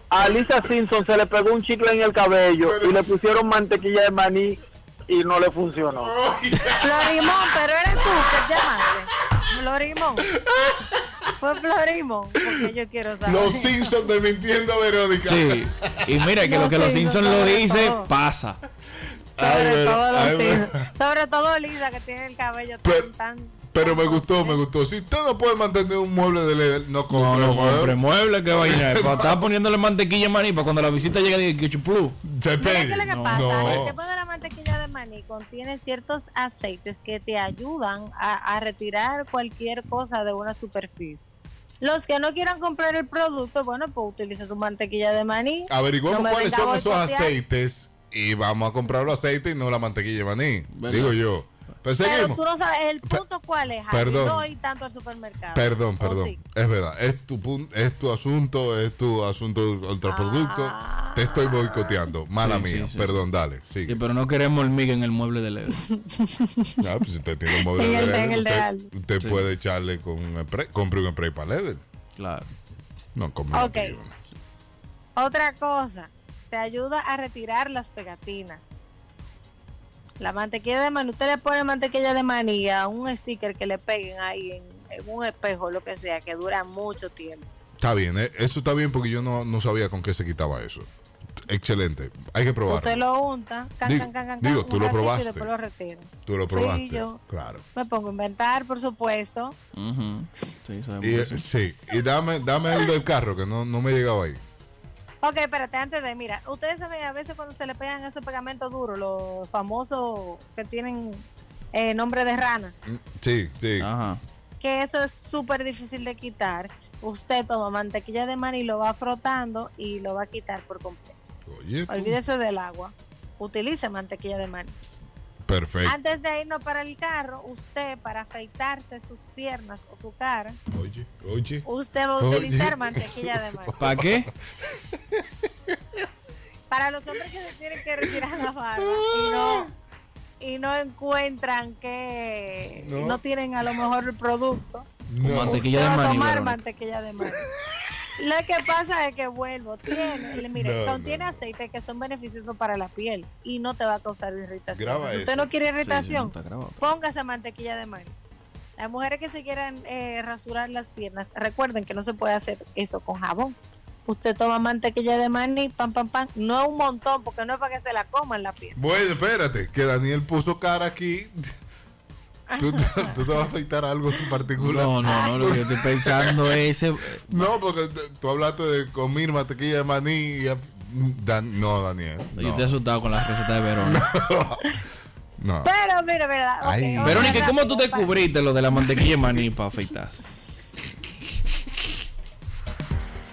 S13: a Lisa Simpson se le pegó un chicle en el cabello y le pusieron mantequilla de maní y no le funcionó.
S3: Florimón, pero eres tú que llamaste. Florimón. Fue Florimón, porque yo quiero saber.
S1: Los Simpsons desmintiendo a Verónica.
S2: Sí. Y mira que lo que los Simpsons lo dicen pasa.
S1: Ay,
S3: Sobre
S1: Ver-
S3: todo los
S1: ay, Ver-
S3: Simpsons. Sobre todo Lisa, que tiene el cabello
S1: Pero-
S3: tan, tan...
S1: Pero me gustó, me gustó. Si usted no puede mantener un mueble de LED, no compre
S2: No, no
S1: mueble.
S2: compre mueble, que vaina. es. Cuando estaba poniéndole mantequilla maní, para cuando la visita llega, diga que chuplú.
S1: Se
S3: Mira que lo que pasa, el tema de la mantequilla de maní contiene ciertos aceites que te ayudan a, a retirar cualquier cosa de una superficie. Los que no quieran comprar el producto, bueno, pues utilice su mantequilla de maní.
S1: Averiguemos
S3: No me
S1: cuáles
S3: venga
S1: son
S3: a
S1: esos
S3: boicotear.
S1: aceites y vamos a comprar los aceites y no la mantequilla de maní. Digo yo. Pero
S3: Pero
S1: seguimos.
S3: tú no sabes el punto cuál es, Javi,
S1: perdón.
S3: no ir tanto al supermercado.
S1: Perdón,
S3: ¿O
S1: perdón.
S3: Oh, sí?
S1: Es verdad. Es tu, pun- es tu asunto, es tu asunto contra producto.
S3: Ah.
S1: Te estoy boicoteando. Mala
S2: Sí, sí,
S1: mía.
S2: sí.
S1: Perdón, dale. Sí.
S2: Sí, pero no queremos hormiga en el mueble de LED.
S1: Ah, pues si usted tiene un mueble
S2: En el
S1: de
S2: de- en
S1: LED,
S2: el de
S1: usted,
S2: Aldo.
S1: usted
S2: Sí.
S1: puede echarle con un spray. Compre un spray para LED.
S2: Claro.
S1: No, compre.
S3: Ok. Otra cosa, te ayuda a retirar las pegatinas. La mantequilla de maní, usted le pone mantequilla de maní a un sticker que le peguen ahí en, en un espejo, lo que sea, que dura mucho tiempo.
S1: Está bien, eh, eso está bien porque yo no, no sabía con qué se quitaba eso. Excelente. Hay que probarlo.
S3: Usted lo unta, can,
S1: Digo-
S3: can, can, can,
S1: digo,
S3: can,
S1: tú
S3: un
S1: lo
S3: ratito
S1: probaste.
S3: Y después lo retiro.
S1: Tú lo
S3: Sí,
S1: probaste.
S3: yo.
S1: Claro.
S3: Me pongo a inventar, por supuesto.
S2: Ujú. Sí, sabemos
S1: Y,
S2: eso.
S1: eh, sí, y dame, dame el del carro que no, no me llegaba ahí.
S3: Ok, espérate, antes de, mira, ustedes saben a veces cuando se le pegan esos pegamentos duros, los famosos que tienen eh, nombre de rana.
S1: Mm, Sí, sí.
S2: Ajá.
S3: que eso es súper difícil de quitar, usted toma mantequilla de maní, lo va frotando y lo va a quitar por completo.
S1: Oye, tú.
S3: Olvídese del agua. Utilice mantequilla de maní.
S1: Perfecto.
S3: Antes de irnos para el carro, usted para afeitarse sus piernas o su cara,
S1: Oye, oye.
S3: usted va a
S1: Oye.
S3: utilizar mantequilla de maní.
S2: ¿Para qué?
S3: Para los hombres que se tienen que retirar la barba y no, y no encuentran que
S2: No.
S3: no. tienen a lo mejor el producto,
S2: Con mantequilla
S3: Usted va
S2: de
S3: a
S2: maní.
S3: tomar
S2: Verónica.
S3: mantequilla de maní. Lo que pasa es que vuelvo, tiene, le- mire,
S2: No, no,
S3: contiene aceites que son beneficiosos para la piel y no te va a causar irritación.
S2: Graba
S3: si
S2: eso.
S3: usted no quiere
S2: Sí, sí,
S3: irritación,
S2: está grabado.
S3: póngase mantequilla de maní. Las mujeres que se quieran eh, rasurar las piernas, recuerden que no se puede hacer eso con jabón. Usted toma mantequilla de maní, pam, pam, pam, no un montón, porque no es para que se la coman la piel.
S1: Bueno, espérate, que Daniel puso cara aquí. ¿Tú, te- tú te vas a afectar algo en particular?
S2: No, no,
S3: Ah.
S2: no, lo que yo estoy pensando es eh, ese.
S1: No, porque te- tú hablaste de comer mantequilla de maní y af- Dan- no, Daniel.
S2: Yo
S1: No.
S2: estoy asustado con las recetas de Verónica. Ah.
S1: No.
S3: Pero, mira, ¿verdad? Ok,
S2: Ay.
S3: otra
S2: Verónica, ¿cómo tú
S3: rápida
S2: te
S3: para-
S2: cubriste lo de la mantequilla de maní para afeitarse?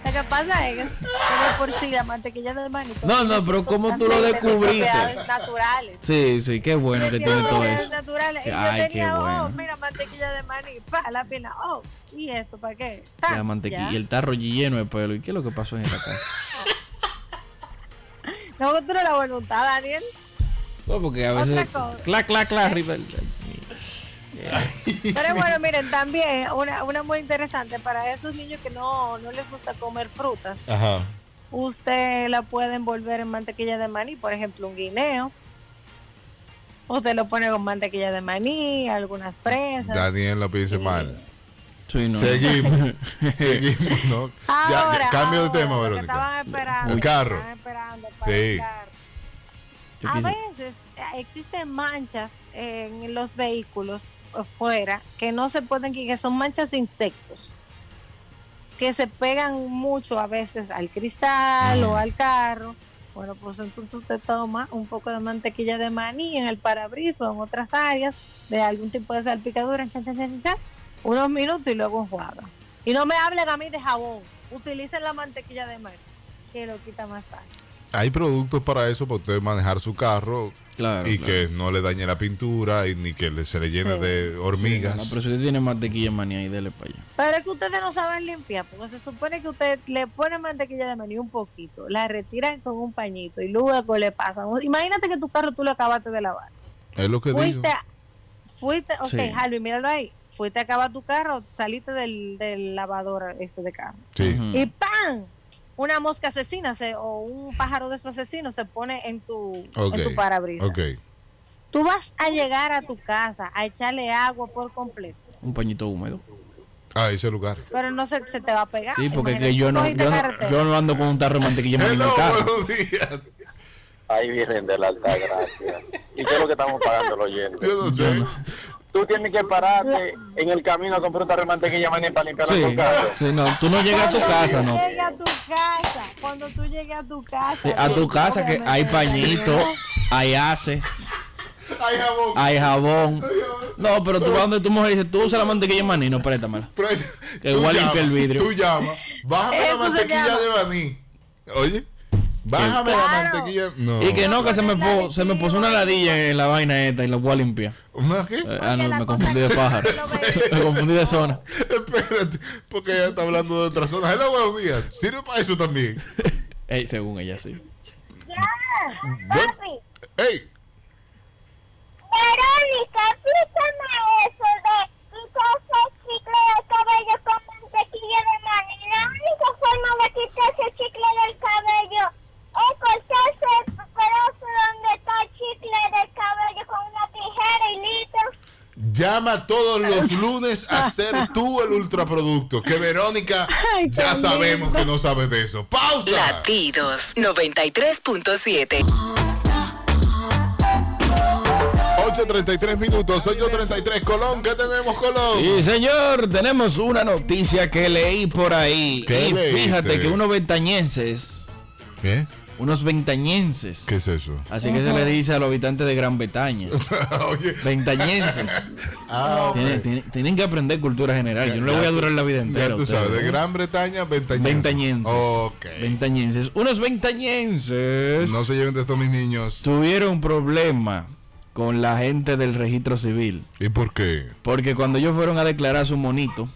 S3: Lo que pasa es que como por sí la mantequilla de maní.
S2: No, no, pero ¿cómo tú lo descubriste?
S3: propiedades naturales.
S2: Sí, sí, qué bueno que tiene todo
S3: propiedades
S2: eso.
S3: naturales. Y yo
S2: Ay, qué
S3: tenía, oh,
S2: bueno.
S3: mira, mantequilla de maní, pa, la pierna, oh, ¿y esto para qué? Tan,
S2: La mantequilla,
S3: ya.
S2: y el tarro lleno de pelo. ¿Y qué es lo que pasó en esta casa?
S3: No, tú no la voluntad, Daniel.
S2: No, porque a veces.
S3: Otra cosa.
S2: Clac, clac, clac, arriba.
S3: Pero bueno, miren, también una, una muy interesante para esos niños que no, no les gusta comer frutas.
S1: Ajá.
S3: Usted la puede envolver en mantequilla de maní, por ejemplo, un guineo. Usted lo pone con mantequilla de maní, algunas presas.
S1: Daniel la piense mal.
S2: Sí, no.
S1: Seguimos. Seguimos, ¿no? Ya, ya,
S3: Ahora,
S1: cambio de tema,
S3: ahora, lo que
S1: Verónica.
S3: Estaban esperando.
S1: El carro.
S3: estaban esperando para el
S1: Sí.
S3: carro.
S2: Yo
S3: A
S2: pienso-
S3: veces eh, existen manchas en los vehículos fuera que no se pueden, que son manchas de insectos que se pegan mucho a veces al cristal o al carro. Bueno, pues entonces usted toma un poco de mantequilla de maní en el parabrisas o en otras áreas de algún tipo de salpicadura, chan, chan, chan, chan, chan, unos minutos y luego enjuaga. Y no me hablen a mí de jabón. Utilicen la mantequilla de maní, que lo quita más fácil.
S1: Hay productos para eso, para usted manejar su carro. y
S2: claro.
S1: que no le dañe la pintura y ni que le- se le llene
S3: Sí.
S1: de hormigas.
S2: No, pero si usted tiene mantequilla de maní ahí, dele para allá.
S3: Pero es que ustedes no saben limpiar, porque se supone que ustedes le ponen mantequilla de maní un poquito, la retiran con un pañito y luego le pasan. un- Imagínate que tu carro tú lo acabaste de lavar.
S1: es lo que digo.
S3: Fuiste, a- fuiste, ok,
S1: Sí.
S3: Harvey, míralo ahí. Fuiste a acabar tu carro, saliste del, del lavador ese de carro.
S1: Sí.
S2: Mm.
S3: Y ¡pam! Una mosca asesina se, o un pájaro de esos asesinos se pone en tu, en tu parabrisas.
S1: Ok.
S3: Tú vas a llegar a tu casa a echarle agua por completo.
S2: Un pañito húmedo.
S1: a Ah, ese lugar.
S3: Pero no se, se te va a pegar.
S2: Sí, porque
S3: Ah, imagínate,
S2: que yo,
S3: tú
S2: no,
S3: cogiste
S2: yo, no,
S3: carretera.
S2: yo no ando con un tarro de mantequilla en el
S7: Hello,
S2: carro.
S1: buenos días.
S7: Ahí vienen de la alta gracia. ¿Y qué es lo que estamos pagando los oyentes? Tú tienes que pararte en el camino a comprar un tarro de mantequilla mañana para limpiar
S2: Sí,
S7: la boca.
S2: sí, no, tú no llegas a tu casa, no.
S3: Cuando tú llegues a tu casa, cuando tú llegues a tu casa.
S2: Sí, a tu casa que hay pañito, hay ace,
S1: Ay, jabón.
S2: hay jabón. No, pero tú vas donde tu mujer y dices, tú usa la mantequilla en maní, no préstamela. Que
S1: Tú
S2: igual
S1: llamas,
S2: limpia el vidrio.
S1: Tú llamas, bájame la
S3: Eso se
S1: mantequilla
S3: llama.
S1: de maní. Oye, bájame la mantequilla. No.
S2: Y que no, que se me, po- se me puso una ladilla en la vaina esta y la voy a limpiar.
S1: ¿Una qué?
S2: Eh, ah, no, me confundí de pájaro. me confundí de zona.
S1: Espérate, porque ella está hablando de otra zona. Hello, buenos días. Sirve para eso también.
S2: Ey, según ella, sí.
S15: Papi,
S1: ¡Ey!
S15: Verónica, explícame eso de y cosa chicle del cabello con mantequilla de maní. La única forma de quitarse el chicle del cabello es cortarse el pedazo donde está el chicle del cabello con una tijera y listo.
S1: Llama todos los lunes a ser tú el ultraproducto. Que Verónica ya
S8: qué
S1: sabemos
S8: lindo.
S1: que no sabe de eso. ¡Pausa!
S8: Latidos 93.7.
S1: 8.33 minutos, 8.33. Colón, ¿qué tenemos, Colón?
S2: Sí, señor, tenemos una noticia que leí por ahí.
S1: ¿Qué
S2: Y
S1: leíste?
S2: fíjate que unos ventañenses.
S1: ¿Qué?
S2: Unos ventañenses. ¿Qué
S1: es eso?
S2: Así que se
S1: Ujú.
S2: le dice a los habitantes de Gran Bretaña. Ventañenses.
S1: Ah, ok.
S2: tienen, tienen- tienen que aprender cultura general. Yo no le
S1: Ya
S2: voy a
S1: tú-
S2: durar la vida entera.
S1: Ya
S2: a
S1: tú
S2: ustedes,
S1: sabes, de
S2: ¿no?
S1: Gran Bretaña, ventañenses.
S2: Ventañenses.
S1: Ok.
S2: Ventañenses. Unos ventañenses.
S1: No se lleven de estos mis niños.
S2: Tuvieron un problema con la gente del registro civil.
S1: ¿Y por qué?
S2: Porque cuando ellos fueron a declarar su monito,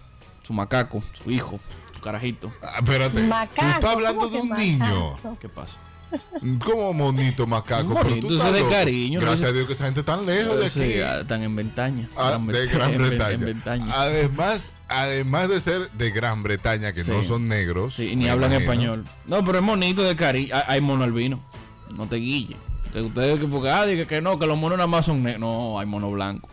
S2: su macaco, su hijo, su carajito.
S1: Ah, espérate.
S2: Macaco,
S1: tú estás hablando
S2: ¿cómo
S1: de
S2: que
S1: un
S2: macaco?
S1: niño.
S2: ¿Qué pasa?
S1: ¿Cómo monito macaco? Pero
S2: Bonito,
S1: tú
S2: eso
S1: estás
S2: de
S1: loco.
S2: cariño.
S1: Gracias a Dios que esa gente está lejos de aquí.
S2: Están en ventaña.
S1: Ah, de Gran Ah,
S2: en ven-
S1: Bretaña.
S2: en ventaña.
S1: Además, además de ser de Gran Bretaña, que no
S2: Sí.
S1: son negros.
S2: Sí, y ni
S1: me
S2: hablan
S1: imagino.
S2: español. No, pero es monito de cari. hay- Hay mono albino. No te guille. Que ustedes que porque, ah, dije que no, que los monos nada más son negros. No, hay mono blanco.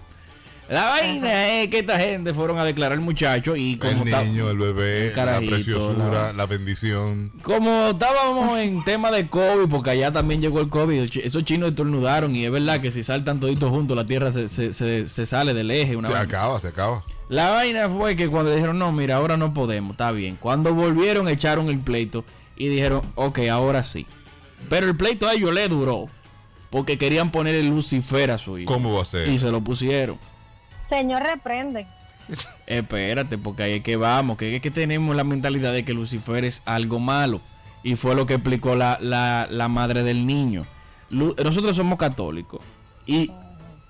S2: La vaina es que esta gente fueron a declarar al muchacho y como
S1: El
S2: ta-
S1: niño, el bebé,
S2: el carajito,
S1: la preciosura,
S2: la-
S1: la bendición.
S2: Como estábamos en tema de COVID, porque allá también llegó el COVID, chi- esos chinos estornudaron y es verdad que si saltan toditos juntos, la Tierra se, se- se- se sale del eje. Una
S1: Se
S2: vaina.
S1: acaba, se acaba.
S2: La vaina fue que cuando dijeron, no, mira, ahora no podemos, está bien. Cuando volvieron, echaron el pleito y dijeron, ok, ahora sí. Pero el pleito a ellos le duró, porque querían poner el Lucifer a su hijo.
S1: ¿Cómo va a ser?
S2: Y se lo pusieron.
S3: Señor, reprende.
S2: Espérate, porque ahí es que vamos, que es que tenemos la mentalidad de que Lucifer es algo malo. Y fue lo que explicó la, la- la madre del niño. Lu- Nosotros somos católicos y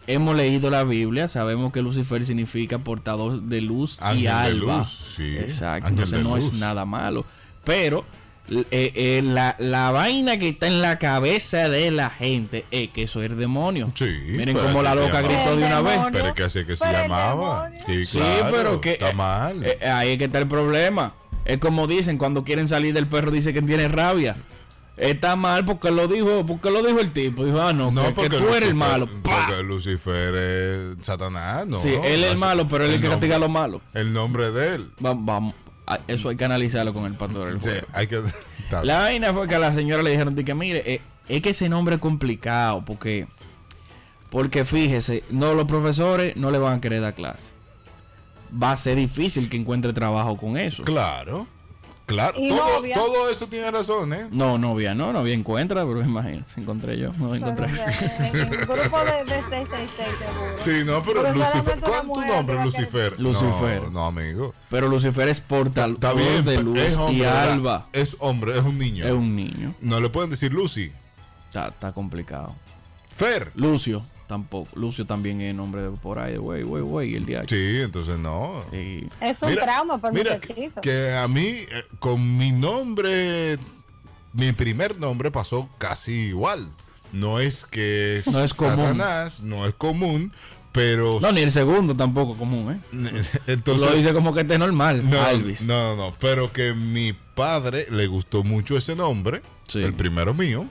S2: hemos leído la Biblia, sabemos que Lucifer significa portador de luz
S1: Ángel
S2: y
S1: de
S2: alba.
S1: luz, sí,
S2: Exacto,
S1: ángel
S2: entonces
S1: de
S2: no es
S1: luz.
S2: nada malo. Pero eh, eh, la, la vaina que está en la cabeza de la gente es que eso es el demonio. Miren
S1: Pero
S2: cómo
S1: es
S2: la
S1: que pues, se
S2: loca
S1: llamaba.
S2: gritó de una vez.
S1: Pero es que así es que se llamaba. Sí,
S2: Sí,
S1: claro,
S2: pero que
S1: Está mal.
S2: eh, eh, ahí es que está el problema. Es como dicen, cuando quieren salir del perro dice que tiene rabia. Está mal porque lo dijo, porque lo dijo el tipo. Dijo, ah, no, que- que, tú eres el malo.
S1: Porque Lucifer es Satanás, ¿no?
S2: sí, él es el malo, pero él es el que
S1: nombre-
S2: castiga a los malos.
S1: El nombre de él.
S2: Vamos, eso hay que analizarlo con el pastor. del juego.
S1: hay que. Está
S2: La vaina fue que a la señora le dijeron, de que mire, eh, es que ese nombre es complicado, porque, porque fíjese, no, los profesores no le van a querer dar clase. Va a ser difícil que encuentre trabajo con eso.
S1: Claro, claro.
S2: Y
S1: todo,
S2: novia.
S1: todo eso tiene razón, ¿eh?
S2: No, novia, no, novia encuentra, pero imagínate, se encontré yo, no la encontré.
S3: Un grupo de, de 666 seguro.
S1: Sí, no, pero
S3: Porque
S1: Lucifer.
S3: solamente una
S1: ¿Cuál es tu
S3: mujer te
S1: nombre,
S3: va a
S1: Lucifer?
S2: Lucifer.
S1: No, no, amigo.
S2: Pero Lucifer es portal
S1: Está bien,
S2: de
S1: pero
S2: luz
S1: es hombre,
S2: y
S1: ¿verdad?
S2: alba.
S1: Es hombre, es un niño.
S2: Es un niño.
S1: No le pueden decir Lucy.
S2: Está, está complicado.
S1: Fer.
S2: Lucio, tampoco. Lucio también es nombre de por ahí, de güey, güey, güey, el día.
S1: Sí, entonces no.
S3: Es un
S1: Mira,
S3: trauma para el
S1: mira,
S3: muchachito.
S1: Que a mí, eh, con mi nombre, mi primer nombre pasó casi igual. No es que
S2: No es común.
S1: Satanás, no es común, pero
S2: No, ni el segundo tampoco común, ¿eh? Tú
S1: entonces
S2: lo dices como que este es normal.
S1: no,
S2: Alvis.
S1: no, no, no, pero que mi padre le gustó mucho ese nombre, el primero mío,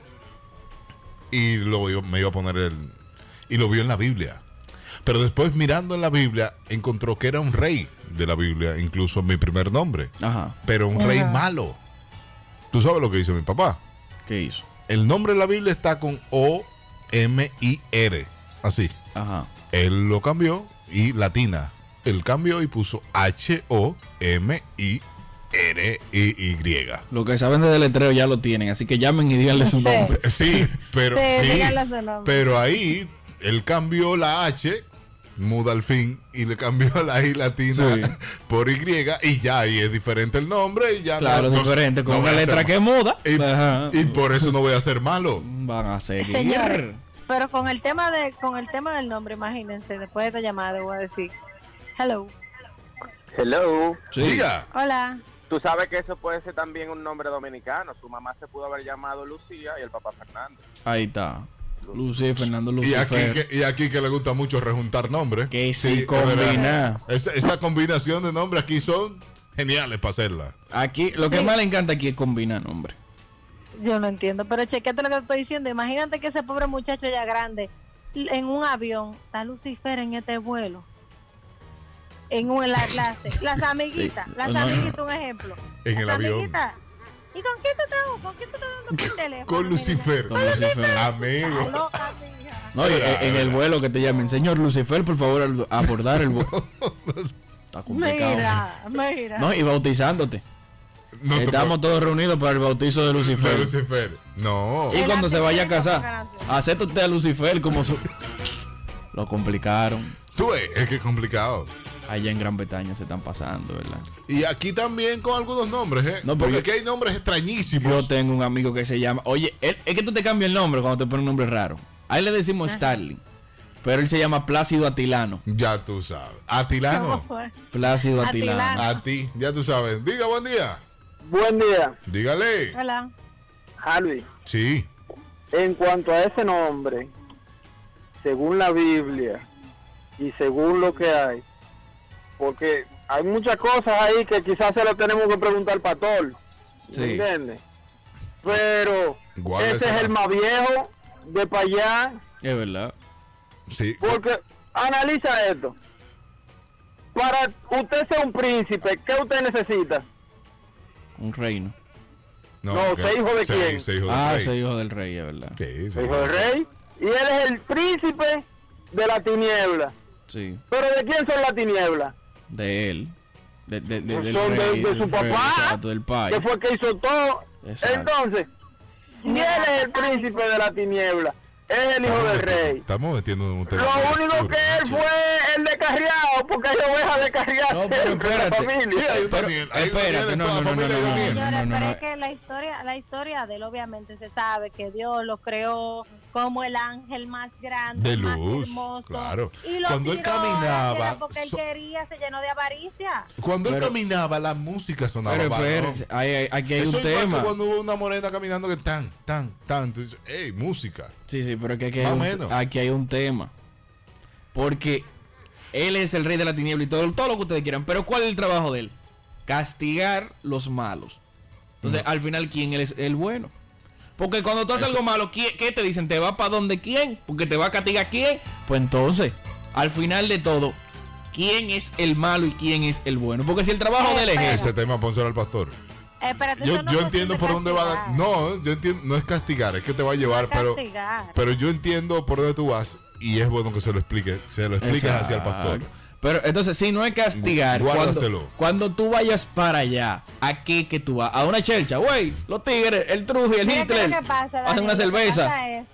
S1: y lo iba- me iba a poner el y lo vio en la Biblia. Pero después mirando en la Biblia encontró que era un rey, de la Biblia, incluso mi primer nombre.
S2: Ajá.
S1: Pero un
S2: Ajá.
S1: rey malo. ¿Tú sabes lo que hizo mi papá?
S2: ¿Qué hizo?
S1: El nombre de la Biblia está con O-M-I-R. Así.
S2: Ajá.
S1: Él lo cambió y latina. Él cambió y puso H-O-M-I-R-I-Y.
S2: Lo que saben de deletreo ya lo tienen, así que llamen y díganle su
S3: Sí.
S2: nombre.
S1: Sí, pero,
S3: Sí,
S1: sí,
S3: díganlo su nombre.
S1: pero ahí él cambió la H, muda al fin, y le cambió la I latina por Y, y ya, y es diferente el nombre, y ya. no-
S2: Claro,
S1: no-
S2: diferente, con
S1: no
S2: una
S1: voy a
S2: letra
S1: ser
S2: que muda. pues,
S1: ma- Y, y por eso no voy a ser malo.
S2: Van a seguir.
S3: Señor, pero con el tema de con el tema del nombre, imagínense, después de esta llamada voy a decir, hello,
S7: Hello.
S1: Diga.
S3: hola.
S7: Tú sabes que eso puede ser también un nombre dominicano. Su mamá se pudo haber llamado Lucía y el papá Fernando.
S2: Ahí está. Lucy, Fernando
S1: Y aquí,
S2: Lucifer.
S1: que, y aquí que le gusta mucho rejuntar nombres.
S2: Que sí
S1: es verdad.
S2: combina.
S1: Esa, esa combinación de nombres aquí son geniales para hacerla.
S2: Aquí, lo que más le encanta aquí es combinar nombres.
S3: Yo no entiendo, pero chequete lo que te estoy diciendo. Imagínate que ese pobre muchacho ya grande, l- en un avión, está Lucifer en este vuelo. En, un- en la clase. Las amiguitas,
S1: Sí.
S3: las
S1: No, no, no.
S3: amiguitas, un ejemplo.
S1: En el
S3: las
S1: avión.
S3: amiguitas. ¿Y con quién tú estás jugando? ¿Con quién tú estás hablando por teléfono?
S1: Con Lucifer.
S2: Con Lucifer.
S1: Amigo.
S2: No, y-
S1: Verdad,
S2: en el vuelo que te llamen, señor Lucifer, por favor, al- abordar el vuelo. Está complicado.
S3: Mira, mira.
S2: No, y bautizándote.
S1: te
S2: Estamos todos reunidos para el bautizo de Lucifer.
S1: De Lucifer. No.
S2: Y cuando se vaya a casar,
S3: Gracias.
S2: acepta usted a Lucifer como su. Lo complicaron.
S1: Tú ves, es que es complicado.
S2: Allá en Gran Bretaña se están pasando, ¿verdad?
S1: Y aquí también con algunos nombres, ¿eh?
S2: No,
S1: porque
S2: pero yo-
S1: aquí hay nombres extrañísimos.
S2: Yo tengo un amigo que se llama. Oye, él- es que tú te cambias el nombre cuando te pones un nombre raro. A él le decimos Starling. Pero él se llama Plácido Atilano.
S1: Ya tú sabes. Atilano.
S2: Plácido Atilano.
S1: A ti, ya tú sabes. Diga, buen día.
S13: Buen día,
S1: Dígale.
S3: Hola.
S13: Harvey.
S1: Sí.
S13: En cuanto a ese nombre, según la Biblia y según lo que hay, porque hay muchas cosas ahí que quizás se lo tenemos que preguntar al pastor,
S2: Sí.
S13: ¿me ¿entiendes? Pero
S1: Guarda
S13: ese
S1: esa-
S13: es el más viejo de para allá,
S2: Es verdad.
S1: Sí.
S13: porque analiza esto. Para usted ser un príncipe, ¿qué usted necesita?
S2: Un reino.
S13: No,
S1: que-
S13: ¿se hijo de
S1: se-
S13: quién?
S1: se hijo del
S2: Ah,
S1: rey.
S2: soy hijo del rey, es verdad.
S1: Sí,
S13: Hijo del rey. Y él es el príncipe de la tiniebla.
S2: Sí.
S13: ¿Pero de quién son las tinieblas?
S2: De él. De, de, de- del
S13: Son de-
S2: rey,
S13: de su
S2: del rey,
S13: papá,
S2: exacto, del pai.
S13: Que fue el que hizo todo.
S2: Exacto.
S13: Entonces, si él es el príncipe de la tiniebla, es el hijo del rey.
S1: Estamos metiendo en un tema.
S13: Lo
S1: muy
S13: único
S1: oscuro.
S13: que él fue Eh, el descarriado, porque hay ovejas descarriadas
S2: No, pero
S13: siempre en la
S2: espérate.
S13: familia.
S1: Sí, ahí está Daniel. Ahí está
S2: Espérate,
S1: Daniel,
S2: no,
S1: toda la
S2: no, no, no,
S1: familia de
S2: no,
S1: Daniel.
S2: no,
S3: Señores,
S2: no,
S3: pero
S2: no.
S3: es que la historia, la historia de él obviamente se sabe que Dios lo creó como el ángel más grande,
S1: De
S3: más
S1: luz,
S3: hermoso.
S1: claro.
S3: Y lo
S1: Cuando él
S3: tiró a la
S1: caminaba,
S3: tierra porque él
S1: so-
S3: quería, se llenó de avaricia.
S1: Cuando él
S2: Pero-
S1: caminaba, la música sonaba.
S2: Pero
S1: varón.
S2: espérense, hay- hay- aquí hay
S1: Eso
S2: un
S1: igual que
S2: tema.
S1: cuando hubo una morena caminando que tan, tan, tan. Tú dices, hey, música.
S2: Sí, sí, pero que aquí
S1: Más
S2: hay,
S1: o
S2: un,
S1: menos.
S2: aquí hay un tema. Porque él es el rey de la tiniebla y todo, todo lo que ustedes quieran. Pero ¿cuál es el trabajo de él? Castigar los malos. Entonces, al final, ¿quién es el bueno? Porque cuando tú haces algo malo, ¿quién- ¿qué te dicen? ¿Te va para donde quién? Porque te va a castigar quién. Pues entonces, al final de todo, ¿quién es el malo y quién es el bueno? Porque si el trabajo de él es
S1: Ese tema, pónselo al pastor.
S3: Eh, pero eso
S1: Yo,
S3: no
S1: yo
S3: es cuestión de
S1: entiendo por dónde va.
S3: castigar,
S1: No, yo entiendo. No es castigar, es que te va a llevar, pero,
S3: castigar.
S1: pero yo entiendo por dónde tú vas. Y es bueno que se lo expliques. Se lo explicas hacia el pastor.
S2: Exacto. Pero entonces, si no es castigar,
S1: Guárdatelo.
S2: cuando, cuando tú vayas para allá, ¿a qué que tú vas? A una chelcha, güey, los tigres, el truje, el
S3: Mira que
S2: Hitler,
S3: lo que pasa,
S2: hacen
S3: Daniel,
S2: una
S3: lo que
S2: cerveza.
S3: pasa es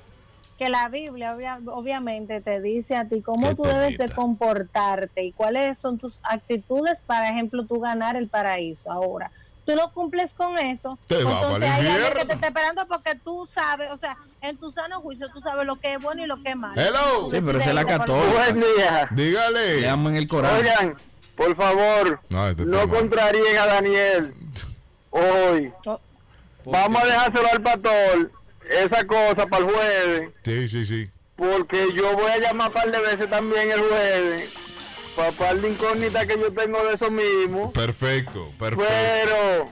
S3: que la Biblia obvia- obviamente te dice a ti cómo
S2: Qué
S3: tú debes de
S2: temita.
S3: comportarte y cuáles son tus actitudes para ejemplo tú ganar el paraíso ahora. Tú no cumples con eso,
S1: Te
S3: pues
S1: vas
S3: entonces
S1: pa'l
S3: hay alguien
S1: infierno.
S3: que te está esperando porque tú sabes, o sea, en tu sano juicio tú sabes lo que es bueno y lo que es malo.
S1: Hello.
S3: Tú
S2: Sí, pero
S3: decides
S2: esa es la
S3: irte por-
S2: católica.
S13: Buen día.
S1: Dígale.
S2: Le aman el Corán.
S13: Oigan, por favor,
S1: No, este
S13: no
S1: tema-
S13: contraríen a Daniel hoy. Vamos a dejárselo al pastor, esa cosa para el jueves.
S1: Sí, sí, sí.
S13: Porque yo voy a llamar un par de veces también el jueves. Para par de incógnitas que yo tengo de eso mismo. Pues-
S1: Perfecto, perfecto.
S13: Pero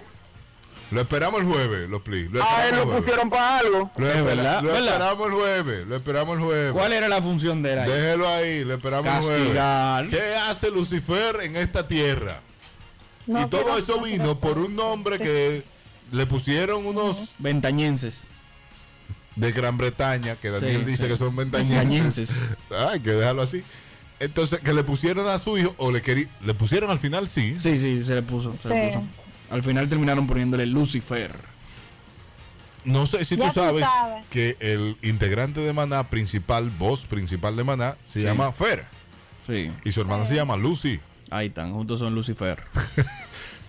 S1: Lo esperamos el jueves, los plis. Lo
S13: A
S1: esperamos
S13: Ah, él
S1: el
S13: lo
S1: jueves.
S13: pusieron para algo.
S1: Lo, espera-
S2: verdad,
S1: lo
S2: ¿verdad?
S1: esperamos el jueves, lo esperamos el jueves.
S2: ¿Cuál era la función de él ahí?
S1: Déjelo ahí, lo esperamos
S2: Castigar.
S1: el jueves. ¿Qué hace Lucifer en esta tierra?
S3: No,
S1: y todo
S3: pero-
S1: eso
S3: no,
S1: vino por un nombre que le pusieron unos
S2: ventañenses
S1: de Gran Bretaña, que Daniel
S2: Sí,
S1: dice
S2: sí.
S1: que son ventañenses.
S2: Ventañenses.
S1: Ay, que déjalo así. Entonces, que le pusieron a su hijo, o le querí- le pusieron al final, sí.
S2: Sí, sí, se le puso. se le
S3: Sí.
S2: puso. Al final terminaron poniéndole Lucifer.
S1: No sé si
S3: Ya
S1: tú
S3: tú
S1: sabes,
S3: sabes.
S1: que el integrante de Maná principal, voz principal de Maná, se llama Fer.
S2: Sí.
S1: Y su hermana
S3: Eh.
S1: se llama Lucy.
S2: Ahí están, juntos son Lucifer.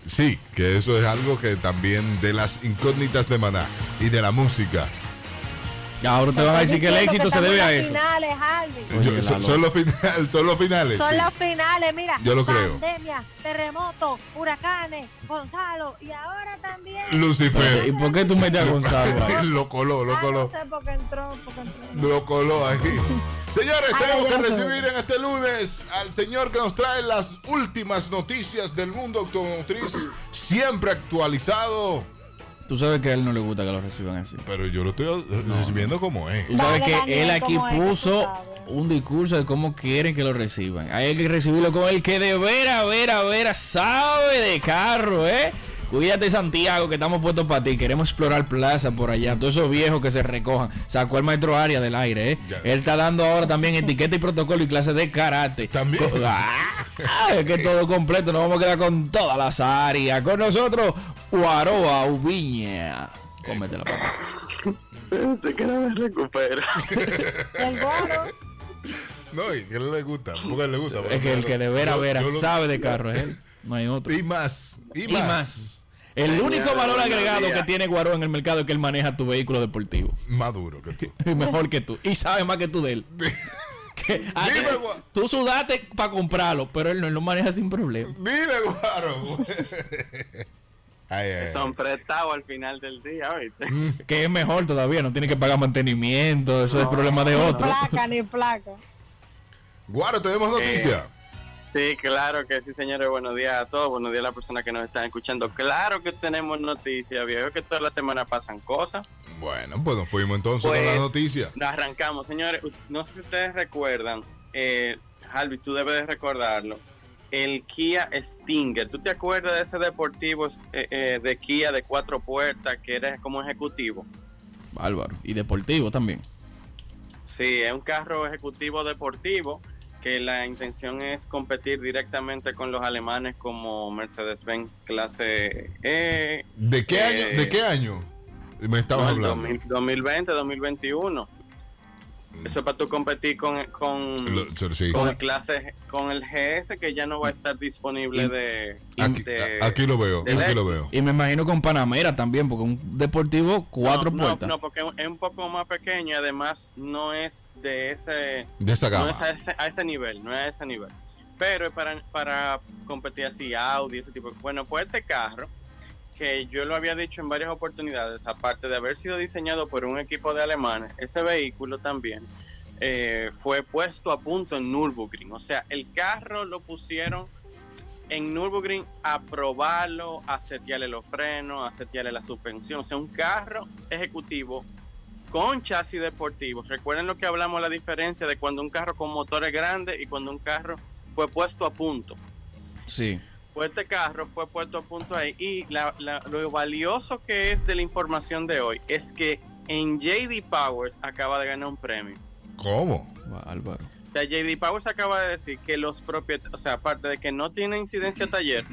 S1: Sí, que eso es algo que también de las incógnitas de Maná y de la música.
S2: Ahora te van a decir que el éxito se debe a eso.
S3: Finales, Harvey.
S1: Yo-
S2: Oye,
S1: son,
S2: Lalo.
S1: son los finales, son los finales.
S3: Son
S1: sí.
S3: las finales, mira.
S1: Yo lo creo.
S3: Pandemia, terremoto, huracanes, Gonzalo y ahora también.
S1: Lucifer.
S2: ¿Y por qué tú metes a Gonzalo ahí?
S1: lo coló, lo
S3: Ah,
S1: coló.
S3: no sé por qué entró, porque entró.
S1: Lo coló ahí. Señores,
S3: Ay,
S1: tenemos
S3: ya
S1: que
S3: no se
S1: recibir en este lunes al señor que nos trae las últimas noticias del mundo automotriz, siempre actualizado.
S2: Tú sabes que a él no le gusta que lo reciban así.
S1: Pero yo lo estoy recibiendo como es.
S2: Tú sabes
S3: Dale,
S2: que
S3: Daniel,
S2: él aquí
S3: ¿cómo es que tú
S2: puso
S3: sabes?
S2: un discurso de cómo quieren que lo reciban. Hay que recibirlo con el que de vera, vera, vera sabe de carro, ¿eh? Cuídate Santiago, que estamos puestos para ti. Queremos explorar plaza por allá. Todos esos viejos que se recojan. Sacó el maestro área del aire, ¿eh?
S1: Ya.
S2: Él está dando ahora también etiqueta y protocolo y clases de karate.
S1: También.
S2: Co- Ah, es que todo completo. Nos vamos a quedar con todas las áreas. Con nosotros, Guaroa, Ubiña. Cómetela, papá.
S16: Se que no me recupera.
S3: El boro.
S1: No, y que le gusta, porque le gusta.
S2: Es que el que de vera,
S1: Yo-
S2: vera
S1: yo lo-
S2: sabe de carro es él. No hay otro.
S1: Y más, y
S2: Y
S1: más.
S2: más. El único valor agregado que tiene Guaró en el mercado es que él maneja tu vehículo deportivo.
S1: Más duro que tú.
S2: Y Mejor que tú. Y sabe más que tú de él. Que- a-
S1: Dime, Gua-
S2: tú sudaste para comprarlo, pero él no él lo maneja sin problema.
S1: Dile, Guaro. Ay, ay, ay.
S16: Son prestados al final del día, ¿viste?
S2: Que es mejor todavía, no tiene que pagar mantenimiento, eso es problema de otro.
S3: Placa, ni placa.
S1: Guaro, tenemos
S16: Eh,
S1: noticia.
S16: Sí, claro que sí, señores. Buenos días a todos. Buenos días a las personas que nos están escuchando. Claro que tenemos noticias, viejo, que toda la semana pasan cosas.
S1: Bueno, pues nos fuimos entonces con
S16: Pues-
S1: la noticia.
S16: Nos arrancamos, señores. U- No sé si ustedes recuerdan, eh, Harvey, tú debes de recordarlo. El Kia Stinger. ¿Tú te acuerdas de ese deportivo eh, eh, de Kia de cuatro puertas que era como ejecutivo?
S2: Bárbaro. Y deportivo también.
S16: Sí, es un carro ejecutivo deportivo que la intención es competir directamente con los alemanes como Mercedes-Benz clase E.
S1: ¿De qué
S16: eh,
S1: año? ¿De qué año? Me estabas
S16: no, el
S1: hablando.
S16: 2000 2020, 2021. Eso es para tú competir con, con,
S1: Mm. Lo- sí.
S16: con el clase, con el GS que ya no va a estar disponible de,
S1: Aquí,
S16: de-
S1: a- aquí lo veo,
S16: del
S1: aquí lo
S16: Lexus.
S1: veo.
S2: Y me imagino con Panamera también, porque un deportivo cuatro
S16: no,
S2: puertas.
S16: No, porque es un poco más pequeño y además no es de ese.
S1: De esa gama.
S16: No es a ese, a ese nivel, no es a ese nivel. Pero es para, para competir así, Audi, ese tipo. Bueno, pues este carro, que yo lo había dicho en varias oportunidades, aparte de haber sido diseñado por un equipo de alemanes, ese vehículo también eh, fue puesto a punto en Nürburgring. O sea, el carro lo pusieron en Nürburgring a probarlo, a setearle los frenos, a setearle la suspensión. O sea, un carro ejecutivo con chasis deportivo. Recuerden lo que hablamos, la diferencia de cuando un carro con motor es grande y cuando un carro fue puesto a punto.
S2: Sí.
S16: Pues este carro fue puesto a punto ahí y la- la- lo valioso que es de la información de hoy es que en JD Powers acaba de ganar un premio.
S1: ¿Cómo?
S2: Bárbaro.
S16: O sea, JD Powers acaba de decir que los propietarios, o sea, aparte de que no tiene incidencia taller,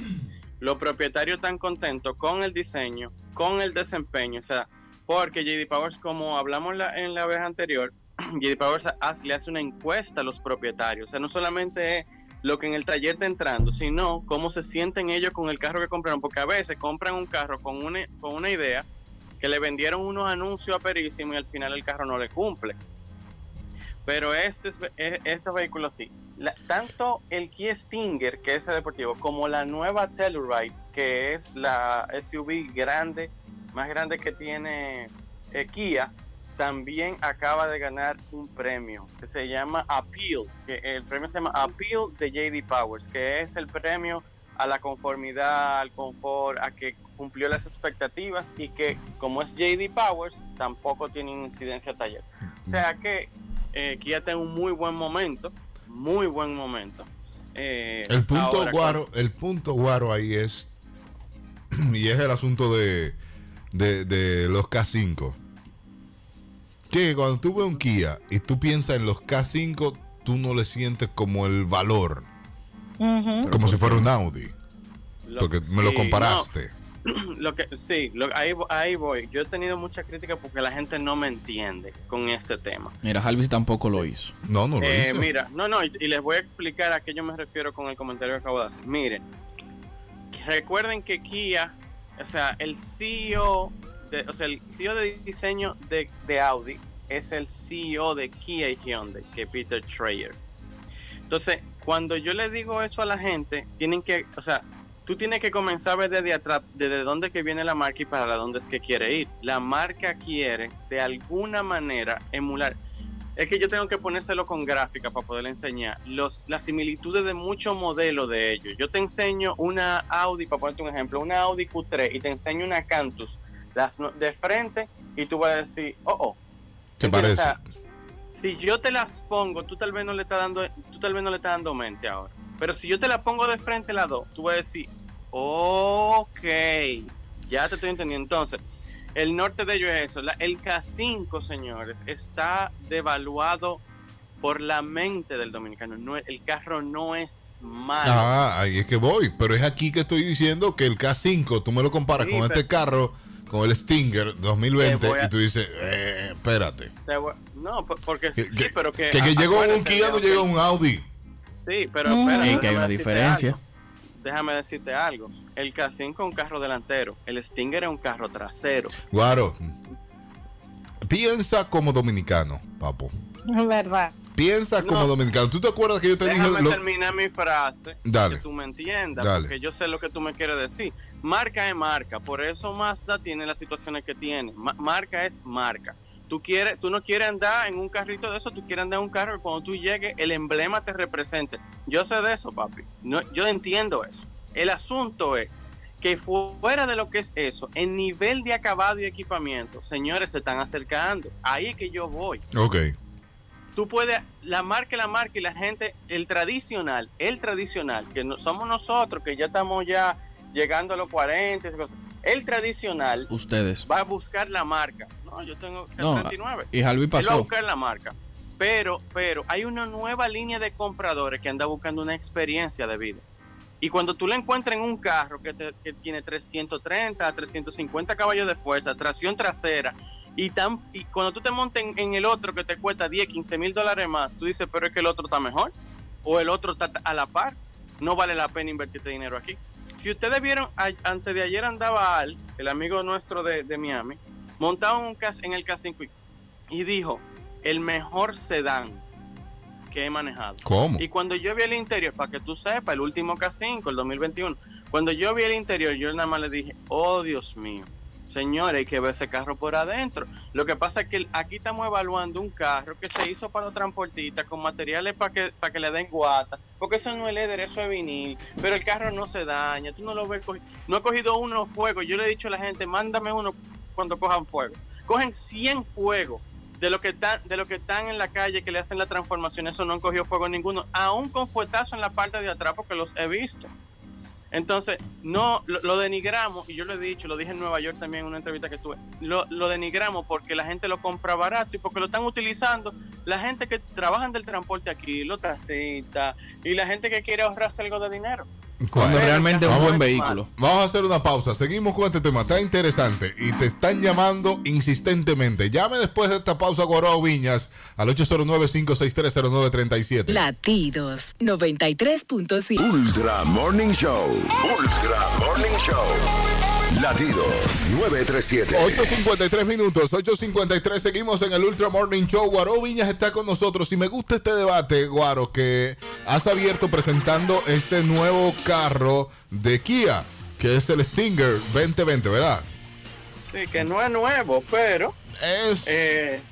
S16: los propietarios están contentos con el diseño, con el desempeño, o sea, porque JD Powers, como hablamos la- en la vez anterior, JD Powers hace- le hace una encuesta a los propietarios, o sea, no solamente es lo que en el taller está entrando, sino cómo se sienten ellos con el carro que compraron, porque a veces compran un carro con una, con una idea que le vendieron unos anuncios aperísimos y al final el carro no le cumple. Pero estos, ve- e- estos vehículos sí. La- tanto el Kia Stinger, que es el deportivo, como la nueva Telluride, que es la SUV grande, más grande que tiene eh, Kia, también acaba de ganar un premio que se llama Appeal, que el premio se llama Appeal de JD Powers, que es el premio a la conformidad, al confort, a que cumplió las expectativas y que como es JD Powers tampoco tiene incidencia taller. O sea que eh, Kia está en un muy buen momento, muy buen momento. Eh,
S1: El punto
S16: ahora con-
S1: guaro, el punto guaro ahí es y es el asunto de, de, de los K5. Que cuando tú ves un Kia y tú piensas en los K5, tú no le sientes como el valor, como si fuera un Audi,
S16: Lo-
S1: porque me lo
S16: sí,
S1: comparaste.
S16: no. lo que sí, lo- ahí, vo- ahí voy. Yo he tenido mucha crítica porque la gente no me entiende con este tema.
S2: Mira, Jarvis tampoco lo hizo.
S1: No, no
S16: Eh, mira, no, no, y, y les voy a explicar a qué yo me refiero con el comentario que acabo de hacer. Miren, recuerden que Kia, o sea, el CEO, de, o sea, el CEO de diseño de, de Audi es el CEO de Kia y Hyundai, que es Peter Trayer. Entonces, cuando yo le digo eso a la gente, tienen que, o sea, tú tienes que comenzar a ver desde atrás, desde dónde que viene la marca y para dónde es que quiere ir. La marca quiere, de alguna manera, emular. Es que yo tengo que ponérselo con gráfica para poderle enseñar los, las similitudes de muchos modelos de ellos. Yo te enseño una Audi, para ponerte un ejemplo, una Audi Q3 y te enseño una Cantus las, no- de frente y tú vas a decir, oh, oh,
S1: ¿Te
S16: o
S1: parece?
S16: sea, si yo te las pongo, tú tal vez no le estás dando, tú tal vez no le estás dando mente ahora. Pero si yo te la pongo de frente las dos, tú vas a decir, ok, ya te estoy entendiendo. Entonces, el norte de ello es eso. La- el K5, señores, está devaluado por la mente del dominicano. No, es- el carro no es malo.
S1: Ah, ahí es que voy. Pero es aquí que estoy diciendo que el K5, tú me lo comparas
S16: Sí,
S1: con este
S16: pero-
S1: carro, con el Stinger 2020,
S16: Te voy a-
S1: y tú dices, eh, espérate.
S16: Te voy- No, por- porque sí,
S1: que-
S16: pero que...
S1: que, que llegó un
S16: acuérdate,
S1: Kia, no
S16: ok,
S1: llegó un Audi.
S16: Sí, pero
S1: Mm.
S16: espérate,
S1: Es que hay
S16: déjame
S1: una
S16: decirte
S1: diferencia.
S16: algo. Déjame decirte algo. El K5 es un carro delantero. El Stinger es un carro trasero.
S1: Guaro, piensa como dominicano, papo.
S3: verdad.
S1: Piensa como dominicano. ¿Tú te acuerdas que yo te
S16: Déjame
S1: dije lo-
S16: terminar mi frase.
S1: Dale.
S16: Que tú me entiendas.
S1: Dale.
S16: Porque yo sé lo que tú me quieres decir. Marca es marca. Por eso Mazda tiene las situaciones que tiene. Ma- marca es marca. Tú, quieres, tú no quieres andar en un carrito de eso, tú quieres andar en un carro y cuando tú llegues, el emblema te represente. Yo sé de eso, papi. No, yo entiendo eso. El asunto es que fuera de lo que es eso, el nivel de acabado y equipamiento, señores, se están acercando. Ahí es que yo voy
S1: Ok.
S16: tú puedes, la marca, la marca y la gente, el tradicional, el tradicional, que no, somos nosotros, que ya estamos ya llegando a los 40, esas cosas. el tradicional
S2: Ustedes.
S16: va a buscar la marca. No, yo tengo que
S2: No,
S16: 39.
S2: y Harvey
S16: Él va a
S2: pasó.
S16: buscar la marca. Pero, pero hay una nueva línea de compradores que anda buscando una experiencia de vida. Y cuando tú le encuentras en un carro que, te- que tiene 330 a 350 caballos de fuerza, tracción trasera, y, tan, y cuando tú te montes en, en el otro que te cuesta 10, 15 mil dólares más, tú dices, pero es que el otro está mejor, o el otro está a la par, no vale la pena invertirte dinero aquí. Si ustedes vieron, a- antes de ayer andaba Al, el amigo nuestro de, de Miami, montado en, un cas- en el K5 y, y dijo, el mejor sedán que he manejado.
S1: ¿Cómo?
S16: Y cuando yo vi el interior, para que tú sepas, el último K5, el 2021, cuando yo vi el interior, yo nada más le dije, oh Dios mío, señores, hay que ver ese carro por adentro. Lo que pasa es que aquí estamos evaluando un carro que se hizo para los transportistas, con materiales para que, para que le den guata, porque eso no es leather, eso es vinil, pero el carro no se daña, tú no lo ves, cogi- no he cogido uno fuego, yo le he dicho a la gente, mándame uno cuando cojan fuego. Cogen 100 fuegos de lo que están de lo que están en la calle que le hacen la transformación eso no han cogido fuego ninguno aún con fuetazo en la parte de atrás porque los he visto entonces no lo, lo denigramos y yo lo he dicho lo dije en Nueva York también en una entrevista que tuve lo, lo denigramos porque la gente lo compra barato y porque lo están utilizando la gente que trabajan del transporte aquí los taxistas y la gente que quiere ahorrarse algo de dinero
S2: Cuando realmente es un buen vehículo.
S1: Vamos a hacer una pausa. Seguimos con este tema. Está interesante. Y te están llamando insistentemente. Llame después de esta pausa, Guarao Viñas, al 809-5630937.
S8: Latidos 93.7.
S17: Ultra Morning Show. Ultra Morning Show. Latidos 937.
S1: 8.53 minutos, 8.53, seguimos en el Ultra Morning Show. Guaro Viñas está con nosotros y me gusta este debate, Guaro, que has abierto presentando este nuevo carro de Kia, que es el Stinger 2020, ¿verdad?
S16: Sí, que no es nuevo, pero. eh,
S1: Es.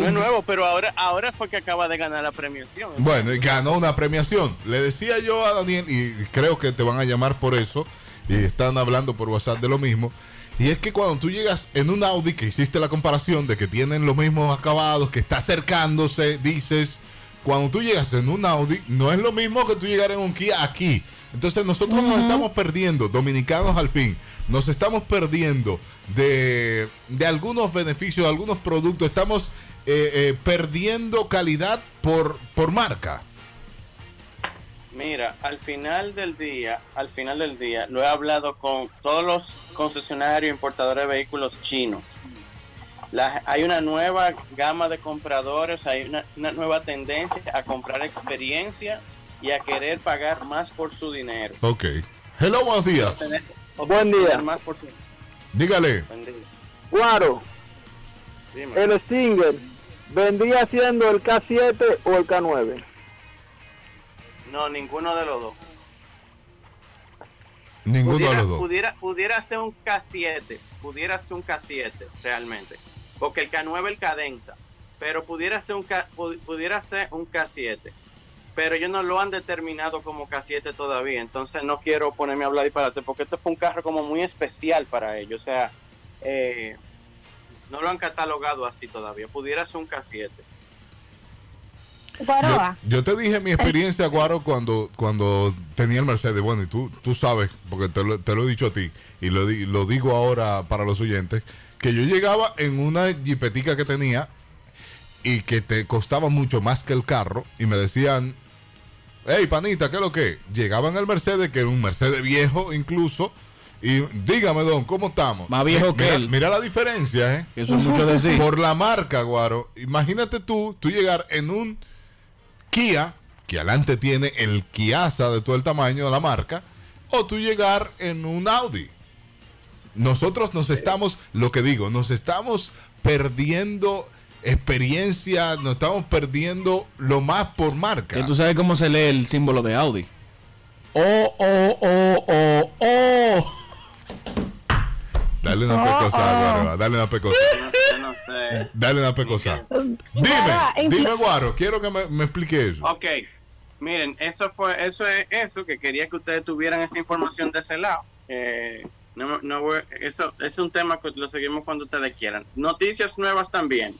S16: no es nuevo, pero ahora, ahora fue que acaba de ganar la premiación. ¿eh?
S1: Bueno, y ganó una premiación. Le decía yo a Daniel, y creo que te van a llamar por eso, y están hablando por WhatsApp de lo mismo. Y es que cuando tú llegas en un Audi que hiciste la comparación de que tienen los mismos acabados, que está acercándose, dices, cuando tú llegas en un Audi, no es lo mismo que tú llegar en un Kia aquí. Entonces nosotros nos estamos perdiendo, dominicanos al fin, nos estamos perdiendo de, de algunos beneficios, de algunos productos, estamos eh, eh, perdiendo calidad por, por marca.
S16: Mira, al final del día, al final del día, lo he hablado con todos los concesionarios importadores de vehículos chinos. La- hay una nueva gama de compradores, hay una, una nueva tendencia a comprar experiencia y a querer pagar más por su dinero.
S1: Ok. Hello, buenos días.
S16: Tener-
S13: Buen día.
S16: tener Más por su,
S1: Dígale.
S16: Buen día.
S13: Guaro,
S16: Dime.
S13: el Stinger, ¿vendría siendo el K7 o el K9?
S16: No, ninguno de los dos.
S1: Ninguno
S16: pudiera,
S1: de los dos.
S16: Pudiera, pudiera ser un K7, pudiera ser un K7 realmente, porque el K9 el cadenza, pero pudiera ser un K, pu- pudiera ser un K7, pero ellos no lo han determinado como K7 todavía, entonces no quiero ponerme a hablar disparate, porque esto fue un carro como muy especial para ellos, o sea, eh, no lo han catalogado así todavía, pudiera ser un K7.
S3: Guaroa.
S1: Yo te dije mi experiencia, Guaro, cuando, cuando tenía el Mercedes. Bueno, y tú, tú sabes, porque te lo, te lo he dicho a ti y lo, di- lo digo ahora para los oyentes, que yo llegaba en una jipetica que tenía y que te costaba mucho más que el carro y me decían, hey, panita, ¿qué es lo que? es?". Llegaban al Mercedes, que era un Mercedes viejo incluso, y dígame, don, ¿cómo estamos?
S2: Más viejo
S1: Mi-
S2: que
S1: mira-
S2: él.
S1: Mira la diferencia, ¿eh?
S2: Eso es mucho decir.
S1: Por la marca, Guaro. Imagínate tú, tú llegar en un Kia, que adelante tiene el Kiaza de todo el tamaño de la marca, o tú llegar en un Audi. Nosotros nos estamos, lo que digo, nos estamos perdiendo experiencia, nos estamos perdiendo lo más por marca.
S2: Que tú sabes cómo se lee el símbolo de Audi. Oh, oh, oh, oh, oh.
S1: Dale una
S3: Oh,
S1: pecosa,
S3: oh.
S1: Guaro, dale una pecosa.
S16: Yo no sé.
S1: Dale una pecosa.
S3: Guaroa,
S1: Dime,
S3: inclu-
S1: dime, Guaro, quiero que me, me explique eso.
S16: Ok, miren, eso fue, eso es eso que quería que ustedes tuvieran esa información de ese lado. Eh, no, no voy- eso es un tema que lo seguimos cuando ustedes quieran. Noticias nuevas también.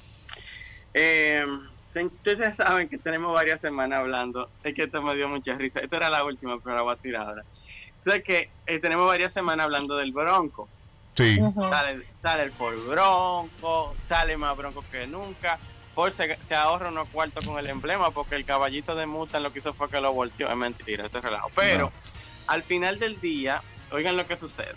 S16: Eh, se- ustedes saben que tenemos varias semanas hablando. Es que esto me dio mucha risa. Esta era la última, pero la voy a tirar ahora. O sea que eh, tenemos varias semanas hablando del Bronco.
S1: Sí.
S16: Sale, sale el Ford Bronco, sale más Bronco que nunca. Ford se, se ahorra unos cuartos con el emblema porque el caballito de Mustang lo que hizo fue que lo volteó. Es mentira, esto es relajo. Pero al final del día, oigan lo que sucede.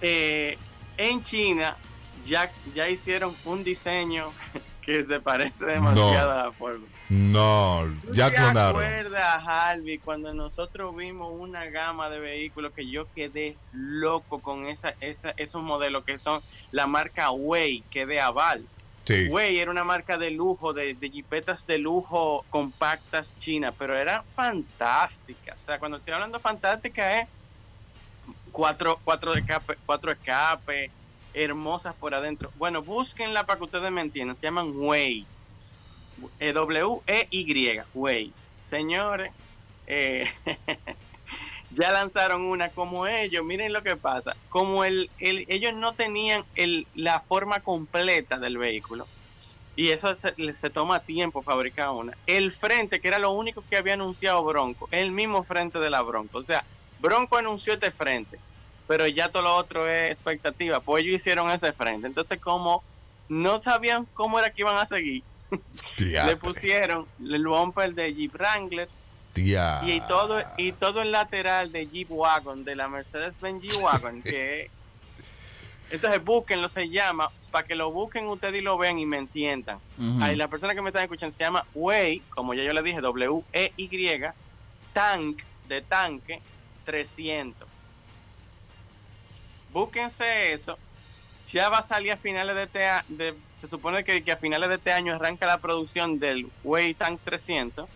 S16: Eh, en China ya, ya hicieron un diseño que se parece demasiado a la Ford.
S1: No, ya
S16: ¿Tú
S1: clonaron.
S16: ¿Te acuerdas, Harvey, cuando nosotros vimos una gama de vehículos que yo quedé loco con esa, esa, esos modelos que son la marca Way, que de Aval?
S1: Sí.
S16: Way era una marca de lujo, de, de jipetas de lujo compactas china, pero era fantástica. O sea, cuando estoy hablando fantástica es cuatro, cuatro escape, cuatro escape, hermosas por adentro. Bueno, búsquenla para que ustedes me entiendan. Se llaman Way. Eh, W-E-Y, Way. Señores, eh, ya lanzaron una como ellos. Miren lo que pasa. Como el, el- ellos no tenían el, la forma completa del vehículo. Y eso se, se toma tiempo fabricar una. El frente, que era lo único que había anunciado Bronco, el mismo frente de la Bronco. O sea, Bronco anunció este frente, pero ya todo lo otro es expectativa. Pues ellos hicieron ese frente. Entonces, como no sabían cómo era que iban a seguir, le
S1: pues.
S16: pusieron el bumper de Jeep Wrangler
S1: Tía.
S16: y todo y todo el lateral de Jeep Wagon de la Mercedes Benz Jeep Wagon que entonces búsquenlo se llama para que lo busquen ustedes y lo vean y me entiendan
S2: Ujú.
S16: Ahí la persona que me están escuchando se llama Way como ya yo le dije W E Y tank de tanque 300 búsquense eso ya va a salir a finales de este a- de- se supone que, que a finales de este año arranca la producción del Way Tank 300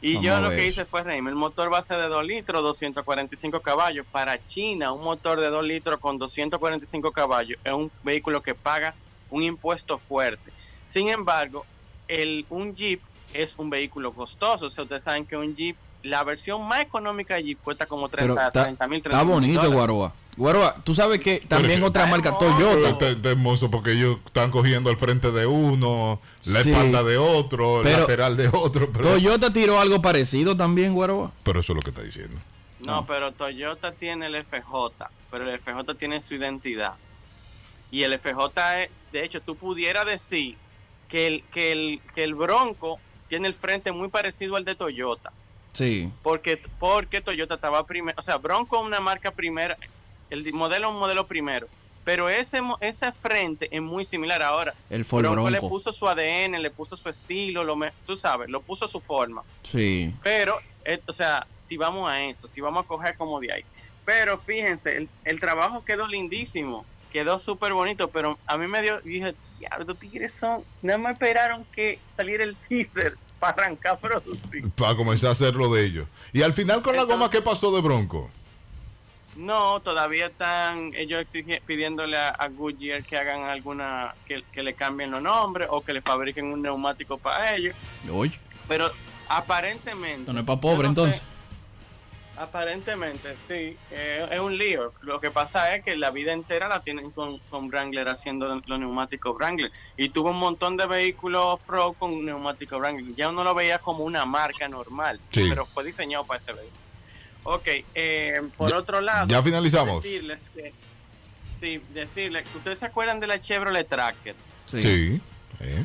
S16: y
S2: Vamos a
S16: yo lo
S2: ver
S16: que
S2: eso.
S16: hice fue reírme. El motor va a ser de 2 litros, 245 caballos. Para China, un motor de 2 litros con 245 caballos es un vehículo que paga un impuesto fuerte. Sin embargo, el, un Jeep es un vehículo costoso. O sea, ustedes saben que un Jeep la versión más económica allí cuesta como
S2: Pero
S16: 30,
S2: está-
S16: 30 mil, 30
S2: Está bonito, Guaroa. Guaroa, tú sabes que también otra marca Toyota.
S1: Está, está hermoso porque ellos están cogiendo al frente de uno, la
S2: Sí.
S1: espalda de otro, el
S2: Pero-
S1: lateral de otro. Pero,
S2: Toyota tiró algo parecido también, Guaroa.
S1: pero eso es lo que está diciendo.
S16: No, pero Toyota tiene el FJ, pero el FJ tiene su identidad. Y el FJ es, de hecho, tú pudieras decir que el, que el, que el Bronco tiene el frente muy parecido al de Toyota.
S2: Sí.
S16: Porque, porque Toyota estaba primero, o sea, Bronco es una marca primera, el di- modelo es un modelo primero, pero ese, mo- ese frente es muy similar ahora.
S2: El Ford
S16: le
S2: Bronco.
S16: puso su ADN, le puso su estilo, lo me- tú sabes, lo puso a su forma.
S2: Sí.
S16: Pero, eh, o sea, si vamos a eso, si vamos a coger como de ahí. Pero fíjense, el, el trabajo quedó lindísimo, quedó súper bonito, pero a mí me dio, dije, ya, los tigres son, no me esperaron que saliera el teaser para arrancar a producir.
S1: Para comenzar a hacer lo de ellos. Y al final con la goma, ¿qué pasó de Bronco?
S16: No, todavía están ellos exige- pidiéndole a, a Goodyear que hagan alguna, que, que le cambien los nombres o que le fabriquen un neumático para ellos.
S2: Oye,
S16: Pero aparentemente,
S2: esto no es para pobre entonces.
S16: aparentemente sí, eh, es un lío. Lo que pasa es que la vida entera la tienen con, con Wrangler haciendo los neumáticos Wrangler. Y tuvo un montón de vehículos off-road con neumáticos Wrangler. Ya uno lo veía como una marca normal,
S1: Sí.
S16: pero fue diseñado para ese vehículo. Ok, eh, por otro lado,
S1: ya finalizamos.
S16: Decirles que, sí, decirles que ustedes se acuerdan de la Chevrolet Tracker.
S2: Sí.
S1: Eh.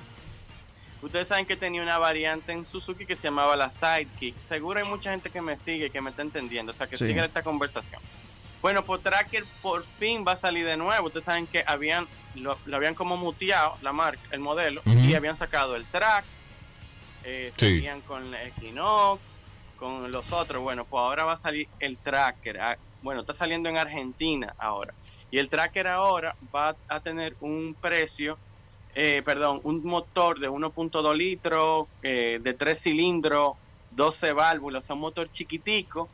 S16: Ustedes saben que tenía una variante en Suzuki que se llamaba la Sidekick. Seguro hay mucha gente que me sigue, que me está entendiendo, o sea, que
S2: Sí.
S16: sigue esta conversación. Bueno, pues Tracker por fin va a salir de nuevo. Ustedes saben que habían lo, lo habían como muteado la marca, el modelo, y habían sacado el Trax, eh,
S1: Sí.
S16: seguían con el Equinox, con los otros. Bueno, pues ahora va a salir el Tracker. Ah, Bueno, está saliendo en Argentina ahora. Y el Tracker ahora va a tener un precio eh, perdón, un motor de 1.2 litros, eh, de 3 cilindros, 12 válvulas, o sea, un motor chiquitico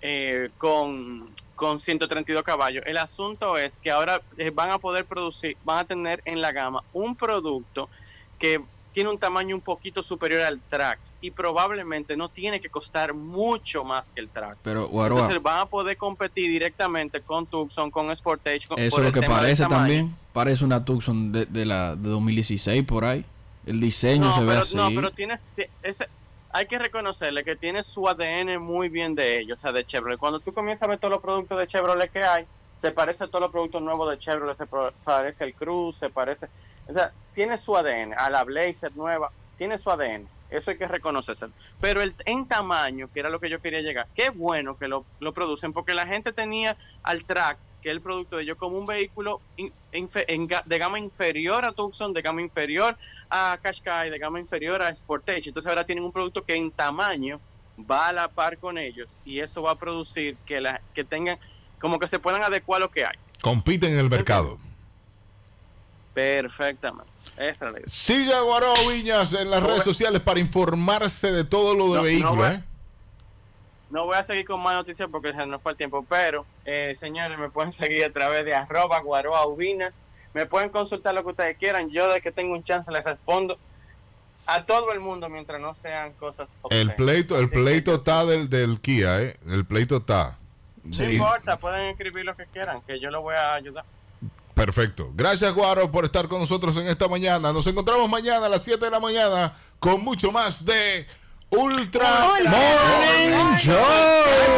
S16: eh, con, con 132 caballos. El asunto es que ahora eh, van a poder producir, van a tener en la gama un producto que tiene un tamaño un poquito superior al Trax y probablemente no tiene que costar mucho más que el Trax.
S2: Pero, Guaroa.
S16: Entonces van a poder competir directamente con Tucson, con Sportage, con,
S2: Eso
S16: por
S2: es lo
S16: el
S2: que
S16: tema del
S2: parece
S16: tamaño.
S2: también. Parece una Tucson de, de la de 2016 por ahí. El diseño
S16: no,
S2: se ve
S16: pero,
S2: así.
S16: no, pero tiene, ti- ese- hay que reconocerle que tiene su ADN muy bien de ellos, o sea, de Chevrolet. Cuando tú comienzas a ver todos los productos de Chevrolet que hay, se parece a todos los productos nuevos de Chevrolet, se pro- parece el Cruz, se parece, o sea, tiene su ADN, a la Blazer nueva, tiene su ADN. Eso hay que reconocerse. Pero el, en tamaño, que era lo que yo quería llegar, qué bueno que lo, lo producen, porque la gente tenía al Trax, que es el producto de ellos, como un vehículo in- infe- en ga- de gama inferior a Tucson, de gama inferior a Qashqai, de gama inferior a Sportage. Entonces ahora tienen un producto que en tamaño va a la par con ellos y eso va a producir que, la, que tengan, como que se puedan adecuar a lo que hay.
S1: Compiten en el mercado.
S16: Perfectamente. Esa es la idea.
S1: Sigue a Guaroa Viñas en las redes sociales para informarse de todo lo de
S16: No, no
S1: vehículos.
S16: voy-
S1: ¿eh?
S16: No voy a seguir con más noticias porque se nos fue el tiempo, pero eh, señores, me pueden seguir a través de arroba guaroa ubinas. Me pueden consultar lo que ustedes quieran. Yo, de que tengo un chance, les respondo a todo el mundo mientras no sean cosas.
S1: El
S16: obscenas.
S1: pleito, el
S16: Así que
S1: pleito está del, del Kia, ¿eh? El pleito está.
S16: No
S1: Y-
S16: importa, pueden escribir lo que quieran, que yo lo voy a ayudar.
S1: Perfecto. Gracias, Guaro, por estar con nosotros en esta mañana. Nos encontramos mañana a las 7 de la mañana con mucho más de Ultra,
S2: Morning Show.